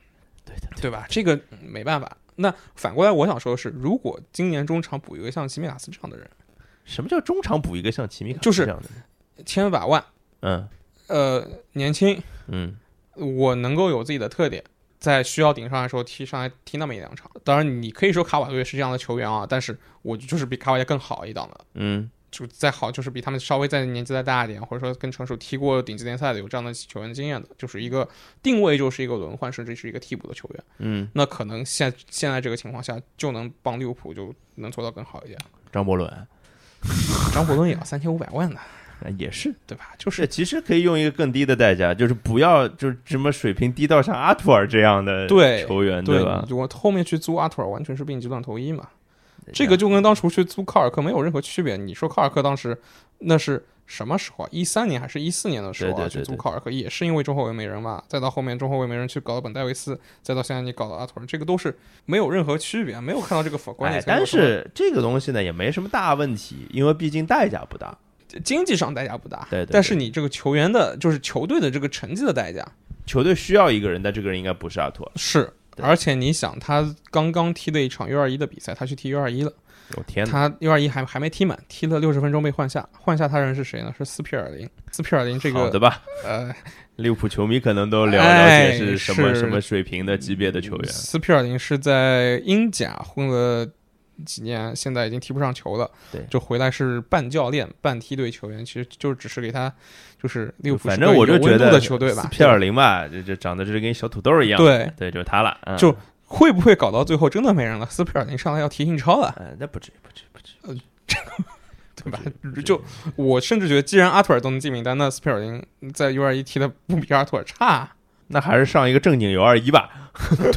Speaker 2: 对的，对吧？这个没办法。那反过来我想说的是，如果今年中场补一个像吉米卡斯这样的人，
Speaker 1: 什么叫中场补一个像齐米卡
Speaker 2: 就是
Speaker 1: 这样的人？
Speaker 2: 千百万，
Speaker 1: 嗯
Speaker 2: 呃，年轻，
Speaker 1: 嗯，
Speaker 2: 我能够有自己的特点，在需要顶上的时候踢上来踢那么一两场。当然，你可以说卡瓦略是这样的球员啊，但是我就是比卡瓦略更好一档的，
Speaker 1: 嗯，
Speaker 2: 就再好就是比他们稍微再年纪再大一点，或者说更成熟踢过顶级联赛的有这样的球员经验的，就是一个定位就是一个轮换，甚至是一个替补的球员。
Speaker 1: 嗯，
Speaker 2: 那可能现现在这个情况下就能帮利物浦就能做到更好一 点。
Speaker 1: 张伯伦
Speaker 2: 张伯伦也要三千五百万呢，
Speaker 1: 呃也是，
Speaker 2: 对吧？就是
Speaker 1: 是其实可以用一个更低的代价，就是不要就是什么水平低到像阿图尔这样的
Speaker 2: 对
Speaker 1: 球员，
Speaker 2: 对
Speaker 1: 吧？哎
Speaker 2: 我后面去租阿图尔完全是病急乱投医嘛。这个就跟当初去租考尔克没有任何区别。你说考尔克当时那是什么时候啊？一三年还是一四年的时候啊？
Speaker 1: 对对对
Speaker 2: 去租
Speaker 1: 对
Speaker 2: 考尔克也是因为中后卫没人嘛，再到后面中后卫没人去搞了本戴维斯，再到现在你搞了阿图尔，这个都是没有任何区别，没有看到这个反关
Speaker 1: 哎
Speaker 2: 键，词有
Speaker 1: 但
Speaker 2: 什么
Speaker 1: 是这个东西呢也没什么大问题，因为毕竟代价不大。
Speaker 2: 经济上代价不大，
Speaker 1: 对对对
Speaker 2: 但是你这个球员的，就是球队的这个成绩的代价
Speaker 1: 球队需要一个人，但这个人应该不是阿图尔。
Speaker 2: 是。
Speaker 1: 对
Speaker 2: 而且你想，他刚刚踢的一场 U 二一的比赛，他去踢 U 二一了，
Speaker 1: 我哦天哪！
Speaker 2: 他 U 二一还还没踢满，踢了六十分钟被换下，换下他人是谁呢？是斯皮尔林。斯皮尔林这
Speaker 1: 好
Speaker 2: 个
Speaker 1: 的吧，
Speaker 2: 呃，
Speaker 1: 利物浦球迷可能都了了
Speaker 2: 哎
Speaker 1: 解是什么
Speaker 2: 是
Speaker 1: 什么水平的级别的球员。
Speaker 2: 斯皮尔林是在英甲混了几年，现在已经踢不上球了。
Speaker 1: 对
Speaker 2: 就回来是半教练、半梯队球员，其实就只是给他就是利物浦
Speaker 1: 反
Speaker 2: 是个
Speaker 1: 正我就
Speaker 2: 有温
Speaker 1: 觉
Speaker 2: 度
Speaker 1: 得
Speaker 2: 的球队吧
Speaker 1: 斯。皮尔林吧，这这长得就是跟小土豆一样。
Speaker 2: 对，
Speaker 1: 对，就是他了。嗯
Speaker 2: 就会不会搞到最后真的没人了？斯皮尔林上来要踢 英超了，
Speaker 1: 呃，那不至于，不至于，不至于。
Speaker 2: 对吧
Speaker 1: 不至于不至？于
Speaker 2: 就我甚至觉得，既然阿图尔都能进名单，那斯皮尔林在 U 二一踢的不比阿图尔差。啊
Speaker 1: 那还是上一个正经 U 二一 吧，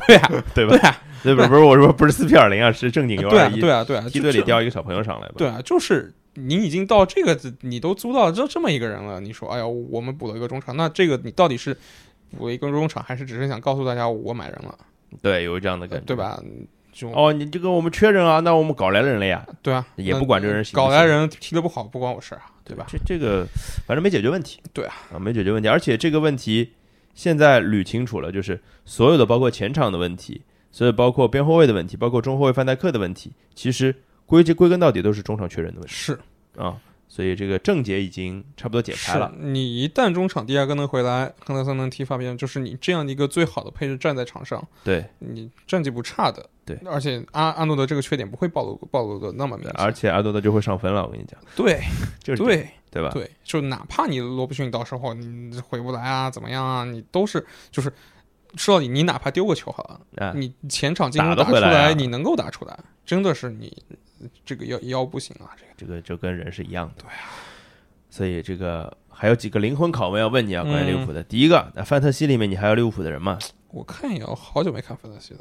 Speaker 2: 对啊，
Speaker 1: 对吧
Speaker 2: 对？啊，
Speaker 1: 对不是不是我说不是四 P 二零啊，是正经 U
Speaker 2: 对
Speaker 1: 二
Speaker 2: 啊，
Speaker 1: 一
Speaker 2: 对啊，对啊，
Speaker 1: 梯
Speaker 2: 就
Speaker 1: 队里
Speaker 2: 就
Speaker 1: 调一个小朋友上来吧。
Speaker 2: 对啊，就是你已经到这个，你都租到这这么一个人了，你说，哎呀，我们补了一个中场，那这个你到底是补了一个中场，还是只是想告诉大家我买人了，
Speaker 1: 对，有这样的感觉，
Speaker 2: 对？吧？就、
Speaker 1: 哦，你这个我们缺人啊，那我们搞来人了呀，
Speaker 2: 对啊，
Speaker 1: 也
Speaker 2: 那
Speaker 1: 不管这人行不
Speaker 2: 搞来
Speaker 1: 行
Speaker 2: 人踢得不好，不关我事啊，对吧？
Speaker 1: 这这个反正没解决问题，
Speaker 2: 对
Speaker 1: 啊，没解决问题，而且这个问题现在捋清楚了，就是所有的包括前场的问题，所有包括边后卫的问题，包括中后卫范戴克的问题，其实归结归根到底都是中场缺人的问题
Speaker 2: 是
Speaker 1: 啊。所以这个症结已经差不多解开
Speaker 2: 是啊
Speaker 1: 了，，
Speaker 2: 你一旦中场第二个能回来，亨德森能踢发边，就是你这样的一个最好的配置站在场上，
Speaker 1: 对，
Speaker 2: 你战绩不差的，
Speaker 1: 对
Speaker 2: 而且阿阿诺德这个缺点不会暴露暴露的那么明显，
Speaker 1: 而且阿多德就会上分了，我跟你讲，
Speaker 2: 对
Speaker 1: 就是这样
Speaker 2: 对，
Speaker 1: 对吧？
Speaker 2: 对，就哪怕你罗伯逊到时候你回不来啊，怎么样啊，你都是就是说到底，你哪怕丢个球好了，
Speaker 1: 啊，
Speaker 2: 你前场进攻
Speaker 1: 打得
Speaker 2: 打出
Speaker 1: 回来啊
Speaker 2: 你能够打出来，真的是你这个腰腰不行啊，这个
Speaker 1: 这个就跟人是一样的。对啊，所以这个还有几个灵魂拷问要问你啊，关于利物浦的。第一个，那范特西里面你还有利物浦的人吗？
Speaker 2: 我看也要好久没看范特西了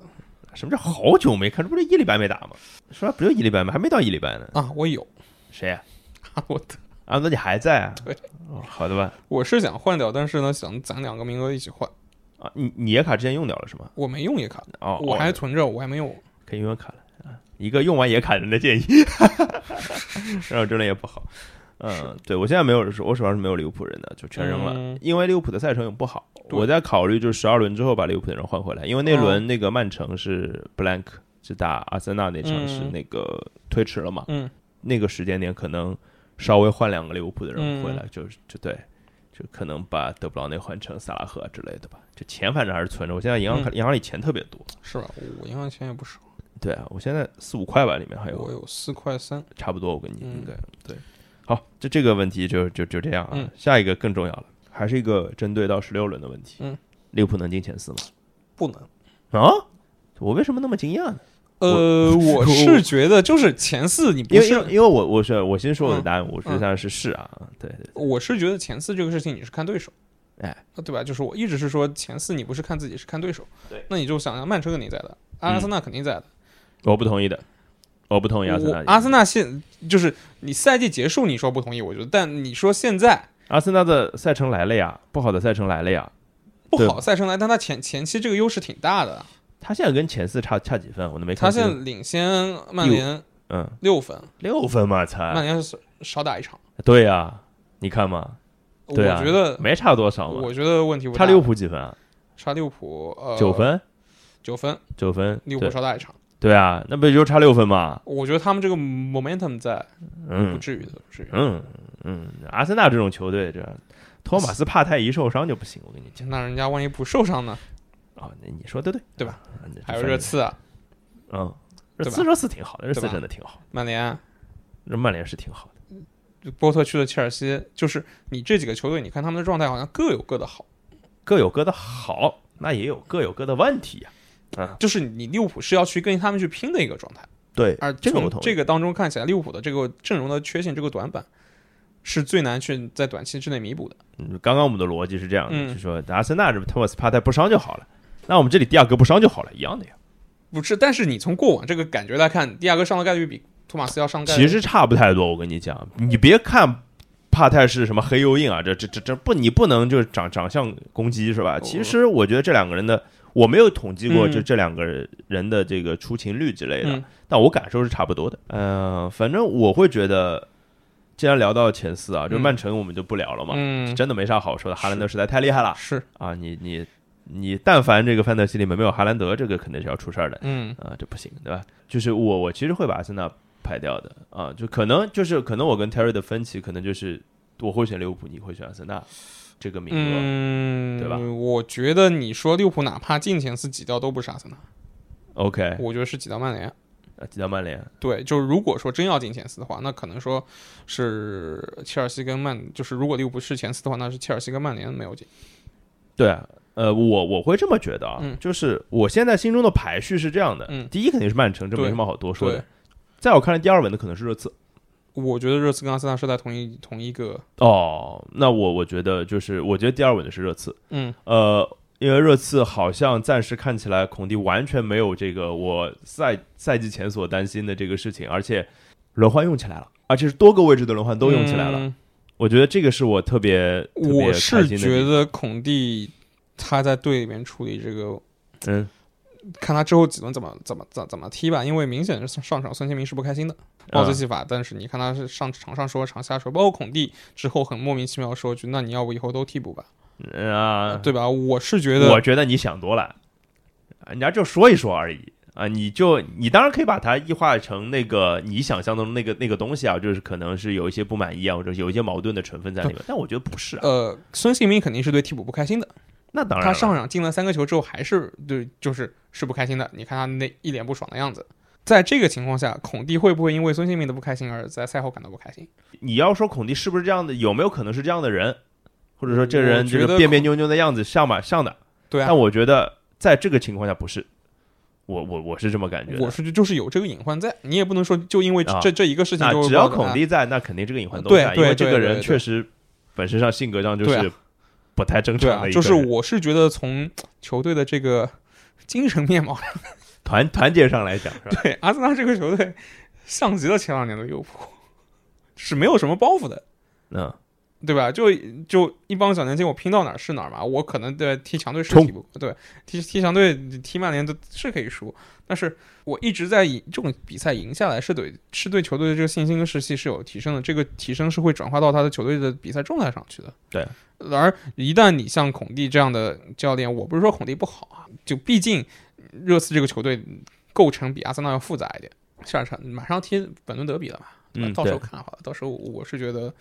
Speaker 1: 什么叫好久没看？这不是一礼拜没打吗？说不就一礼拜吗？还没到一礼拜呢。
Speaker 2: 啊，我有，
Speaker 1: 谁啊？
Speaker 2: 我的
Speaker 1: 啊，那你还在啊？
Speaker 2: 对
Speaker 1: 哦，好的吧。
Speaker 2: 我是想换掉，但是呢，想攒两个名额一起换，
Speaker 1: 啊，你你野卡之前用掉了是吗？
Speaker 2: 我没用也卡，
Speaker 1: 哦，
Speaker 2: 我
Speaker 1: 哦
Speaker 2: 还囤着，我还没用，
Speaker 1: 可以用完卡了啊。一个用完野卡人的建 议，然后真的也不好。嗯，对我现在没有，我手上是没有利物浦人的，就全扔了，
Speaker 2: 嗯
Speaker 1: 因为利物浦的赛程也不好。
Speaker 2: 对哦
Speaker 1: 我在考虑就是十二轮之后把利物浦的人换回来，因为那轮那个曼城是 blank，是打阿森纳那场是
Speaker 2: 嗯
Speaker 1: 那个推迟了嘛，
Speaker 2: 嗯，
Speaker 1: 那个时间点可能稍微换两个利物浦的人回来，
Speaker 2: 嗯
Speaker 1: 就是就对，就可能把德布劳内换成萨拉赫啊之类的吧。就钱反正还是存着，我现在银
Speaker 2: 嗯
Speaker 1: 行卡、银行里钱特别多，
Speaker 2: 是吧？我银行钱也不少，
Speaker 1: 对啊，我现在四五块吧，里面还有
Speaker 2: 我有四块三，
Speaker 1: 差不多，我跟你
Speaker 2: 嗯
Speaker 1: 应该、对。好，就这个问题就就就这样啊。
Speaker 2: 嗯
Speaker 1: 下一个更重要了，还是一个针对到十六轮的问题。
Speaker 2: 嗯，
Speaker 1: 利物浦能进前四吗？
Speaker 2: 不能。
Speaker 1: 啊，我为什么那么惊讶呢？
Speaker 2: 呃，我是觉得就是前四你不
Speaker 1: 因为
Speaker 2: 是
Speaker 1: 因为因为我我是我先说我的
Speaker 2: 嗯
Speaker 1: 答案，我实际上是是啊，对对
Speaker 2: 我是觉得前四这个事情你是看对手，啊
Speaker 1: 哎，
Speaker 2: 对吧？就是我一直是说前四你不是看自己是看对手，
Speaker 1: 对，
Speaker 2: 那你就想想曼城肯定在的，阿森纳肯定在的，
Speaker 1: 我不同意的，嗯我不同意阿森
Speaker 2: 我
Speaker 1: 纳。
Speaker 2: 阿森纳现就是你赛季结束你说不同意，我觉得，但你说现在
Speaker 1: 阿森纳的赛程来了呀，不好的赛程来了呀。
Speaker 2: 不
Speaker 1: 对
Speaker 2: 好赛程来，但他前前期这个优势挺大的，
Speaker 1: 他现在跟前四差差几分？我都没看
Speaker 2: 他
Speaker 1: 清。
Speaker 2: 现在领先曼联
Speaker 1: 嗯，
Speaker 2: 六分，
Speaker 1: 六分嘛才
Speaker 2: 曼，联是少打一场，
Speaker 1: 对呀、你看嘛，
Speaker 2: 我
Speaker 1: 对啊，
Speaker 2: 觉得
Speaker 1: 没差多少嘛，
Speaker 2: 我觉得问题不大
Speaker 1: 差利物浦几分啊？
Speaker 2: 差利物浦呃
Speaker 1: 九分，
Speaker 2: 九分，
Speaker 1: 九分，
Speaker 2: 利物浦
Speaker 1: 对
Speaker 2: 少打一场，
Speaker 1: 对啊，那不也就差六分嘛？
Speaker 2: 我觉得他们这个 momentum 在，不
Speaker 1: 嗯
Speaker 2: 至于的，不至于。
Speaker 1: 嗯嗯，阿森纳这种球队，这托马斯帕泰一受伤就不行，我跟你讲
Speaker 2: 那人家万一不受伤呢？
Speaker 1: 啊，你你说对对
Speaker 2: 对吧？
Speaker 1: 啊
Speaker 2: 还有热，刺啊，
Speaker 1: 嗯，热
Speaker 2: 对吧
Speaker 1: 刺热刺挺好的，热
Speaker 2: 对
Speaker 1: 刺
Speaker 2: 吧
Speaker 1: 真的挺好的，
Speaker 2: 曼联，啊
Speaker 1: 这曼联是挺好的，
Speaker 2: 波特去了切尔西，就是你这几个球队，你看他们的状态好像各有各的好。
Speaker 1: 各有各的好，那也有各有各的问题呀。
Speaker 2: 就是你利物浦是要去跟他们去拼的一个状态，
Speaker 1: 对
Speaker 2: 而
Speaker 1: 这个我
Speaker 2: 从
Speaker 1: 同意
Speaker 2: 啊这个当中看起来，利物浦的这个阵容的缺陷，这个短板是最难去在短期之内弥补的。
Speaker 1: 嗯刚刚我们的逻辑是这样的，
Speaker 2: 嗯
Speaker 1: 就说阿森纳这托马斯帕泰不伤就好了，那我们这里第二个不伤就好了，一样的呀，
Speaker 2: 嗯不是，但是你从过往这个感觉来看，第二个上的概率比托马斯要上的概率
Speaker 1: 其实差不太多。我跟你讲，你别看帕泰是什么黑油印啊，这这这这不，你不能就是长长相攻击是吧？其实我觉得这两个人的，我没有统计过
Speaker 2: 哦嗯
Speaker 1: 就这两个人的这个出勤率之类的，
Speaker 2: 嗯
Speaker 1: 但我感受是差不多的。嗯、反正我会觉得，既然聊到前四啊，就
Speaker 2: 嗯
Speaker 1: 曼城我们就不聊了嘛，
Speaker 2: 嗯
Speaker 1: 真的没啥好说的，哈兰德实在太厉害了。
Speaker 2: 是
Speaker 1: 啊，你你你，但凡这个范特西里面没有哈兰德，这个肯定是要出事儿的
Speaker 2: 嗯
Speaker 1: 啊，这不行，对吧？就是我我其实会把阿森纳排掉的啊，就可能就是可能我跟 Terry 的分歧，可能就是我会选利物浦，你会选阿森纳这个名额。
Speaker 2: 嗯，
Speaker 1: 对吧
Speaker 2: 我觉得你说利物浦哪怕进前四挤掉都不是阿森纳，
Speaker 1: OK，
Speaker 2: 我觉得是挤掉曼联。
Speaker 1: 啊挤掉曼联，
Speaker 2: 对，就是如果说真要进前四的话，那可能说是切尔西跟曼，就是如果利物浦是前四的话，那是切尔西跟曼联没有进。
Speaker 1: 对啊。呃，我我会这么觉得啊，
Speaker 2: 嗯
Speaker 1: 就是我现在心中的排序是这样的，
Speaker 2: 嗯
Speaker 1: 第一肯定是曼城，这没
Speaker 2: 对
Speaker 1: 什么好多说
Speaker 2: 对
Speaker 1: 的。，在我看来，第二稳的可能是热刺。
Speaker 2: 我觉得热刺跟阿森纳是在同一同一个，
Speaker 1: 哦，那我我觉得就是，我觉得第二稳的是热刺，
Speaker 2: 嗯，
Speaker 1: 呃，因为热刺好像暂时看起来孔蒂完全没有这个我赛赛季前所担心的这个事情，而且轮换用起来了，而且是多个位置的轮换都用起来了。
Speaker 2: 嗯
Speaker 1: 我觉得这个是我特别特别
Speaker 2: 我
Speaker 1: 开
Speaker 2: 是
Speaker 1: 心的
Speaker 2: 觉
Speaker 1: 地方
Speaker 2: 得孔蒂他在队里面处理这个，
Speaker 1: 嗯，
Speaker 2: 看他之后几轮怎么怎么怎么怎么踢吧，因为明显是上场孙兴民是不开心的，
Speaker 1: 啊
Speaker 2: 暴击戏法。但是你看他是上场上说，场下说，包括孔蒂之后很莫名其妙说一句，那你要不以后都替补吧，
Speaker 1: 嗯啊，
Speaker 2: 对吧？我是觉
Speaker 1: 我
Speaker 2: 得，
Speaker 1: 觉得你想多了，人家就说一说而已。啊，你就你当然可以把它异化成那个你想象当中那个那个东西啊，就是可能是有一些不满意啊，或者有一些矛盾的成分在里面，但我觉得不是啊。
Speaker 2: 呃，孙兴民肯定是对替补不开心的。
Speaker 1: 那当然
Speaker 2: 他
Speaker 1: 了，
Speaker 2: 上场进了三个球之后，还是对，就是是不开心的。你看他那一脸不爽的样子。在这个情况下，孔蒂会不会因为孙兴民的不开心而在赛后感到不开心？
Speaker 1: 你要说孔蒂是不是这样的，有没有可能是这样的人，或者说这人
Speaker 2: 嗯我
Speaker 1: 就
Speaker 2: 觉
Speaker 1: 是
Speaker 2: 得
Speaker 1: 别别扭扭的样子像吧像的？
Speaker 2: 对啊
Speaker 1: 但，我觉得在这个情况下不是，我我我是这么感觉的。
Speaker 2: 我是就是有这个隐患在，你也不能说就因为这、
Speaker 1: 啊
Speaker 2: 这这一个事情
Speaker 1: 那
Speaker 2: 就
Speaker 1: 只要
Speaker 2: 抱着
Speaker 1: 孔蒂在，那肯定这个隐患都
Speaker 2: 对
Speaker 1: 在，因
Speaker 2: 对
Speaker 1: 为这
Speaker 2: 对
Speaker 1: 个
Speaker 2: 对
Speaker 1: 人
Speaker 2: 对
Speaker 1: 确实本身上性格上就
Speaker 2: 对啊
Speaker 1: 是不太正
Speaker 2: 对
Speaker 1: 常
Speaker 2: 啊，
Speaker 1: 的一个
Speaker 2: 就
Speaker 1: 人。
Speaker 2: 是我是觉得从球队的这个精神面貌，
Speaker 1: 团团结上来讲是吧？
Speaker 2: 对阿森纳这个球队像极了前两年的利物浦，是没有什么包袱的。
Speaker 1: 嗯，
Speaker 2: 对吧？就就一帮小年轻，我拼到哪儿是哪儿嘛。我可能对踢强队是
Speaker 1: 冲
Speaker 2: 踢不对，踢踢强队、踢曼联都是可以输，但是我一直在赢这种比赛赢下来，是对是对球队的这个信心跟士气是有提升的。这个提升是会转化到他的球队的比赛状态上去的。呃
Speaker 1: 对，
Speaker 2: 而一旦你像孔蒂这样的教练，我不是说孔蒂不好啊，就毕竟热刺这个球队构成比阿森纳要复杂一点。下一场马上踢本顿德比了嘛，对吧
Speaker 1: 嗯
Speaker 2: 到时候
Speaker 1: 对
Speaker 2: 看好了。到时候我是觉得，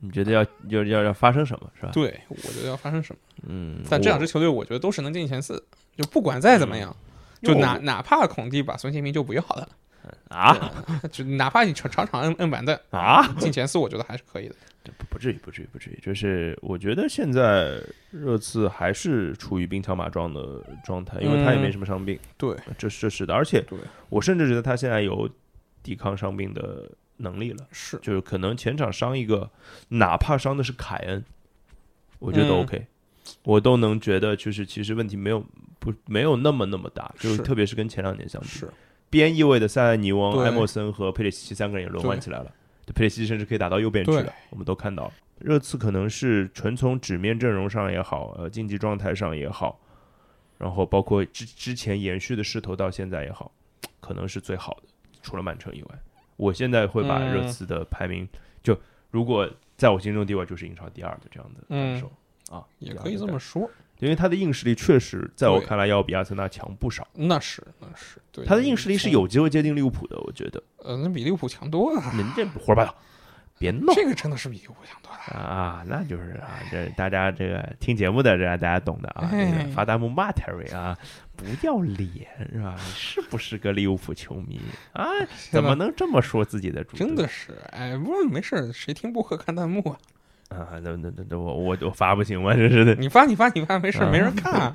Speaker 1: 你觉得要要要要发生什么是吧？
Speaker 2: 对我觉得要发生什么。
Speaker 1: 嗯，
Speaker 2: 但这两
Speaker 1: 我
Speaker 2: 支球队，我觉得都是能进前四，就不管再怎么样，
Speaker 1: 因为
Speaker 2: 就
Speaker 1: 我
Speaker 2: 哪哪怕孔蒂把孙兴民就不要了，
Speaker 1: 啊
Speaker 2: 就哪怕你场场场摁摁板凳，
Speaker 1: 啊，
Speaker 2: 进前四，我觉得还是可以的。
Speaker 1: 这不不至于，不至于，不至于。就是我觉得现在热刺还是处于兵强马壮的状态，因为他也
Speaker 2: 嗯
Speaker 1: 没什么伤病，呃
Speaker 2: 对
Speaker 1: 这是这是的。而且
Speaker 2: 对，
Speaker 1: 我甚至觉得他现在有抵抗伤病的能力了，
Speaker 2: 是
Speaker 1: 就是可能前场伤一个，哪怕伤的是凯恩，我觉得
Speaker 2: 嗯
Speaker 1: OK，、我都能觉得就是其实问题没有不没有那么那么大，就是
Speaker 2: 是
Speaker 1: 特别是跟前两年相比，
Speaker 2: 是，
Speaker 1: 边翼位的塞尼翁、
Speaker 2: 对
Speaker 1: 埃默森和佩里西奇三个人也轮换
Speaker 2: 对
Speaker 1: 起来了。这佩里西奇甚至可以打到右边去
Speaker 2: 对
Speaker 1: 了，我们都看到了。热刺可能是纯从纸面阵容上也好，呃，竞技状态上也好，然后包括之之前延续的势头到现在也好，可能是最好的，除了曼城以外。我现在会把
Speaker 2: 嗯
Speaker 1: 热刺的排名，就如果在我心中地位就是英超第二的这样的感受、啊，
Speaker 2: 嗯也可以这
Speaker 1: 样的
Speaker 2: 么
Speaker 1: 感
Speaker 2: 说，
Speaker 1: 觉，因为他的硬实力确实在我
Speaker 2: 对
Speaker 1: 看来要比阿森纳强不少，
Speaker 2: 那是那是对
Speaker 1: 他的硬实力是
Speaker 2: 从
Speaker 1: 有嗯机会接近利物浦的，我觉得。
Speaker 2: 呃，那比利物浦强多了。
Speaker 1: 您这胡说八道，别弄
Speaker 2: 这个真的是比利物浦强多了。
Speaker 1: 啊！那就是啊，这大家这个听节目的，这大家懂的啊。
Speaker 2: 哎
Speaker 1: 那个发弹幕骂 Terry 啊，不要脸是吧？你是不是个利物浦球迷 啊？怎么能这么说自己的主队？
Speaker 2: 真的是？哎，不过没事儿，谁听播客看弹幕啊？
Speaker 1: 啊？那那那那我我我发不行吗？ 这是的，
Speaker 2: 你发你发你发，没事儿，
Speaker 1: 啊
Speaker 2: 没人看 啊。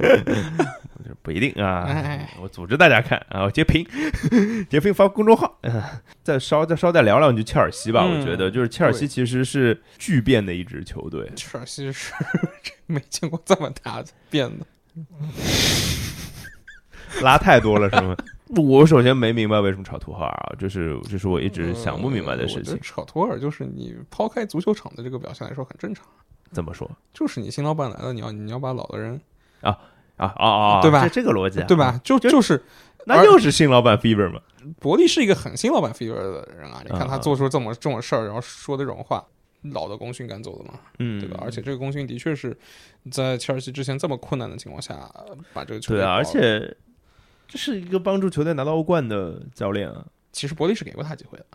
Speaker 1: 这不一定啊
Speaker 2: 哎。
Speaker 1: 我组织大家看啊，我截屏， 截屏发公众号。啊再稍再稍再聊聊你就切尔西吧，
Speaker 2: 嗯
Speaker 1: 我觉得就是切尔西
Speaker 2: 对
Speaker 1: 其实是巨变的一支球队。
Speaker 2: 切尔西是 这没见过这么大的变的。
Speaker 1: 拉太多了是 吗？我首先没明白为什么炒土豪啊，就是这是我一直想不明白的
Speaker 2: 呃
Speaker 1: 事
Speaker 2: 我觉
Speaker 1: 情
Speaker 2: 得。炒托尔就是你抛开足球场的这个表现来说很正常，
Speaker 1: 怎么说
Speaker 2: 就是你新老板来了，你要你要把老的人，
Speaker 1: 啊啊啊啊！
Speaker 2: 对吧
Speaker 1: 这这个逻辑啊
Speaker 2: 对？吧？就
Speaker 1: 就
Speaker 2: 就是
Speaker 1: 那又是新老板 fever 嘛？
Speaker 2: 伯利是一个很新老板 figure 的人啊，你看他
Speaker 1: 嗯嗯
Speaker 2: 做出这么这种事儿，然后说这种话，老的功勋赶走的嘛，
Speaker 1: 嗯，
Speaker 2: 对吧？而且这个功勋的确是在切尔西之前这么困难的情况下，呃把这个球队
Speaker 1: 对啊，
Speaker 2: 搞
Speaker 1: 而且这是一个帮助球队拿到欧冠的教练啊。
Speaker 2: 其实伯利是给过他机会的，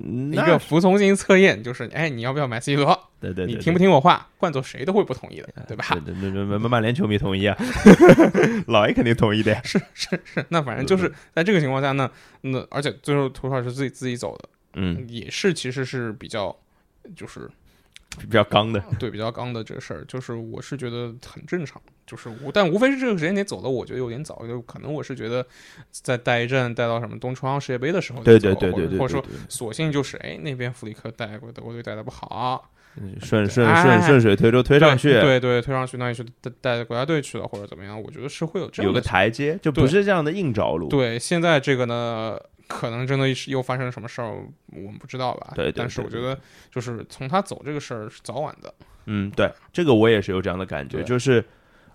Speaker 2: 嗯一
Speaker 1: 那
Speaker 2: 个服从性测验就是，哎，你要不要买 C 罗？
Speaker 1: 对对，
Speaker 2: 你
Speaker 1: 对
Speaker 2: 听不？听我话？换做谁都会不同意的，对吧？
Speaker 1: 对对对对，曼曼联球迷同 意啊，老爷肯定同意的呀。
Speaker 2: 是是是，那反正
Speaker 1: 嗯
Speaker 2: 就是在这个情况下呢，那而且最后图尔是自己自己走的，
Speaker 1: 嗯，
Speaker 2: 也是其实是比较就是
Speaker 1: 比较刚的，
Speaker 2: 对比较刚的这个事儿，就是我是觉得很正常，就是无但无非是这个时间点走的，我觉得有点早，就可能我是觉得在带一阵带到什么东窗世界杯的时候就
Speaker 1: 对
Speaker 2: 走
Speaker 1: 对
Speaker 2: 了，
Speaker 1: 对对对，
Speaker 2: 或者或者说
Speaker 1: 对对
Speaker 2: 索性就是哎那边弗里克带过德国队带的不好，
Speaker 1: 嗯顺顺顺
Speaker 2: 哎
Speaker 1: 顺水推舟推上去，
Speaker 2: 对对推上去，那你去带带国家队去了或者怎么样，我觉得是会有这样
Speaker 1: 有
Speaker 2: 的
Speaker 1: 个台阶，就不
Speaker 2: 对
Speaker 1: 是这样的硬着陆。
Speaker 2: 对，现在这个呢，可能真的是又发生了什么事儿，我们不知道吧？
Speaker 1: 对对
Speaker 2: 但是
Speaker 1: 对
Speaker 2: 我觉得，就是从他走这个事儿是早晚的。
Speaker 1: 嗯，对，这个我也是有这样的感觉，
Speaker 2: 对
Speaker 1: 就是，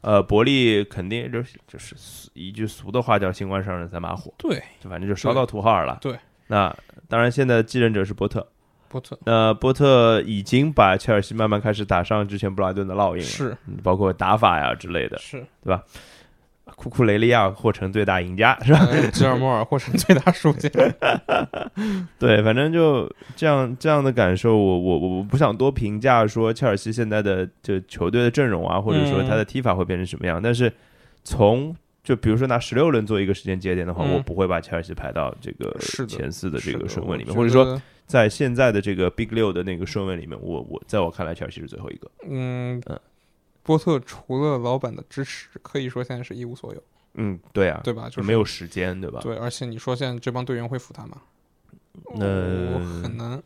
Speaker 1: 呃，伯利肯定就是就是俗一句俗的话叫“新官上任三把火
Speaker 2: 对，”，
Speaker 1: 就反正就烧到土豪尔了。
Speaker 2: 对，
Speaker 1: 那当然，现在继任者是波特，
Speaker 2: 波特
Speaker 1: 那波特已经把切尔西慢慢开始打上之前布莱顿的烙印了，
Speaker 2: 是
Speaker 1: 嗯包括打法呀之类的。
Speaker 2: 是，
Speaker 1: 库库雷利亚或成最大赢家是吧？
Speaker 2: 呃吉尔莫尔获胜最大输家。
Speaker 1: 对，反正就这样这样的感受，我我我我不想多评价说切尔西现在的就球队的阵容啊，或者说他
Speaker 2: 嗯
Speaker 1: 的踢法会变成什么样。但是从就比如说拿十六轮做一个时间节点的话，
Speaker 2: 嗯
Speaker 1: 我不会把切尔西排到这个
Speaker 2: 是的
Speaker 1: 前四的这
Speaker 2: 是
Speaker 1: 个
Speaker 2: 的
Speaker 1: 顺
Speaker 2: 我
Speaker 1: 位里面，
Speaker 2: 觉
Speaker 1: 或者说
Speaker 2: 得，
Speaker 1: 在现在的这个 Big 六的那个顺位里面，我我在我看来，切尔西是最后一个。
Speaker 2: 嗯
Speaker 1: 嗯，
Speaker 2: 波特除了老板的支持，可以说现在是一无所有，
Speaker 1: 嗯，对啊，
Speaker 2: 对吧？
Speaker 1: 就
Speaker 2: 就是
Speaker 1: 没有时间，对吧？
Speaker 2: 对，而且你说现在这帮队员会服他吗？
Speaker 1: 那呃
Speaker 2: 我很难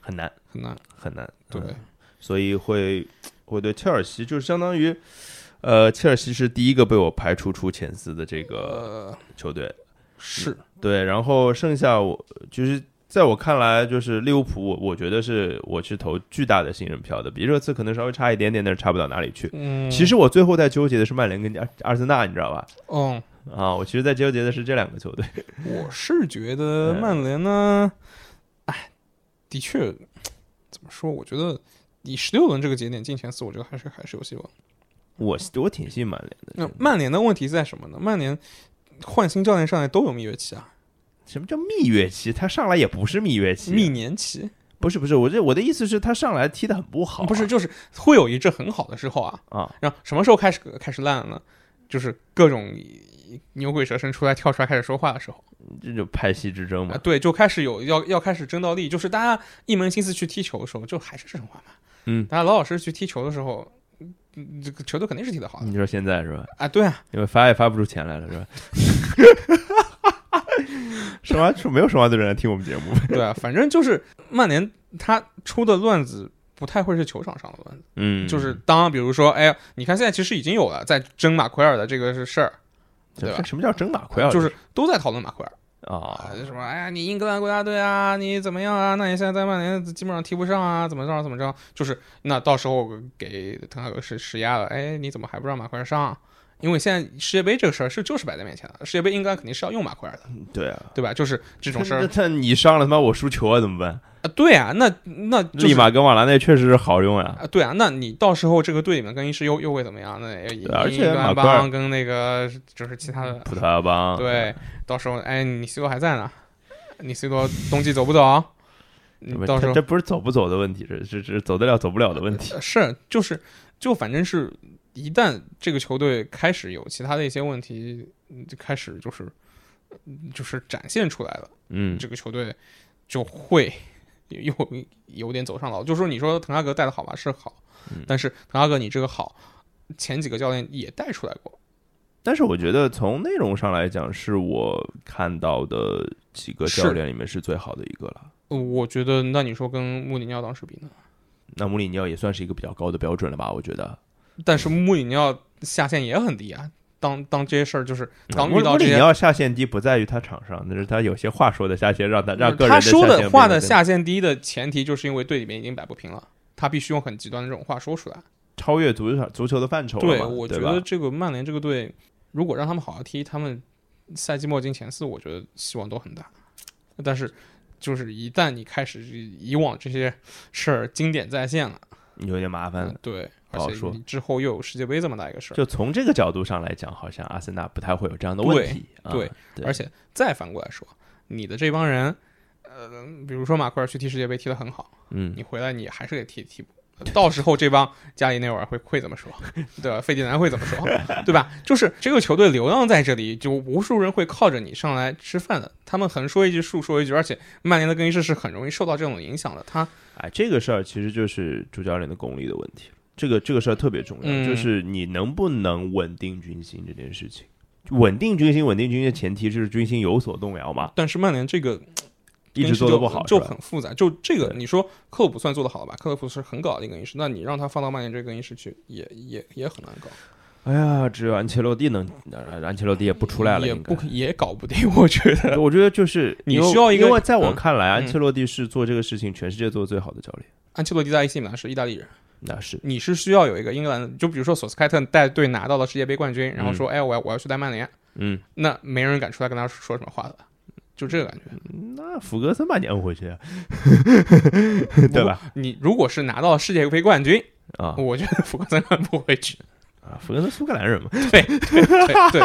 Speaker 1: 很难
Speaker 2: 很难，
Speaker 1: 很难。
Speaker 2: 对
Speaker 1: 嗯所以会我对切尔西就是相当于，呃，切尔西是第一个被我排除出前四的这个
Speaker 2: 呃
Speaker 1: 球队，
Speaker 2: 是
Speaker 1: 对，然后剩下我就是在我看来就是利物浦，我我觉得是我是投巨大的信任票的，比热刺可能稍微差一点点，但是差不到哪里去。
Speaker 2: 嗯，
Speaker 1: 其实我最后在纠结的是曼联跟阿阿森纳，你知道吧？
Speaker 2: 嗯，
Speaker 1: 啊，我其实在纠结的是这两个球队。
Speaker 2: 我是觉得
Speaker 1: 嗯
Speaker 2: 曼联呢，哎，的确，怎么说？我觉得以十六轮这个节点进前四，我觉得还是还是有希望。
Speaker 1: 我我挺信曼联的。
Speaker 2: 那
Speaker 1: 真的
Speaker 2: 曼联的问题在什么呢？曼联换新教练上来都有蜜月期啊，
Speaker 1: 什么叫蜜月期？他上来也不是蜜啊月期，
Speaker 2: 蜜年期
Speaker 1: 不是不是，我这我的意思是，他上来踢的很不好啊、
Speaker 2: 不是就是会有一阵很好的时候啊，
Speaker 1: 啊，
Speaker 2: 然后什么时候开始开始烂了呢？就是各种牛鬼蛇神出来跳出来开始说话的时候
Speaker 1: 这就派系之争
Speaker 2: 啊
Speaker 1: 嘛，。
Speaker 2: 对，就开始有要要开始争到利，就是大家一门心思去踢球的时候，就还是这种话嘛。
Speaker 1: 嗯，
Speaker 2: 大家老老实实去踢球的时候，嗯这个球队肯定是踢得好的
Speaker 1: 你说现在是吧？
Speaker 2: 啊。对啊，
Speaker 1: 因为发也发不出钱来了是吧？ 什么是没有什么的人来听我们节目？
Speaker 2: 对啊，反正就是曼联他出的乱子。不太会是球场上的乱子，
Speaker 1: 嗯，
Speaker 2: 就是当比如说，哎呀，你看现在其实已经有了在争马奎尔的这个是事儿，
Speaker 1: 这
Speaker 2: 对吧
Speaker 1: 什么叫争马奎尔？
Speaker 2: 就是都在讨论马奎尔啊
Speaker 1: 啊，，
Speaker 2: 就什么哎呀，你英格兰国家队啊，你怎么样啊？那你现在在曼联基本上踢不上啊，怎么着怎么着？就是那到时候给滕哈格施施压了，哎，你怎么还不让马奎尔上？因为现在世界杯这个事儿是就是摆在面前的，世界杯应该肯定是要用马奎尔的，
Speaker 1: 对啊，
Speaker 2: 对吧？就是 这种事儿
Speaker 1: 那他你上了他妈我输球啊怎么办？
Speaker 2: 啊，对啊，那那就是
Speaker 1: 立马跟瓦拉内确实是好用啊，
Speaker 2: 啊，对啊，那你到时候这个队里面更衣室又又会怎么样？那也也
Speaker 1: 啊而且马
Speaker 2: 跟
Speaker 1: 奎尔嗯
Speaker 2: 邦跟那个就是其他的，
Speaker 1: 葡萄牙帮，
Speaker 2: 对，到时候哎，你 C 罗还在呢，你 C 罗冬季走不走？你
Speaker 1: 不是，
Speaker 2: 到时
Speaker 1: 这
Speaker 2: 候
Speaker 1: 这不是走不走的问题，这这这走得了走不了的 问题。
Speaker 2: 呃是就是就反正是一旦这个球队开始有其他的一些问题，嗯就开始就是就是展现出来了。
Speaker 1: 嗯，
Speaker 2: 这个球队就会有有有点走上老。就是说，你说滕哈格带的好吧，是好，但是滕哈格你这个好，前几个教练也带出来过。
Speaker 1: 但是我觉得从内容上来讲，是我看到的几个教
Speaker 2: 是
Speaker 1: 练里面是最好的一个了。
Speaker 2: 呃我觉得，那你说跟穆里尼奥当时比呢？
Speaker 1: 那穆里尼奥也算是一个比较高的标准了吧？我觉得，嗯
Speaker 2: 但是穆里尼奥下限也很低啊。当当这些事儿就是当
Speaker 1: 穆
Speaker 2: 遇到
Speaker 1: 穆
Speaker 2: 这
Speaker 1: 里
Speaker 2: 些
Speaker 1: 尼，奥下限低不在于他场上，那是他有些话说的下限，让他让个人
Speaker 2: 嗯他说
Speaker 1: 的下限
Speaker 2: 话
Speaker 1: 变得
Speaker 2: 的下限低的前提，就是因为队里面已经摆不平了，他必须用很极端的这种话说出来。
Speaker 1: 超越足球足球的范畴了
Speaker 2: 对，
Speaker 1: 嘛
Speaker 2: 我觉
Speaker 1: 对
Speaker 2: 得
Speaker 1: 吧？
Speaker 2: 这个曼联这个队，如果让他们好好踢，他们赛季末进前四，我觉得希望都很大。但是，就是一旦你开始以往这些事儿经典再现了，
Speaker 1: 有点麻烦
Speaker 2: 嗯。，对，
Speaker 1: 不
Speaker 2: 而
Speaker 1: 好
Speaker 2: 且
Speaker 1: 说
Speaker 2: 你之后又有世界杯这么大一个事儿，
Speaker 1: 就从这个角度上来讲，好像阿森纳不太会有这样的
Speaker 2: 对
Speaker 1: 问题。啊
Speaker 2: 对，而且再反过来说，你的这帮人，呃，比如说马奎尔去踢世界杯踢得很好，
Speaker 1: 嗯，
Speaker 2: 你回来你还是得踢替补。到时候这帮加里内尔会会怎么说， 对吧？费迪南会怎么说， 对吧？就是这个球队流浪在这里，就无数人会靠着你上来吃饭的。他们横说一句，竖说一句，而且曼联的更衣室是很容易受到这种影响的。他
Speaker 1: 哎，这个事儿其实就是主教练的功力的问题。这个这个事儿特别重要，
Speaker 2: 嗯
Speaker 1: 就是你能不能稳定军心这件事情。稳定军心，稳定军心的前提是军心有所动摇嘛，
Speaker 2: 但是曼联这个
Speaker 1: 一直做的不好
Speaker 2: 就是
Speaker 1: 吧
Speaker 2: 很复杂。就这个，
Speaker 1: 对
Speaker 2: 你说克洛普算做得好吧？克洛普是很搞的一个更衣室，那你让他放到曼联这个更衣室去，也也也很难搞，
Speaker 1: 哎呀，只有安切洛蒂能，呃安切洛蒂也不出来了，
Speaker 2: 也
Speaker 1: 应该
Speaker 2: 不。也搞不定， 我觉得。
Speaker 1: 我觉得就是
Speaker 2: 你
Speaker 1: 因为
Speaker 2: 需要一个
Speaker 1: 因为在我
Speaker 2: 嗯
Speaker 1: 看来，安
Speaker 2: 嗯
Speaker 1: 切洛蒂是做这个事情全世界做的最好的教练。
Speaker 2: 安切洛蒂在 AC 米兰是意大利人。
Speaker 1: 那是，
Speaker 2: 你是需要有一个英格兰，就比如说索斯盖特带队拿到了世界杯冠军，然后说，哎，我要我要去带曼联，
Speaker 1: 嗯，
Speaker 2: 那没人敢出来跟他说什么话的，就这个感觉，
Speaker 1: 嗯那福格森把你摁回 去，啊
Speaker 2: 不
Speaker 1: 对吧？
Speaker 2: 过？你如果是拿到世界杯冠军，
Speaker 1: 啊
Speaker 2: 我觉得福格森肯不会 去。
Speaker 1: 啊，福格森苏格兰人嘛，
Speaker 2: 对对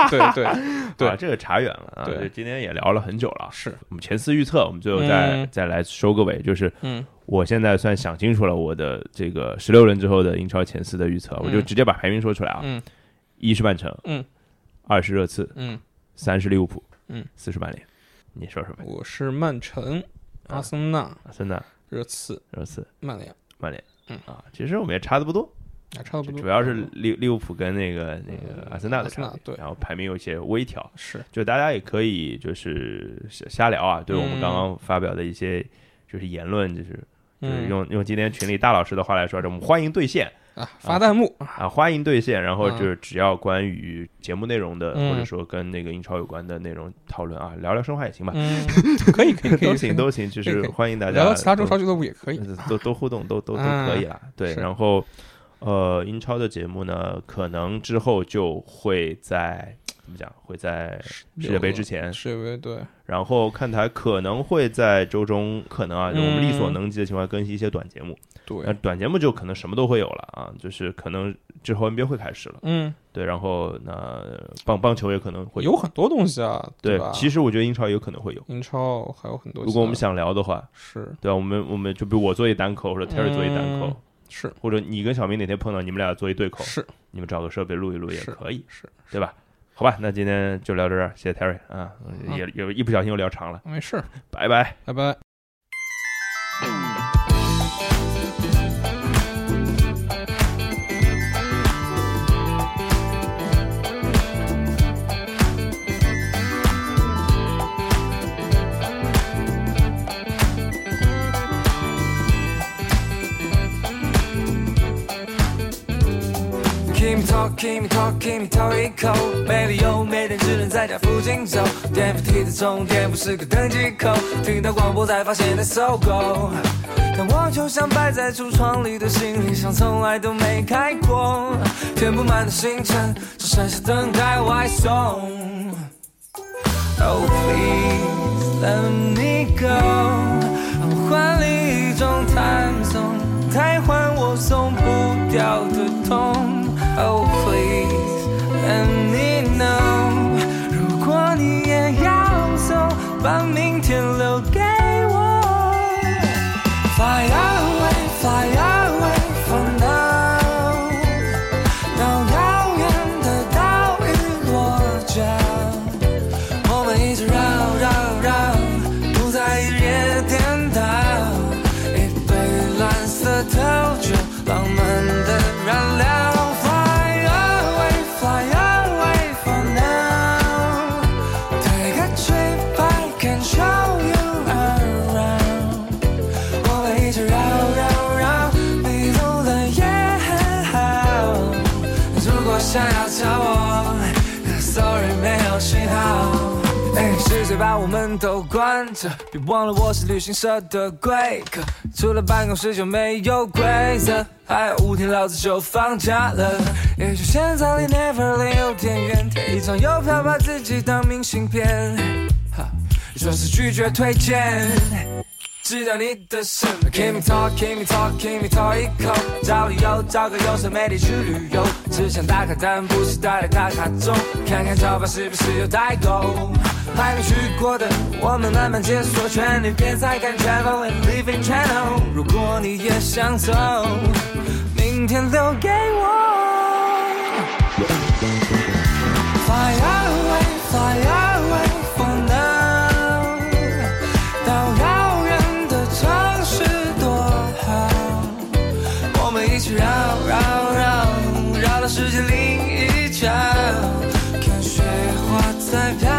Speaker 2: 对对，对
Speaker 1: 啊，这个差远了啊。
Speaker 2: 对
Speaker 1: 这今天也聊了很久了，
Speaker 2: 是，
Speaker 1: 我们前四预测，我们最后再、
Speaker 2: 嗯
Speaker 1: 再来收个尾，就是
Speaker 2: 嗯，
Speaker 1: 我现在算想清楚了我的这个十六轮之后的英超前四的预测，我就直接把排名说出来啊，
Speaker 2: 嗯
Speaker 1: 一是曼城，
Speaker 2: 嗯，
Speaker 1: 二是热刺，
Speaker 2: 嗯，
Speaker 1: 三是利物浦，
Speaker 2: 嗯，
Speaker 1: 四是曼联，你说说呗，
Speaker 2: 我是曼城、
Speaker 1: 啊
Speaker 2: 阿森纳、
Speaker 1: 阿森纳、
Speaker 2: 热刺、
Speaker 1: 热刺、
Speaker 2: 曼联，
Speaker 1: 曼联，
Speaker 2: 嗯
Speaker 1: 啊，其实我们也差的不多，
Speaker 2: 啊，差不多。嗯
Speaker 1: 主要是利利物浦跟那个那个阿森纳的
Speaker 2: 阿
Speaker 1: 差
Speaker 2: 森纳
Speaker 1: 别，
Speaker 2: 对
Speaker 1: 然后排名有一些微调，
Speaker 2: 是，
Speaker 1: 就大家也可以就是瞎瞎聊啊，对我们
Speaker 2: 嗯
Speaker 1: 刚刚发表的一些就是言论，就是就是
Speaker 2: 嗯
Speaker 1: 用用今天群里大老师的话来说，这我们欢迎兑现
Speaker 2: 啊，发弹幕，
Speaker 1: 啊，欢迎兑现。然后
Speaker 2: 嗯
Speaker 1: 就是只要关于节目内容的，
Speaker 2: 嗯
Speaker 1: 或者说跟那个英超有关的内容讨论啊，聊聊申花也行吧，
Speaker 2: 嗯，可以可以可以，
Speaker 1: 都行都行，就
Speaker 2: 可以
Speaker 1: 是
Speaker 2: 可以
Speaker 1: 欢迎大家
Speaker 2: 聊聊其他中
Speaker 1: 都嗯
Speaker 2: 超俱乐部也可以，
Speaker 1: 都都互动，都都都
Speaker 2: 哎啊嗯
Speaker 1: 可以啦。对，
Speaker 2: 是
Speaker 1: 然后呃，英超的节目呢，可能之后就会在怎么讲，会在世界杯之前
Speaker 2: 世界杯对，
Speaker 1: 然后看台可能会在周中，可能啊，我
Speaker 2: 嗯
Speaker 1: 们力所能及的情况下更新一些短节目。那
Speaker 2: 对，
Speaker 1: 短节目就可能什么都会有了啊，就是可能之后 NBA 会开始了，
Speaker 2: 嗯，
Speaker 1: 对，然后那棒棒球也可能会
Speaker 2: 有很多东西啊，
Speaker 1: 对
Speaker 2: 吧？，
Speaker 1: 其实我觉得英超也有可能会有。
Speaker 2: 英超还有很多其他。
Speaker 1: 如果我们想聊的话，
Speaker 2: 是
Speaker 1: 对吧、我们我们就比如我做一单口，或者 Terry 做一单
Speaker 2: 嗯
Speaker 1: 口，
Speaker 2: 是
Speaker 1: 或者你跟小明哪天碰到，你们俩做一对口，
Speaker 2: 是
Speaker 1: 你们找个设备录一录也
Speaker 2: 是
Speaker 1: 可以，
Speaker 2: 是，
Speaker 1: 对吧？好吧，那今天就聊到这儿，谢谢 Terry 啊，
Speaker 2: 嗯
Speaker 1: 也也一不小心又聊长了，
Speaker 2: 没事儿，
Speaker 1: 拜拜。
Speaker 2: 拜拜。
Speaker 3: 君と君と君と行こうメリオンメリンズルンザ在家附近走，电扶梯的终点不是个登机口，听到广播才发现在搜狗。但我就像摆在橱窗里的行李箱，从来都没开过，填不满的行程，只剩下等待外送。Oh please let me go，换另一种 time zone，太换我松不掉的痛。Oh please let me know，如果你也要走，把明天留给我。Fly away, fly away from now。到遥远的岛屿落脚，我们一直绕绕绕，不再日夜颠倒。一杯蓝色调酒，浪漫的燃料。Fly away, fly away from now。Take a trip, I can show you around。我们一直绕绕绕，你走的也很好。如果想要找我，Sorry 没有信号。哎，世界把我们都关着，别忘了我是旅行社的贵客，除了办公室就没有规则。还有五天，老子就放假了。也许现在离 Neverland 有点远，贴一张邮票把自己当明信片，哈，说是拒绝推荐。知道你的事，Kimi talk，Kimi talk，Kimi talk 一口，找理由找个有色美地去旅游，只想打卡但不是带来打卡中，看看招牌是不是有代购，还没去过的我们慢慢解锁，劝你别再看 Travel and Living Channel，如果你也想走，明天留给我。Fly away, fly away for now。到遥远的城市多好，我们一起绕绕绕，绕到世界另一角，看雪花在飘